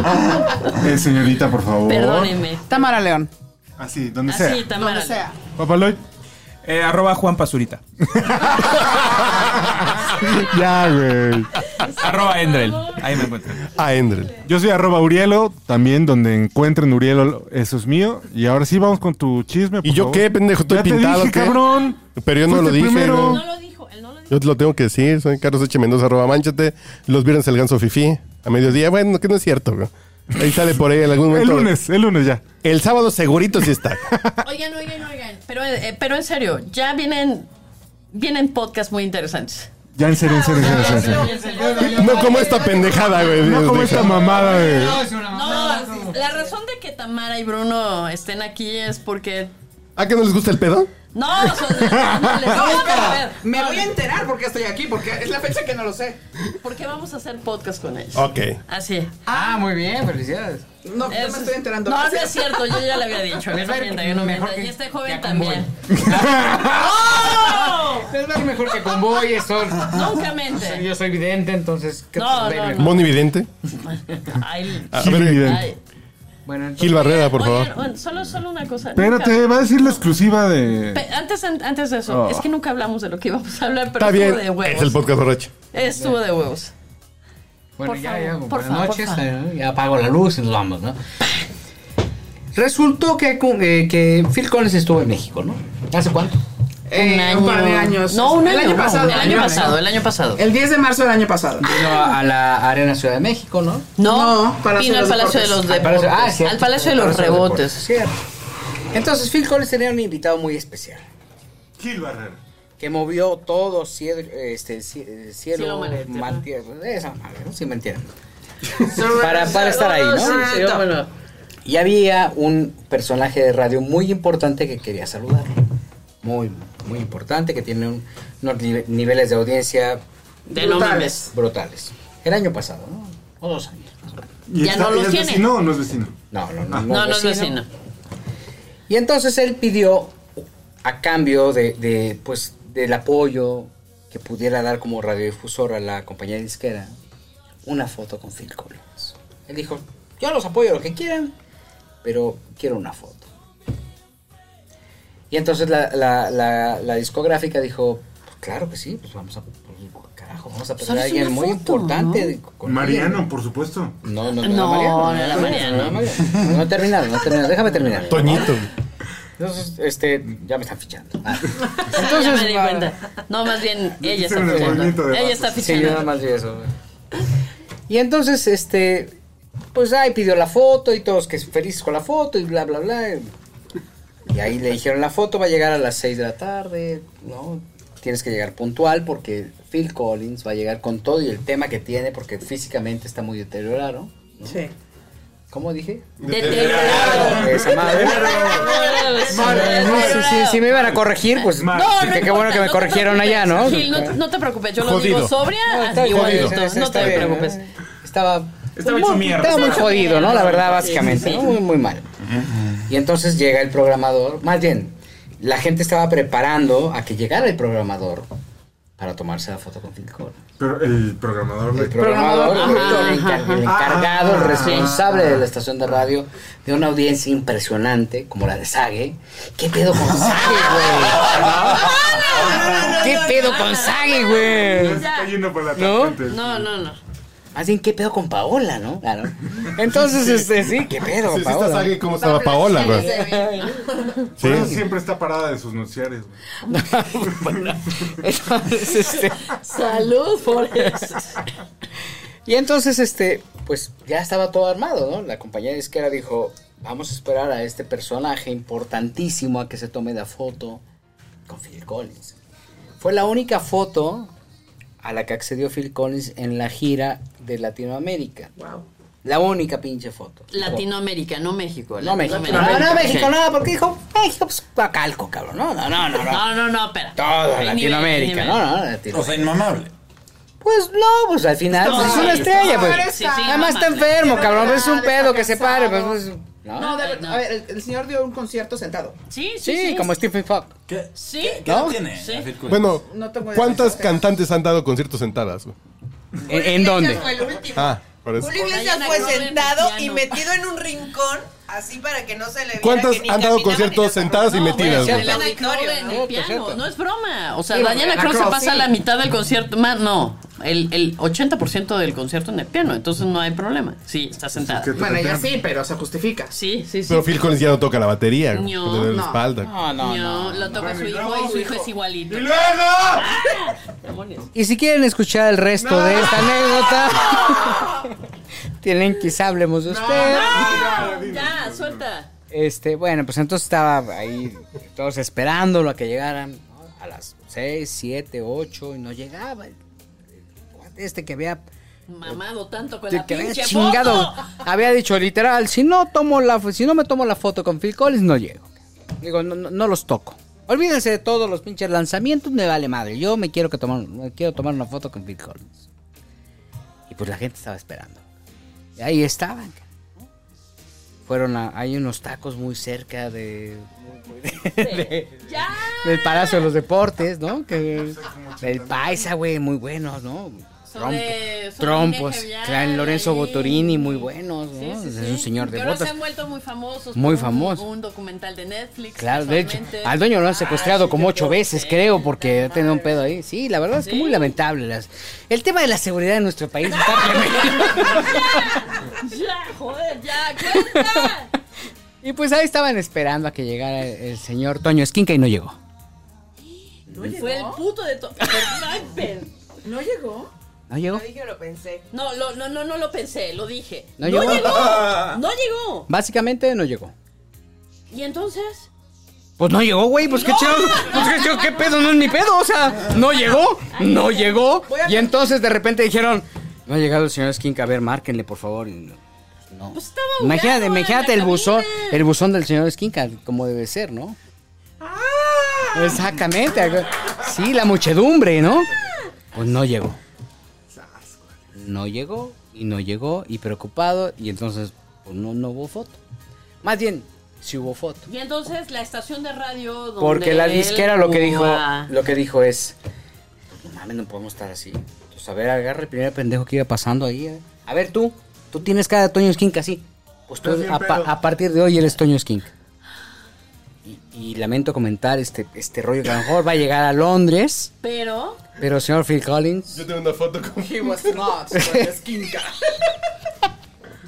S1: Eh, señorita, por favor.
S3: Perdónenme.
S5: Tamara León.
S1: Así, donde sea.
S3: Así, Tamara.
S1: Papaloy.
S4: Eh, arroba Juan Pazurita.
S1: ya, güey.
S4: arroba Endrel. Ahí me encuentran.
S2: A Endrel.
S1: Yo soy arroba Urielo, también donde encuentren Urielo, eso es mío. Y ahora sí vamos con tu chisme. por
S2: ¿Y yo
S1: favor.
S2: qué, pendejo? Estoy
S1: Ya
S2: pintado,
S1: Te dije,
S2: ¿qué?
S1: cabrón.
S2: Pero yo no
S1: Fuiste
S2: lo dije.
S1: primero.
S2: güey.
S3: No lo dijo, él no lo dijo.
S2: Yo te lo tengo que decir, soy Carlos H. Mendoza, arroba manchate. Los viernes el ganso fifí. A mediodía, bueno, que no es cierto, bro. Ahí sale por ahí en algún
S1: El
S2: momento.
S1: lunes, el lunes ya.
S2: El sábado segurito sí está.
S3: Oigan, oigan, oigan. Pero, eh, pero en serio, ya vienen, vienen podcasts muy interesantes.
S1: Ya en serio, en serio, en serio, en serio.
S3: En serio.
S2: No como esta pendejada, güey.
S1: No como esta mamada de.
S3: No, la razón de que Tamara y Bruno estén aquí es porque.
S2: ¿A qué no les gusta el pedo?
S3: No, o sea, no, les-
S5: No,
S3: no, a
S5: espera,
S3: ver,
S5: me
S3: no,
S5: voy a enterar porque estoy aquí, porque es la fecha que no lo sé.
S3: Porque vamos a hacer podcast con ellos.
S2: Ok.
S3: Así.
S7: Ah, muy bien, felicidades.
S5: No, no me
S3: Es-
S5: estoy enterando.
S3: No, no
S5: Gracias.
S3: es cierto, yo ya le había dicho.
S7: Les va a ir
S3: mienta, yo no
S7: mejor
S3: mienta,
S7: que-
S3: Y este
S7: que
S3: joven
S7: a
S3: también. ¡Oh!
S7: Les va a ir mejor que convoyes, son.
S3: Nunca mente.
S7: Yo soy vidente, entonces. ¿qué
S3: No,
S7: te-
S3: no,
S7: ven-
S3: no.
S2: Moni Vidente.
S3: Ay,
S2: A
S1: Gil
S2: ver,
S1: Vidente.
S3: ay.
S7: Bueno, entonces-
S2: Gil Barrera, por
S3: Oigan,
S2: favor.
S3: oigan, solo, solo una cosa.
S1: Espérate, va a decir la exclusiva de.
S3: Pe- Antes, an- antes de eso,
S1: Oh.
S3: es que nunca hablamos de lo que íbamos a hablar, pero
S2: Está
S3: estuvo
S2: bien.
S3: de huevos.
S2: Es el podcast borracho.
S3: Estuvo de huevos.
S7: Bueno,
S3: Por
S7: ya,
S3: favor,
S7: ya,
S3: por
S7: buenas
S3: favor,
S7: noches.
S3: por favor.
S7: eh, ya apago la luz y nos vamos, ¿no? Resultó que, con- eh, que Phil Collins estuvo en México, ¿no? ¿Hace cuánto?
S5: Eh, un par de años.
S3: No, un
S5: El
S3: año.
S5: año
S3: no,
S5: pasado,
S3: El año pasado, el año pasado.
S5: El 10 de marzo del año pasado.
S7: Vino a, a la Arena Ciudad de México, ¿no?
S3: No,
S5: No, Palacio
S3: vino
S5: de
S3: al
S5: los
S3: Palacio de los
S5: Deportes.
S3: Deportes.
S7: ah, cierto,
S3: al Palacio de los
S7: Palacio
S3: Rebotes.
S7: Deportes, cierto. Entonces Phil Collins tenía un invitado muy especial.
S1: Gil Barrera.
S7: que movió todo cielo, este, ci- eh,
S3: Cielo,
S7: cielo,
S3: mar, tierra.
S7: mar, tierra, esa madre, ¿no? Si me entienden. para, para estar ahí, ¿no?
S10: Sí, yo, bueno.
S7: Y había un personaje de radio muy importante que quería saludar. Muy, muy importante, que tiene un- unos nive- niveles de audiencia
S3: De no mames.
S7: brutales. El año pasado, ¿no? O dos años. más o menos.
S1: ¿Y
S3: Ya no
S1: y
S3: los
S1: es
S3: tiene.
S1: vecino o no es vecino?
S7: No, no, no.
S3: No, no es
S7: vecino.
S3: vecino.
S7: Y entonces él pidió a cambio de, de, pues del apoyo que pudiera dar como radiodifusor a la compañía disquera una foto con Phil Collins. Él dijo, yo los apoyo lo que quieran, pero quiero una foto. Y entonces la, la- la- la discográfica dijo, "Pues claro que sí, pues vamos a, pues, carajo, vamos a perder
S3: Solo
S7: a
S3: es
S7: alguien
S3: una
S7: muy
S3: foto,
S7: importante. de- con-
S1: Mariano, por supuesto.
S7: No, no, no,
S3: No,
S7: Mariano,
S3: no era Mariano.
S7: no, Mariano. No he terminado, no he terminado, déjame terminar.
S2: Toñito. güey.
S7: Entonces, este, ya me están fichando. Ah.
S3: Entonces, me di cuenta. No, más bien ella está
S1: Hicieron el movimiento
S3: fichando.
S1: de
S3: Ella está
S7: Sí, yo nada
S3: fichando.
S7: más vi eso. Y entonces, este, pues ahí pidió la foto y todos que felices con la foto y bla, bla, bla. Y ahí le dijeron, la foto va a llegar a las 6 de la tarde, ¿no? Tienes que llegar puntual porque Phil Collins va a llegar con todo y el tema que tiene porque físicamente está muy deteriorado.
S5: Sí.
S7: ¿Cómo dije?
S3: Deteriorado.
S7: Esa madre. Sí, sí, sí, me iban a corregir, pues
S3: No,
S7: qué
S3: no
S7: qué bueno
S3: importa,
S7: que me
S3: te
S7: corrigieron
S3: preocupes,
S7: allá, Ah, ¿no?
S3: Gil, no, no te preocupes, yo lo
S2: Jodido.
S3: digo sobria,
S7: está bien,
S3: igualito,
S7: está bien,
S3: no
S7: está
S3: te
S7: bien.
S3: preocupes.
S7: Estaba,
S4: Estaba
S7: muy-
S4: hecho mierda.
S7: Estaba muy
S3: Estaba hecho
S7: jodido, ¿no?
S3: mierda.
S7: La verdad,
S3: Sí,
S7: básicamente.
S3: sí,
S7: ¿no?
S3: sí.
S7: Muy, muy mal. Y entonces llega el programador. Más bien, la gente estaba preparando a que llegara el programador para tomarse la foto con Phil Collins.
S1: Pero el programador
S7: El
S1: de.
S7: programador,
S3: Ajá,
S7: el, encar- el encargado,
S1: Ah.
S7: el responsable de la estación de radio, de una audiencia impresionante como la de Sage. ¿Qué pedo con Sage, güey? ¿Qué pedo con Sage, güey?
S1: Está yendo para la
S7: ¿No?
S1: tangente.
S3: No, no, no.
S7: Más bien, ¿qué pedo con Paola, no? Claro. Entonces, este, sí, ¿qué pedo,
S2: Sí, sí estás
S7: Paola?
S2: aquí como estaba Paola, güey.
S1: Por eso siempre está parada de sus noticiarios. güey.
S7: Entonces, este,
S3: Salud por eso.
S7: y entonces, este, pues ya estaba todo armado, ¿no? La compañía disquera dijo, vamos a esperar a este personaje importantísimo a que se tome la foto con Phil Collins. Fue la única foto a la que accedió Phil Collins en la gira de Latinoamérica.
S5: Wow.
S7: La única pinche foto.
S3: Latinoamérica, no México.
S7: No México. No,
S3: Latinoamérica.
S7: no, México,
S3: Sí.
S7: nada, porque dijo, México, pues, calco, cabrón. No, no, no, no. no.
S3: No, no, no, espera.
S7: Todo
S3: Ni
S7: Latinoamérica,
S3: nivel,
S7: no,
S3: ni
S7: no,
S9: O
S7: Latinoamérica.
S9: sea, inmamable.
S7: Pues no, pues al final pues, es una estrella, pues.
S3: Sí, sí,
S7: Además
S3: no
S7: está
S3: mames.
S7: enfermo,
S5: Pero
S7: cabrón.
S5: ya,
S7: Es un
S5: está
S7: pedo que se pare. Pues,
S5: cansado.
S7: pues, no.
S5: No, de ver-
S3: no.
S5: a ver, el, el señor dio un concierto sentado.
S3: Sí, sí,
S7: sí,
S3: sí.
S7: como Stephen Fox.
S9: ¿Qué,
S3: Sí.
S9: ¿qué, qué
S7: ¿No?
S9: edad tiene?
S3: Sí.
S9: Phil Collins?
S2: Bueno,
S5: No tengo idea.
S2: ¿cuántas cantantes han dado conciertos sentadas? güey?
S7: ¿En, en dónde?
S10: Fue el último.
S2: Ah, por eso.
S10: Julio Iglesias
S3: Diana
S10: fue
S3: Glover,
S10: sentado y
S3: piano.
S10: metido en un rincón, así para que no se le viera.
S2: ¿Cuántas
S10: que ni
S2: han dado
S10: caminaba ni
S2: conciertos
S10: nada.
S2: sentadas y
S3: No,
S2: metidas?
S3: güey,
S2: güey?
S3: en el auditorio, en el
S7: Cierto,
S3: piano.
S7: cierto.
S3: No es broma. O sea,
S7: Sí,
S3: Diana Cross se
S5: Cross,
S3: pasa
S5: sí.
S3: la mitad del concierto. Más, no. el, el 80% del concierto en el piano, entonces no hay problema. Sí,
S2: Pues
S3: está sentada.
S7: Bueno, ya sí, pero se justifica.
S3: Sí, sí, sí.
S2: Pero Phil Collins ya no toca la batería.
S3: No,
S2: le duele la
S7: no.
S2: espalda.
S14: No, no, no.
S3: No, lo toca su hijo y su hijo es igualito.
S1: ¡Y luego!
S3: Demonios.
S7: Y si quieren escuchar el resto de esta anécdota, tienen quizá hablemos de usted.
S3: Ya, suelta.
S7: Este, bueno, pues entonces estaba ahí todos esperándolo a que llegaran ¿no? a las 6, 7, 8 y no llegaba. El cuate Este que había,
S3: Mamado tanto con
S7: que
S3: la
S7: había
S3: pinche
S7: chingado,
S3: foto.
S7: había dicho literal, si no tomo la fo- si no me tomo la foto con Phil Collins no llego. Digo, no, no- no los toco. Olvídense de todos los pinches lanzamientos, me vale madre. Yo me quiero que tomar, me quiero tomar una foto con Phil Collins. Y pues la gente estaba esperando. Y ahí estaban. cara, ¿no? Fueron a, hay unos tacos muy cerca de, de-
S3: Ya.
S7: del Palacio de los Deportes, ¿no? Que, del Paisa, güey, muy buenos, ¿no?
S3: Son de-
S7: Trompo-
S3: son
S7: trompos,
S3: de Negevial,
S7: traen Lorenzo
S3: ahí.
S7: Botorini, muy buenos,
S3: Sí,
S7: ¿no?
S3: sí,
S7: es
S3: sí.
S7: un señor de
S3: Que ahora se
S7: botas.
S3: han vuelto muy famosos.
S7: Muy
S3: por un-
S7: famosos.
S3: Un documental de Netflix.
S7: Claro, de hecho,
S3: casualmente.
S7: al dueño lo han secuestrado
S3: Ah, sí,
S7: como
S3: te
S7: ocho
S3: puedo
S7: veces,
S3: creer,
S7: creo, porque ha
S3: puta
S7: tenido un
S3: madre.
S7: pedo ahí. Sí, la verdad es que
S3: Sí.
S7: muy lamentable. las- El tema de la seguridad en nuestro país está tremendo.
S3: Ya, joder, ya, cuenta.
S7: Y pues ahí estaban esperando a que llegara el, el señor Toño Esquinca y no llegó.
S3: Fue el puto de todo.
S8: ¿No llegó?
S7: No llegó.
S10: Yo lo pensé.
S3: No, lo- no, no, no lo pensé, lo dije.
S7: No llegó.
S3: No llegó.
S7: Básicamente no llegó.
S3: Y entonces,
S7: Pues no llegó, güey, pues qué chido. Pues qué chido, qué pedo, no es mi pedo, o sea, no llegó, no llegó. Y entonces de repente dijeron, no ha llegado el señor Esquinca, a ver, márquenle, por favor. Y no. no.
S3: pues estaba
S7: Imagínate,
S3: ahogado en
S7: imagínate
S3: la
S7: el buzón,
S3: cabina.
S7: el buzón del señor Esquinca, como debe ser, ¿no?
S3: Ah.
S7: Exactamente. Sí, la muchedumbre, ¿no? Pues no llegó. No llegó y no llegó y preocupado y entonces pues no, no hubo foto. Más bien, sí hubo foto.
S3: Y entonces la estación de radio donde
S7: Porque la
S3: él
S7: disquera lo que dijo,
S3: jugaba.
S7: lo que dijo es, no mames, no podemos estar así. Entonces, a ver, agarra el primer pendejo que iba pasando ahí. eh. A ver tú, tú tienes cara de Toño Esquinca, sí. Pues tú, a, pa- a partir de hoy eres Toño Esquinca. Y, y lamento comentar este, este rollo que a lo mejor va a llegar a Londres,
S3: Pero
S7: pero señor Phil Collins,
S2: Yo tengo una foto con.
S8: He was not. Esquinca.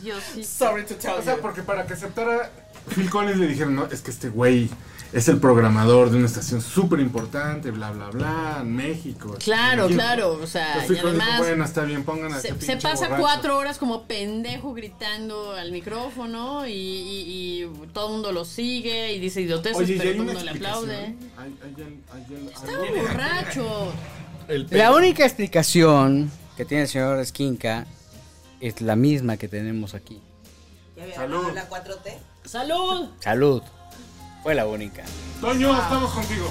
S3: yo sí.
S8: Sorry to tell
S1: O sea,
S8: you.
S1: porque para que aceptara Phil Collins le dijeron, no, es que este güey es el programador de una estación súper importante, bla, bla, bla, en México.
S3: Claro,
S1: Y-
S3: claro, o sea,
S1: Entonces
S3: y
S1: Phil Collins dijo,
S3: además
S1: bueno, está bien, pongan a
S3: se,
S1: este
S3: se
S1: pinche
S3: pasa
S1: borracho".
S3: cuatro horas como pendejo gritando al micrófono y, y- y todo el mundo lo sigue y dice idioteces,
S1: Oye, ¿y
S3: pero
S1: hay
S3: todo el
S1: una
S3: mundo le aplaude.
S1: explicación? Hay- hay al- hay al-
S3: Estaba
S1: algo-
S3: borracho.
S2: El pelo.
S7: la única explicación que tiene el señor Esquinca es la misma que tenemos aquí.
S10: Ya había
S1: Salud.
S10: ganado la 4T.
S3: ¡Salud!
S7: Salud. Fue la única.
S1: Toño, estamos contigo.